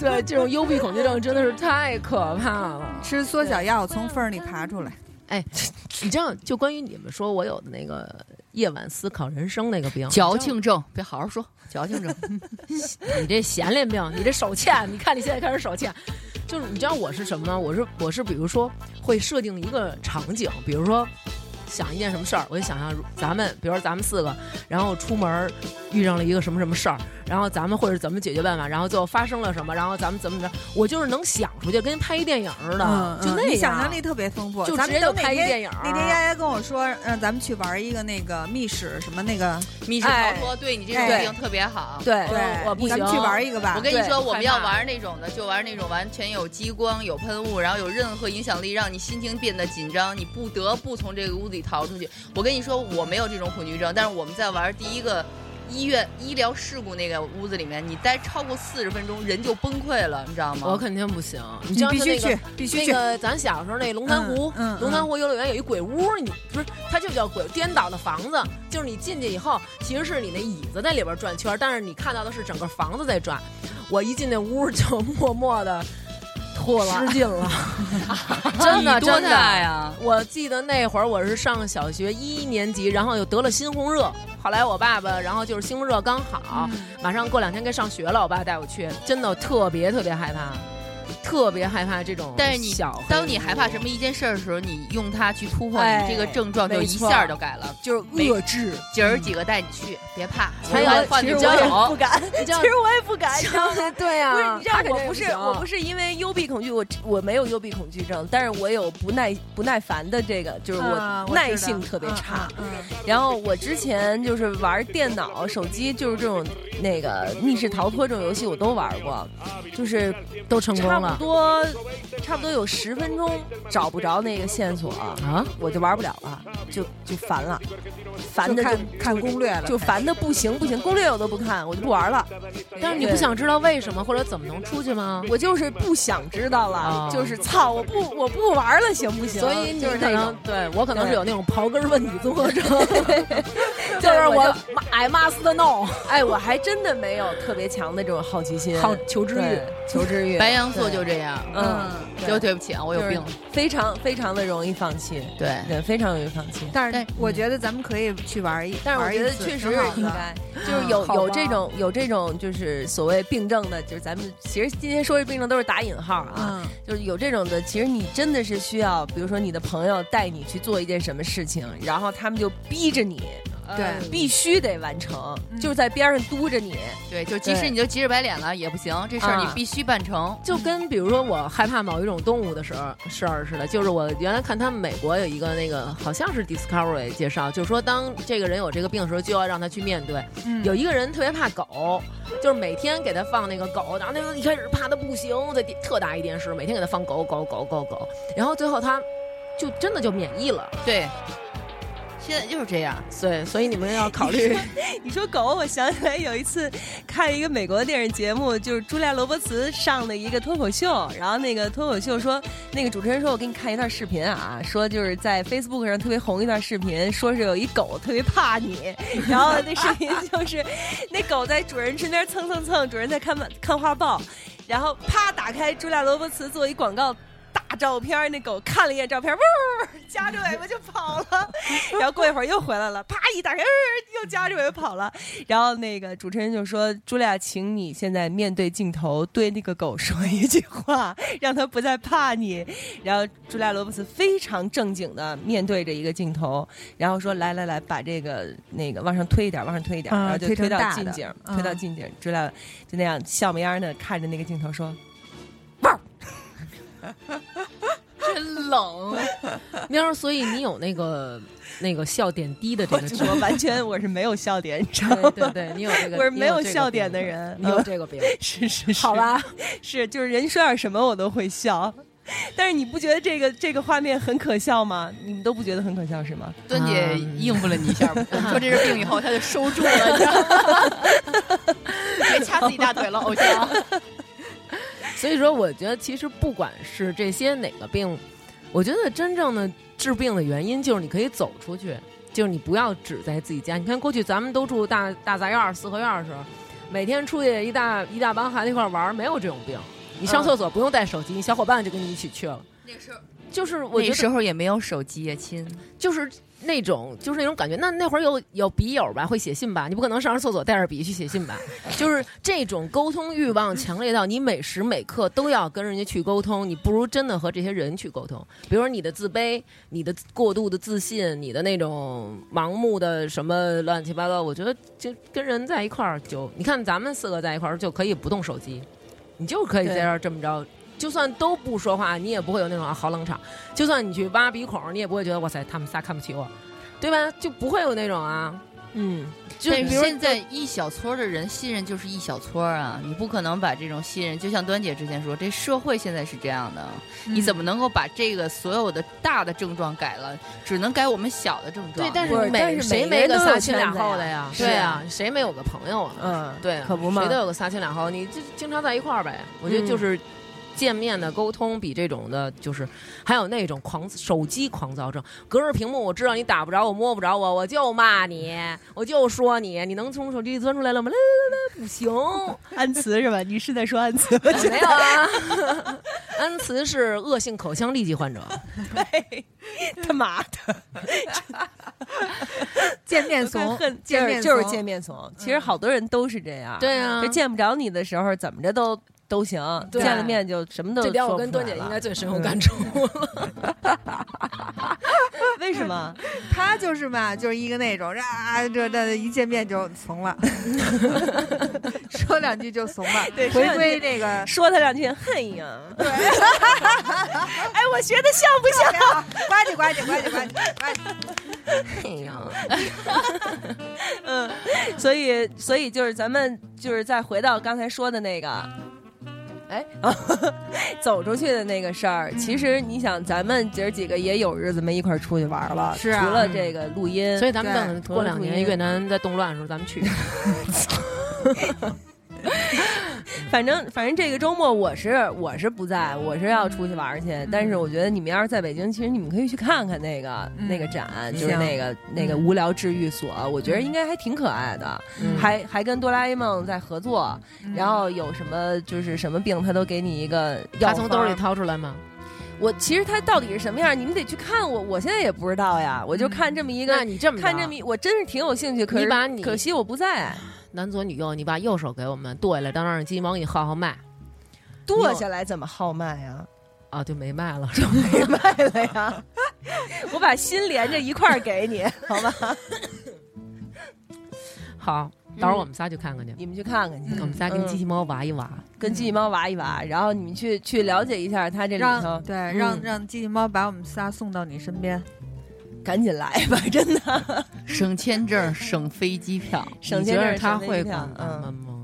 S11: 对，这种幽闭恐惧症真的是太可怕了。
S7: 吃缩小药从缝儿里爬出来。
S11: 哎，你这样就关于你们说我有的那个夜晚思考人生那个病，
S10: 矫情症，别好好说，矫情症。
S11: 你这闲练病，你这手欠，你看你现在开始手欠，就是你知道我是什么呢？我是我是比如说会设定一个场景，比如说想一件什么事儿，我就想象如咱们，比如说咱们四个，然后出门儿遇上了一个什么什么事儿，然后咱们或者怎么解决办法，然后最后发生了什么，然后咱们怎么怎么着，我就是能想出去，跟拍一电影似的，
S7: 嗯
S11: 就那样。
S7: 你想象力特别丰富，
S11: 就
S7: 咱
S11: 直
S7: 们
S11: 接就
S7: 等哪
S11: 拍一
S7: 天
S11: 电影儿
S7: 那天丫丫跟我说，让咱们去玩一个那个密室什么那个
S10: 密室
S3: 哎
S10: 逃脱，对 你这种病特别好。
S7: 对
S10: 嗯
S7: 对
S10: 我不
S7: 咱
S10: 行，
S7: 们去玩一个吧
S10: 我跟你
S7: 对
S10: 说，我们
S7: 害
S10: 要
S7: 怕
S10: 玩那种的，就玩那种完全有激光、有喷雾，然后有任何影响力，让你心情变得紧张，你不得不从这个屋子里逃出去。我跟你说，我没有这种恐惧症，但是我们在玩第一个。医院医疗事故那个屋子里面，你待超过四十分钟，人就崩溃了，你知道吗？
S11: 我肯定不行，
S10: 你
S11: 就像
S10: 必
S11: 是
S10: 须
S11: 那个
S10: 去必须
S11: 那
S10: 去嗯
S11: 个咱小时候那龙潭湖，龙潭湖游乐园有一鬼屋，你不是它就叫鬼颠倒的房子，就是你进去以后，其实是你那椅子在里边转圈，但是你看到的是整个房子在转。我一进那屋就 默默的吐了，失禁了，真的
S10: 你多
S11: 真的
S10: 大呀！
S11: 我记得那会儿我是上小学一年级，然后又得了猩红热。后来我爸爸，然后就是猩红热刚好，
S10: 嗯
S11: 马上过两天该上学了，我爸带我去，真的特别特别害怕，特别害怕这种。
S10: 但是你
S11: 小，
S10: 当你害怕什么一件事儿的时候，你用它去突破
S11: 哎
S10: 你这个症状，就
S11: 没
S10: 一
S11: 错
S10: 下儿就改了，
S11: 就是
S10: 没
S11: 遏制。
S10: 姐儿几个带你去，别怕，
S11: 还有
S10: 我换
S11: 其
S10: 女
S11: 实
S10: 交
S11: 我也
S10: 友
S11: 不敢？
S10: 你知道
S3: 其实我也不敢，你知道吗
S11: 对呀
S3: 不是，你知
S11: 啊他肯
S3: 道我
S11: 定
S3: 不是
S11: 也不行
S3: 我不是因为幽闭恐惧，我我没有幽闭恐惧症，但是我有不耐不耐烦的这个，就是
S11: 啊
S3: 我
S11: 我
S3: 耐
S11: 知道
S3: 性特别
S11: 嗯
S3: 差。然后我之前就是玩电脑、手机，就是这种那个密室逃脱这种游戏，我都玩过，就是
S11: 都成功
S3: 差
S11: 了
S3: 不多差不多有十分钟找不着那个线索啊，我就玩不了了，就就烦了，烦的
S7: 就看看攻略了
S3: 就烦的不行不行，攻略我都不看，我就不玩了。
S11: 但是你不想知道为什么或者怎么能出去吗？
S3: 我就是不想知道了，
S11: 啊
S3: 就是操，我不我不玩了，行不行？
S11: 所以你
S3: 就是
S11: 可
S3: 那
S11: 能
S3: 种，
S11: 对我可能是有那种刨根问底综 合症，
S3: 就
S11: 就是是
S3: 我
S11: 我 I must know。
S3: 哎，我还真的没有特别强的这种好奇心、
S11: 好求知欲
S3: 对、 求知欲。
S10: 白羊座就这样
S3: 对嗯，
S10: 就对不起啊，我有
S3: 就是
S10: 病。
S3: 非常非常的容易放弃。
S10: 对
S3: 对，非常容易放弃。
S7: 但是我觉得咱们可以去玩一，
S3: 但是我
S7: 玩一
S3: 觉得
S7: 次
S3: 确实
S7: 挺好
S3: 应
S7: 的
S3: 该，就是有
S7: 嗯好
S3: 有
S7: 吧
S3: 这种有这种就是所谓病症的，就是咱们其实今天说这病症都是打引号
S7: 嗯
S3: 啊，就是有这种的，其实你真的是需要，比如说你的朋友带你去做一件什么事情，然后他们就逼着你，呃
S10: 对
S3: 必须得完成，就是在边上督着你，
S10: 对，就即使
S3: 对
S10: 你就急着白脸了也不行，这事儿你
S11: 啊
S10: 必须办成。
S11: 就跟比如说我害怕某一种动物的时候事儿似的，就是我原来看他们美国有一个那个好像是 Discovery 介绍，就是说当这个人有这个病的时候，就要让他去面对。
S7: 嗯
S11: 有一个人特别怕狗，就是每天给他放那个狗，然后那个一开始怕的不行，在地特大一电视，每天给他放狗狗狗狗狗，然后最后他就真的就免疫了。
S10: 对，现在就是这样。
S11: 对，所 以哎你 们要考虑。
S3: 哎你说狗，我想起来有一次看一个美国电视节目，就是茱莉亚·罗伯茨上的一个脱口秀，然后那个脱口秀说，那个主持人说，我给你看一段视频啊，说就是在 Facebook 上特别红一段视频，说是有一狗特别怕你，然后那视频就是那狗在主人身边蹭蹭蹭，主人在看漫看画报，然后啪打开茱莉亚·罗伯茨做一广告。大照片，那狗看了一眼照片，呜，夹着尾巴就跑了。然后过一会儿又回来了，啪一打开，呃、又夹着尾巴跑了。然后那个主持人就说：“朱莉亚，请你现在面对镜头，对那个狗说一句话，让它不再怕你。”然后朱莉亚·罗伯茨非常正经的面对着一个镜头，然后说：“来来来，把这个那个往上推一点，往上推一点。
S7: 嗯
S3: 然后就
S7: 推成
S3: 推到
S7: 大的
S3: 近景，
S7: 嗯
S3: 推到近景。朱莉亚就那样笑眯儿的看着那个镜头说：“
S10: 真冷，
S11: 喵儿，所以你有那个那个笑点低的这
S3: 我
S11: 个
S3: 我完全我是没有笑点，你知道吗？
S11: 对对对，你有这个，
S3: 我是没
S11: 你
S3: 有
S11: 这个
S3: 笑点
S11: 病
S3: 的人，嗯
S11: 你有这个病，
S3: 是是是，
S11: 好吧，
S3: 是就是人说点什么我都会笑，但是你不觉得这个这个画面很可笑吗？你们都不觉得很可笑是吗？
S10: 端姐
S11: 嗯
S10: 应付了你一下，说这是病以后，她就收 住了，你知道吗别掐自己大腿了，偶像。
S11: 所以说，我觉得其实不管是这些哪个病，我觉得真正的治病的原因就是你可以走出去，就是你不要只在自己家。你看过去咱们都住大大杂院儿、四合院儿的时候，每天出去
S10: 嗯
S11: 一大一大帮孩子一块儿玩儿，没有这种病。你上厕所不用带手机，你小伙伴就跟你一起去了。
S10: 那时候
S11: 就是我觉
S10: 那
S11: 得
S10: 时候也没有手机呀，亲。
S11: 就是那种就是那种感觉。那那会儿有有笔友吧，会写信吧？你不可能上着厕所带着笔去写信吧？就是这种沟通欲望强烈到你每时每刻都要跟人家去沟通，你不如真的和这些人去沟通。比如说你的自卑、你的过度的自信、你的那种盲目的什么乱七八糟，我觉得就跟人在一块儿就，你看咱们四个在一块儿就可以不动手机，你就可以在这儿这么着。就算都不说话，你也不会有那种啊好冷场。就算你去挖鼻孔，你也不会觉得哇塞，他们仨看不起我，对吧？就不会有那种啊，嗯。就
S10: 但
S11: 比
S10: 是
S11: 如
S10: 现在一小撮儿的人信任就是一小撮儿啊，你不可能把这种信任，就像端姐之前说，这社会现在是这样的，
S11: 嗯
S10: 你怎么能够把这个所有的大的症状改了？只能改我们小的症状。
S11: 对，但是每谁没个三亲两后的呀？对啊，谁没有个朋友啊？嗯，对啊，
S3: 可不嘛
S11: 谁都有个三亲两后，你就经常在一块儿呗。我觉得就是见面的沟通比这种的，就是还有那种狂手机狂躁症，隔着屏幕我知道你打不着我，摸不着我，我就骂你，我就说你，你能从手机里钻出来了 吗？来来来，不行。
S13: 安慈是吧？你是在说安慈 吗？
S11: 没有啊， 安慈是恶性口腔痢疾患者。
S3: 他妈 的，
S7: 见面
S3: 怂
S7: 见面
S3: 就是
S7: 怂
S3: 见面怂。其实好多人都是这样，
S11: 嗯对啊
S3: 就见不着你的时候怎么着都都行，
S11: 对
S3: 见了面就什么都
S11: 这
S3: 说不出来了。
S11: 点我跟端姐应该最深有感触。
S3: 为什么？
S11: 嗯
S7: 他就是嘛，就是一个那种啊，这这一见面就 怂了，说两句就怂了，
S3: 对，
S7: 回
S3: 说
S7: 归
S3: 两句
S7: 那个
S3: 说他两句，恨呀。
S7: 哎，我学的像不像？呱唧呱唧呱唧呱唧呱 唧。
S11: 哎呀，
S3: 嗯，所以所以就是咱们就是再回到刚才说的那个，哎， 走出去的那个事儿。
S11: 嗯
S3: 其实你想，咱们姐儿几个也有日子没一块儿出去玩儿了，
S11: 是啊
S3: 除了这个录音，
S11: 所以咱们等
S3: 对
S11: 过两年
S3: 除了录
S11: 越
S3: 音
S11: 南在动乱的时候，咱们去。
S3: 反正反正这个周末我是我是不在，我是要出去玩儿去。
S11: 嗯
S3: 但是我觉得你们要是在北京，其实你们可以去看看那个、那个展，就是
S11: 嗯行嗯
S3: 那个那个无聊治愈所，我觉得应该还挺可爱的，还还跟哆啦 A 梦在合作，
S7: 嗯
S11: 嗯
S3: 然后有什么就是什么病，他都给你一个药
S11: 他从兜里
S3: 方
S11: 掏出来吗？
S3: 我其实它到底是什么样，你们得去看我。我现在也不知道呀，我就看这么一个。
S11: 那你这么着啊
S3: 看这么一，我真是挺有兴趣。可
S11: 你
S3: 是
S11: 把你
S3: 可惜我不在，
S11: 男左女右，你把右手给我们剁下来，当让鸡毛给你号号脉。
S3: 剁下来怎么号脉 呀？
S11: 啊，就没脉了，是 吧？
S3: 对呀， 我把心连着一块儿给 你，好吧？
S11: 好，到时候我们仨去看看去。
S3: 你们去看看去，
S11: 我们仨跟
S3: 嗯
S11: 机器猫玩一玩。
S3: 跟机器猫玩一玩，然后你们去去了解一下它这里头
S7: 让。对让
S3: 嗯
S7: 让机器猫把我们仨送到你身边，
S3: 赶紧来吧，真的。
S10: 省签证，省飞机票，
S3: 省
S11: 你
S3: 钱
S11: 觉
S3: 人
S11: 得他
S3: 省飞
S11: 会
S3: 机
S11: 管
S3: 票
S11: 咱
S3: 嗯
S11: 们吗？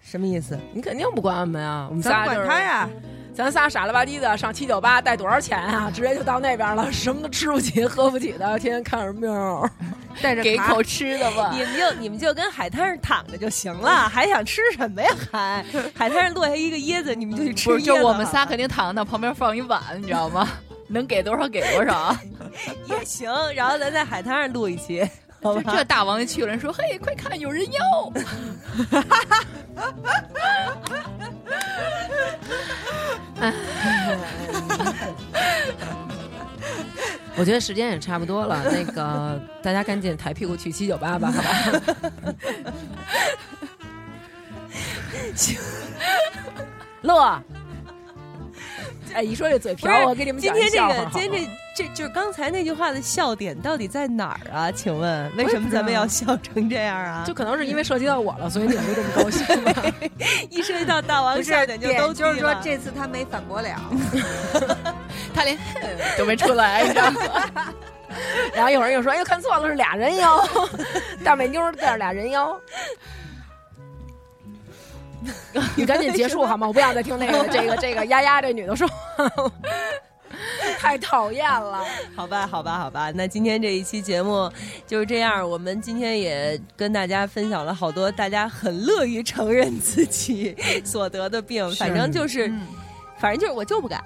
S3: 什么意思？
S11: 你肯定不管我们啊，我们
S7: 咱
S11: 仨
S7: 管
S11: 就是
S7: 他呀。
S11: 咱仨傻了吧唧的上七九八带多少钱啊？直接就到那边了，什么都吃不起、喝不起的，天天看着喵，
S7: 带着
S11: 给
S7: 卡
S11: 口吃的吧
S3: 你。们就你们就跟海滩上躺着就行 了，还想吃什么呀？ 还海滩上落下一个椰子，你们就去吃
S10: 不
S3: 椰
S10: 是，
S3: 子。
S10: 就是我们
S3: 好吧
S10: 仨肯定躺那旁边放一碗，你知道吗？ 能给多少给多 少。
S3: 也行，然后咱在海滩上录一期，好吧？
S10: 这大王去了，说：“嘿，快看，有人要！”
S11: 我觉得时间也差不多 了，那个大家赶紧抬屁股去七九八吧，好吧？
S3: 行，
S11: 乐。哎，一说这嘴
S3: 不
S11: 瓢
S3: 是，，
S11: 我给你们
S3: 今
S11: 讲
S3: 天这
S11: 一笑话
S3: 个，今天这这就是刚才那句话的笑点到底在哪儿啊？请问为什么咱们要笑成这样啊？
S11: 就可能是因为涉及到我了，所以你们就这么高兴。
S3: 一涉及到大王
S7: 不是
S3: 笑点
S7: 点，
S3: 就都
S7: 就是
S3: 低
S7: 说
S3: 了
S7: 这次他没反驳了，
S10: 他连都没出来，你知道吗？
S11: 然后一会儿又说，哎呦，看错了，是俩人妖，大美妞儿带着俩人妖。你赶紧结束好吗？我不想再听那个这个这个丫丫这女的说 话了，太讨厌了。
S3: 好吧，好吧，好吧，那今天这一期节目就是这样。我们今天也跟大家分享了好多大家很乐于承认自己所得的病，反正就是，
S11: 嗯
S7: 嗯
S3: 反正就是我就不改。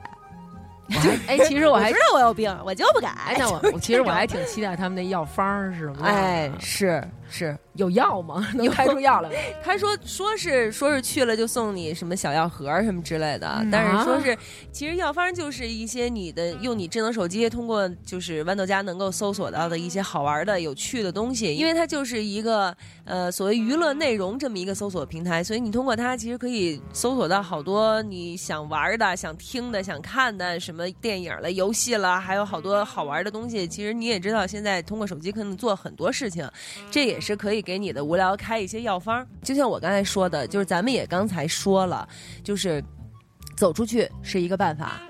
S11: 哎，其实我还
S3: 知道我有病，我就不改
S11: 哎。，那我
S3: 就是
S11: 我其实我还
S3: 这种
S11: 挺期待他们那药方儿是吗？
S3: 哎，是是
S11: 有药吗？ 能开出药来吗？
S3: 他说说是说是去了就送你什么小药盒儿什么之类的，啊但是说是其实药方就是一些你的用你智能手机通过就是豌豆荚能够搜索到的一些好玩的、有趣的东西，因为它就是一个呃所谓娱乐内容这么一个搜索平台，所以你通过它其实可以搜索到好多你想玩的、想听的、想看的什么电影了、游戏了，还有好多好玩的东西。其实你也知道，现在通过手机可以做很多事情，这也是可以给你的无聊开一些药方。就像我刚才说的，就是咱们也刚才说了，就是走出去是一个办法。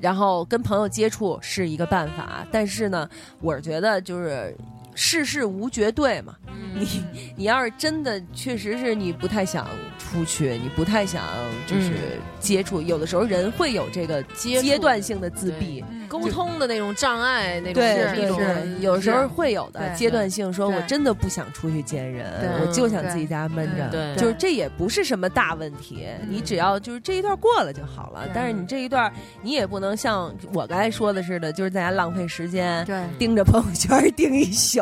S3: 然后跟朋友接触是一个办法，但是呢，我觉得就是世事无绝对嘛。
S7: 嗯
S3: 你你要是真的确实是你不太想出去，你不太想就是接触，有的时候人会有这个
S11: 嗯接触
S3: 阶段性的自闭。
S11: 沟通的那种障碍，那种
S3: 对
S11: 是一种
S3: 是，有时候会有的
S11: 对
S3: 阶段性，说
S11: 对
S3: 我真的不想出去见人
S11: 对，
S3: 我就想自己家闷着，
S11: 对对嗯
S3: 就是这也不是什么大问题，你只要就是这一段过了就好了。但是你这一段，你也不能像我刚才说的似的，就是在家浪费时间，盯着朋友圈盯一 宿，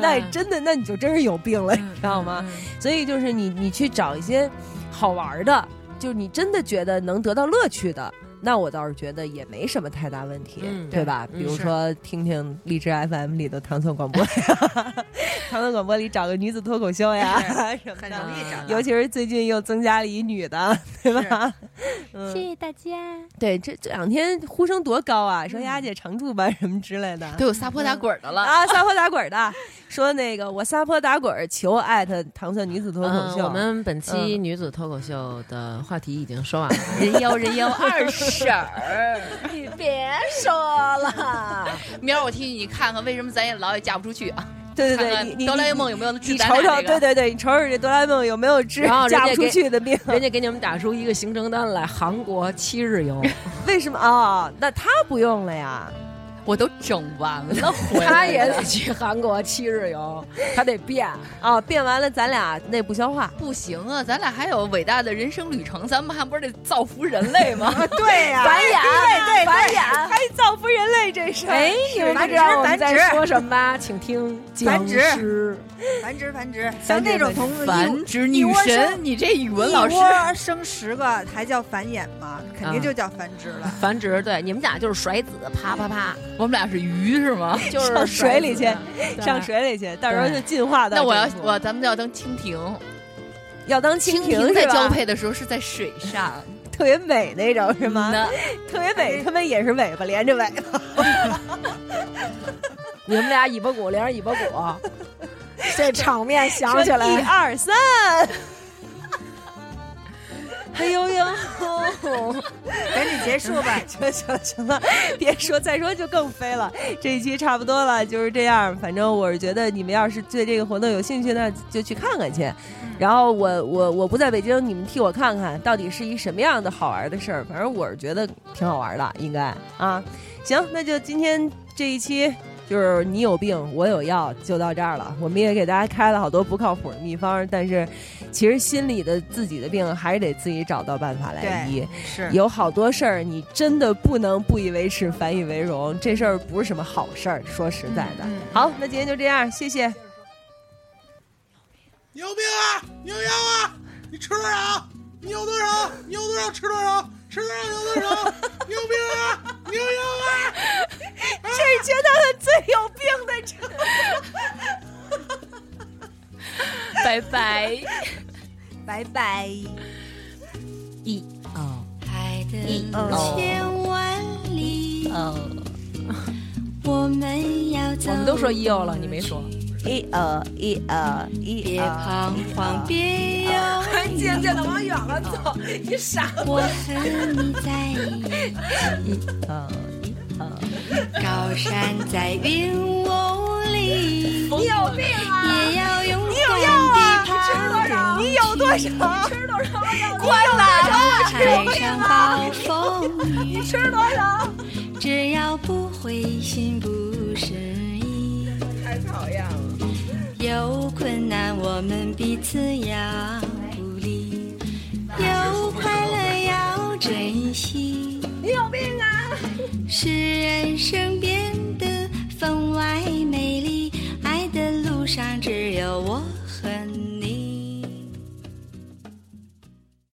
S3: 那真的，那你就真是有病了，你知道吗？所以就是你，你去找一些好玩的，就是你真的觉得能得到乐趣的。那我倒是觉得也没什么太大问题，
S11: 嗯
S3: 对吧？
S11: 嗯
S3: 比如
S11: 是
S3: 说听听荔枝 FM 里的糖蒜广播 呀，糖蒜广播里找个女子脱口秀呀，什么的，
S7: 容易找到
S3: 尤其是最近又增加了一女的，对吧？嗯
S12: 谢谢大家。
S3: 对，这这两天呼声多高啊！说丫姐常住吧，什么之类的，
S10: 都有撒泼打滚的了
S3: 啊，撒泼打滚的，说那个我撒泼打滚，求艾特糖蒜女子脱口秀。
S11: 呃我们本期
S3: 嗯
S11: 女子脱口秀的话题已经说完了，
S10: 人妖人妖二婶儿，
S8: 嗯
S12: 你别说了，
S10: 明儿我替你看看为什么咱也老也嫁不出去啊？
S3: 对对
S10: 看
S3: 对，
S10: 看
S3: 你你
S10: 哆啦 A
S3: 你
S10: 梦有没有治
S3: 你
S10: 咱
S3: 瞅瞅，
S10: 俩这个
S3: 对对对，你瞅瞅这哆啦 A 梦有没有治
S11: 然后人
S3: 嫁
S11: 家
S3: 不出
S11: 给
S3: 去的病？
S11: 人家给你们打出一个行程单来，韩国七日 游，
S3: 为什么啊、那他不用了呀，
S10: 我都整完了回来。
S11: 他也得去韩国七日游，他得变。
S3: 啊，变完了咱俩内部消化。
S10: 不行啊，咱俩还有伟大的人生旅程，咱们还不是得造福人类吗？
S3: 对呀、
S10: 繁
S7: 啊
S10: 衍
S3: 对对
S10: 繁
S3: 对，
S10: 衍
S3: 还造福人类这事儿。
S11: 哎，你们不知道我们在
S7: 繁殖
S11: 说什么吗？请 听
S7: 繁
S11: 僵
S7: 殖
S11: 尸。
S7: 繁殖繁殖，像这种童子
S10: 繁殖女神，你这语
S7: 语
S10: 文老师
S7: 一窝生十个还叫繁衍吗？肯定就叫繁殖了。
S11: 繁殖，对，你们俩就是甩子，啪啪啪，
S10: 我们俩是鱼是 吗？
S11: 就是
S3: 上水里去
S11: 甩子，
S3: 上水里去，到时候就进化到
S10: 那我要
S3: 这一步
S10: 我咱们就要当蜻蜓，
S3: 要当蜻
S10: 蜻
S3: 蜓
S10: 在
S3: 是吧
S10: 交配的时候是在水上，
S3: 特别美那种是吗？
S10: 嗯那
S3: 特别美，他们也是尾巴连着尾巴。
S11: 你们俩尾巴骨连着尾巴骨，这场面想起
S3: 说一
S11: 来，
S3: 二三，哎呦呦！，
S7: 赶紧结束吧
S3: 行了行了行了，别说再说就更飞了。这一期差不多了，就是这样。反正我是觉得你们要是对这个活动有兴趣，那就去看看去。然后我我我不在北京，你们替我看看到底是一什么样的好玩的事儿。反正我是觉得挺好玩的，应该啊。行，那就今天这一期就是你有病我有药，就到这儿了。我们也给大家开了好多不靠谱的秘方，但是其实心里的自己的病还是得自己找到办法来
S11: 哎
S3: 医。
S7: 是
S3: 有好多事儿，你真的不能不以为耻，反以为荣。这事儿不是什么好事儿，说实在的。好，那今天就这样，谢谢。
S9: 你有病啊！你有药啊！你吃多少？你有多少？你有多少吃多少？吃多少有多少？你有病啊！你有药啊！
S3: 这是觉得他最有病的这个。
S10: 拜拜。
S7: 拜拜。
S11: 一哦
S8: 海
S11: 一
S8: 的
S11: 哦
S8: 千万里，
S11: 哦，
S8: 我们 E 要走。
S11: 我们都说
S3: E
S11: 一哦了，你没说。
S5: 一呃一呃一
S8: 别彷徨，别犹豫，
S3: 渐渐的往远了走，你傻。
S8: 我和你在一起。高山在云雾里，你有病啊！也要勇敢地爬
S3: 你有多少？
S8: 海上暴风雨，你吃多少？只要不灰心不失意。太讨厌了。有困难我们彼此要鼓励，有快乐要珍惜。你有病啊！是人生别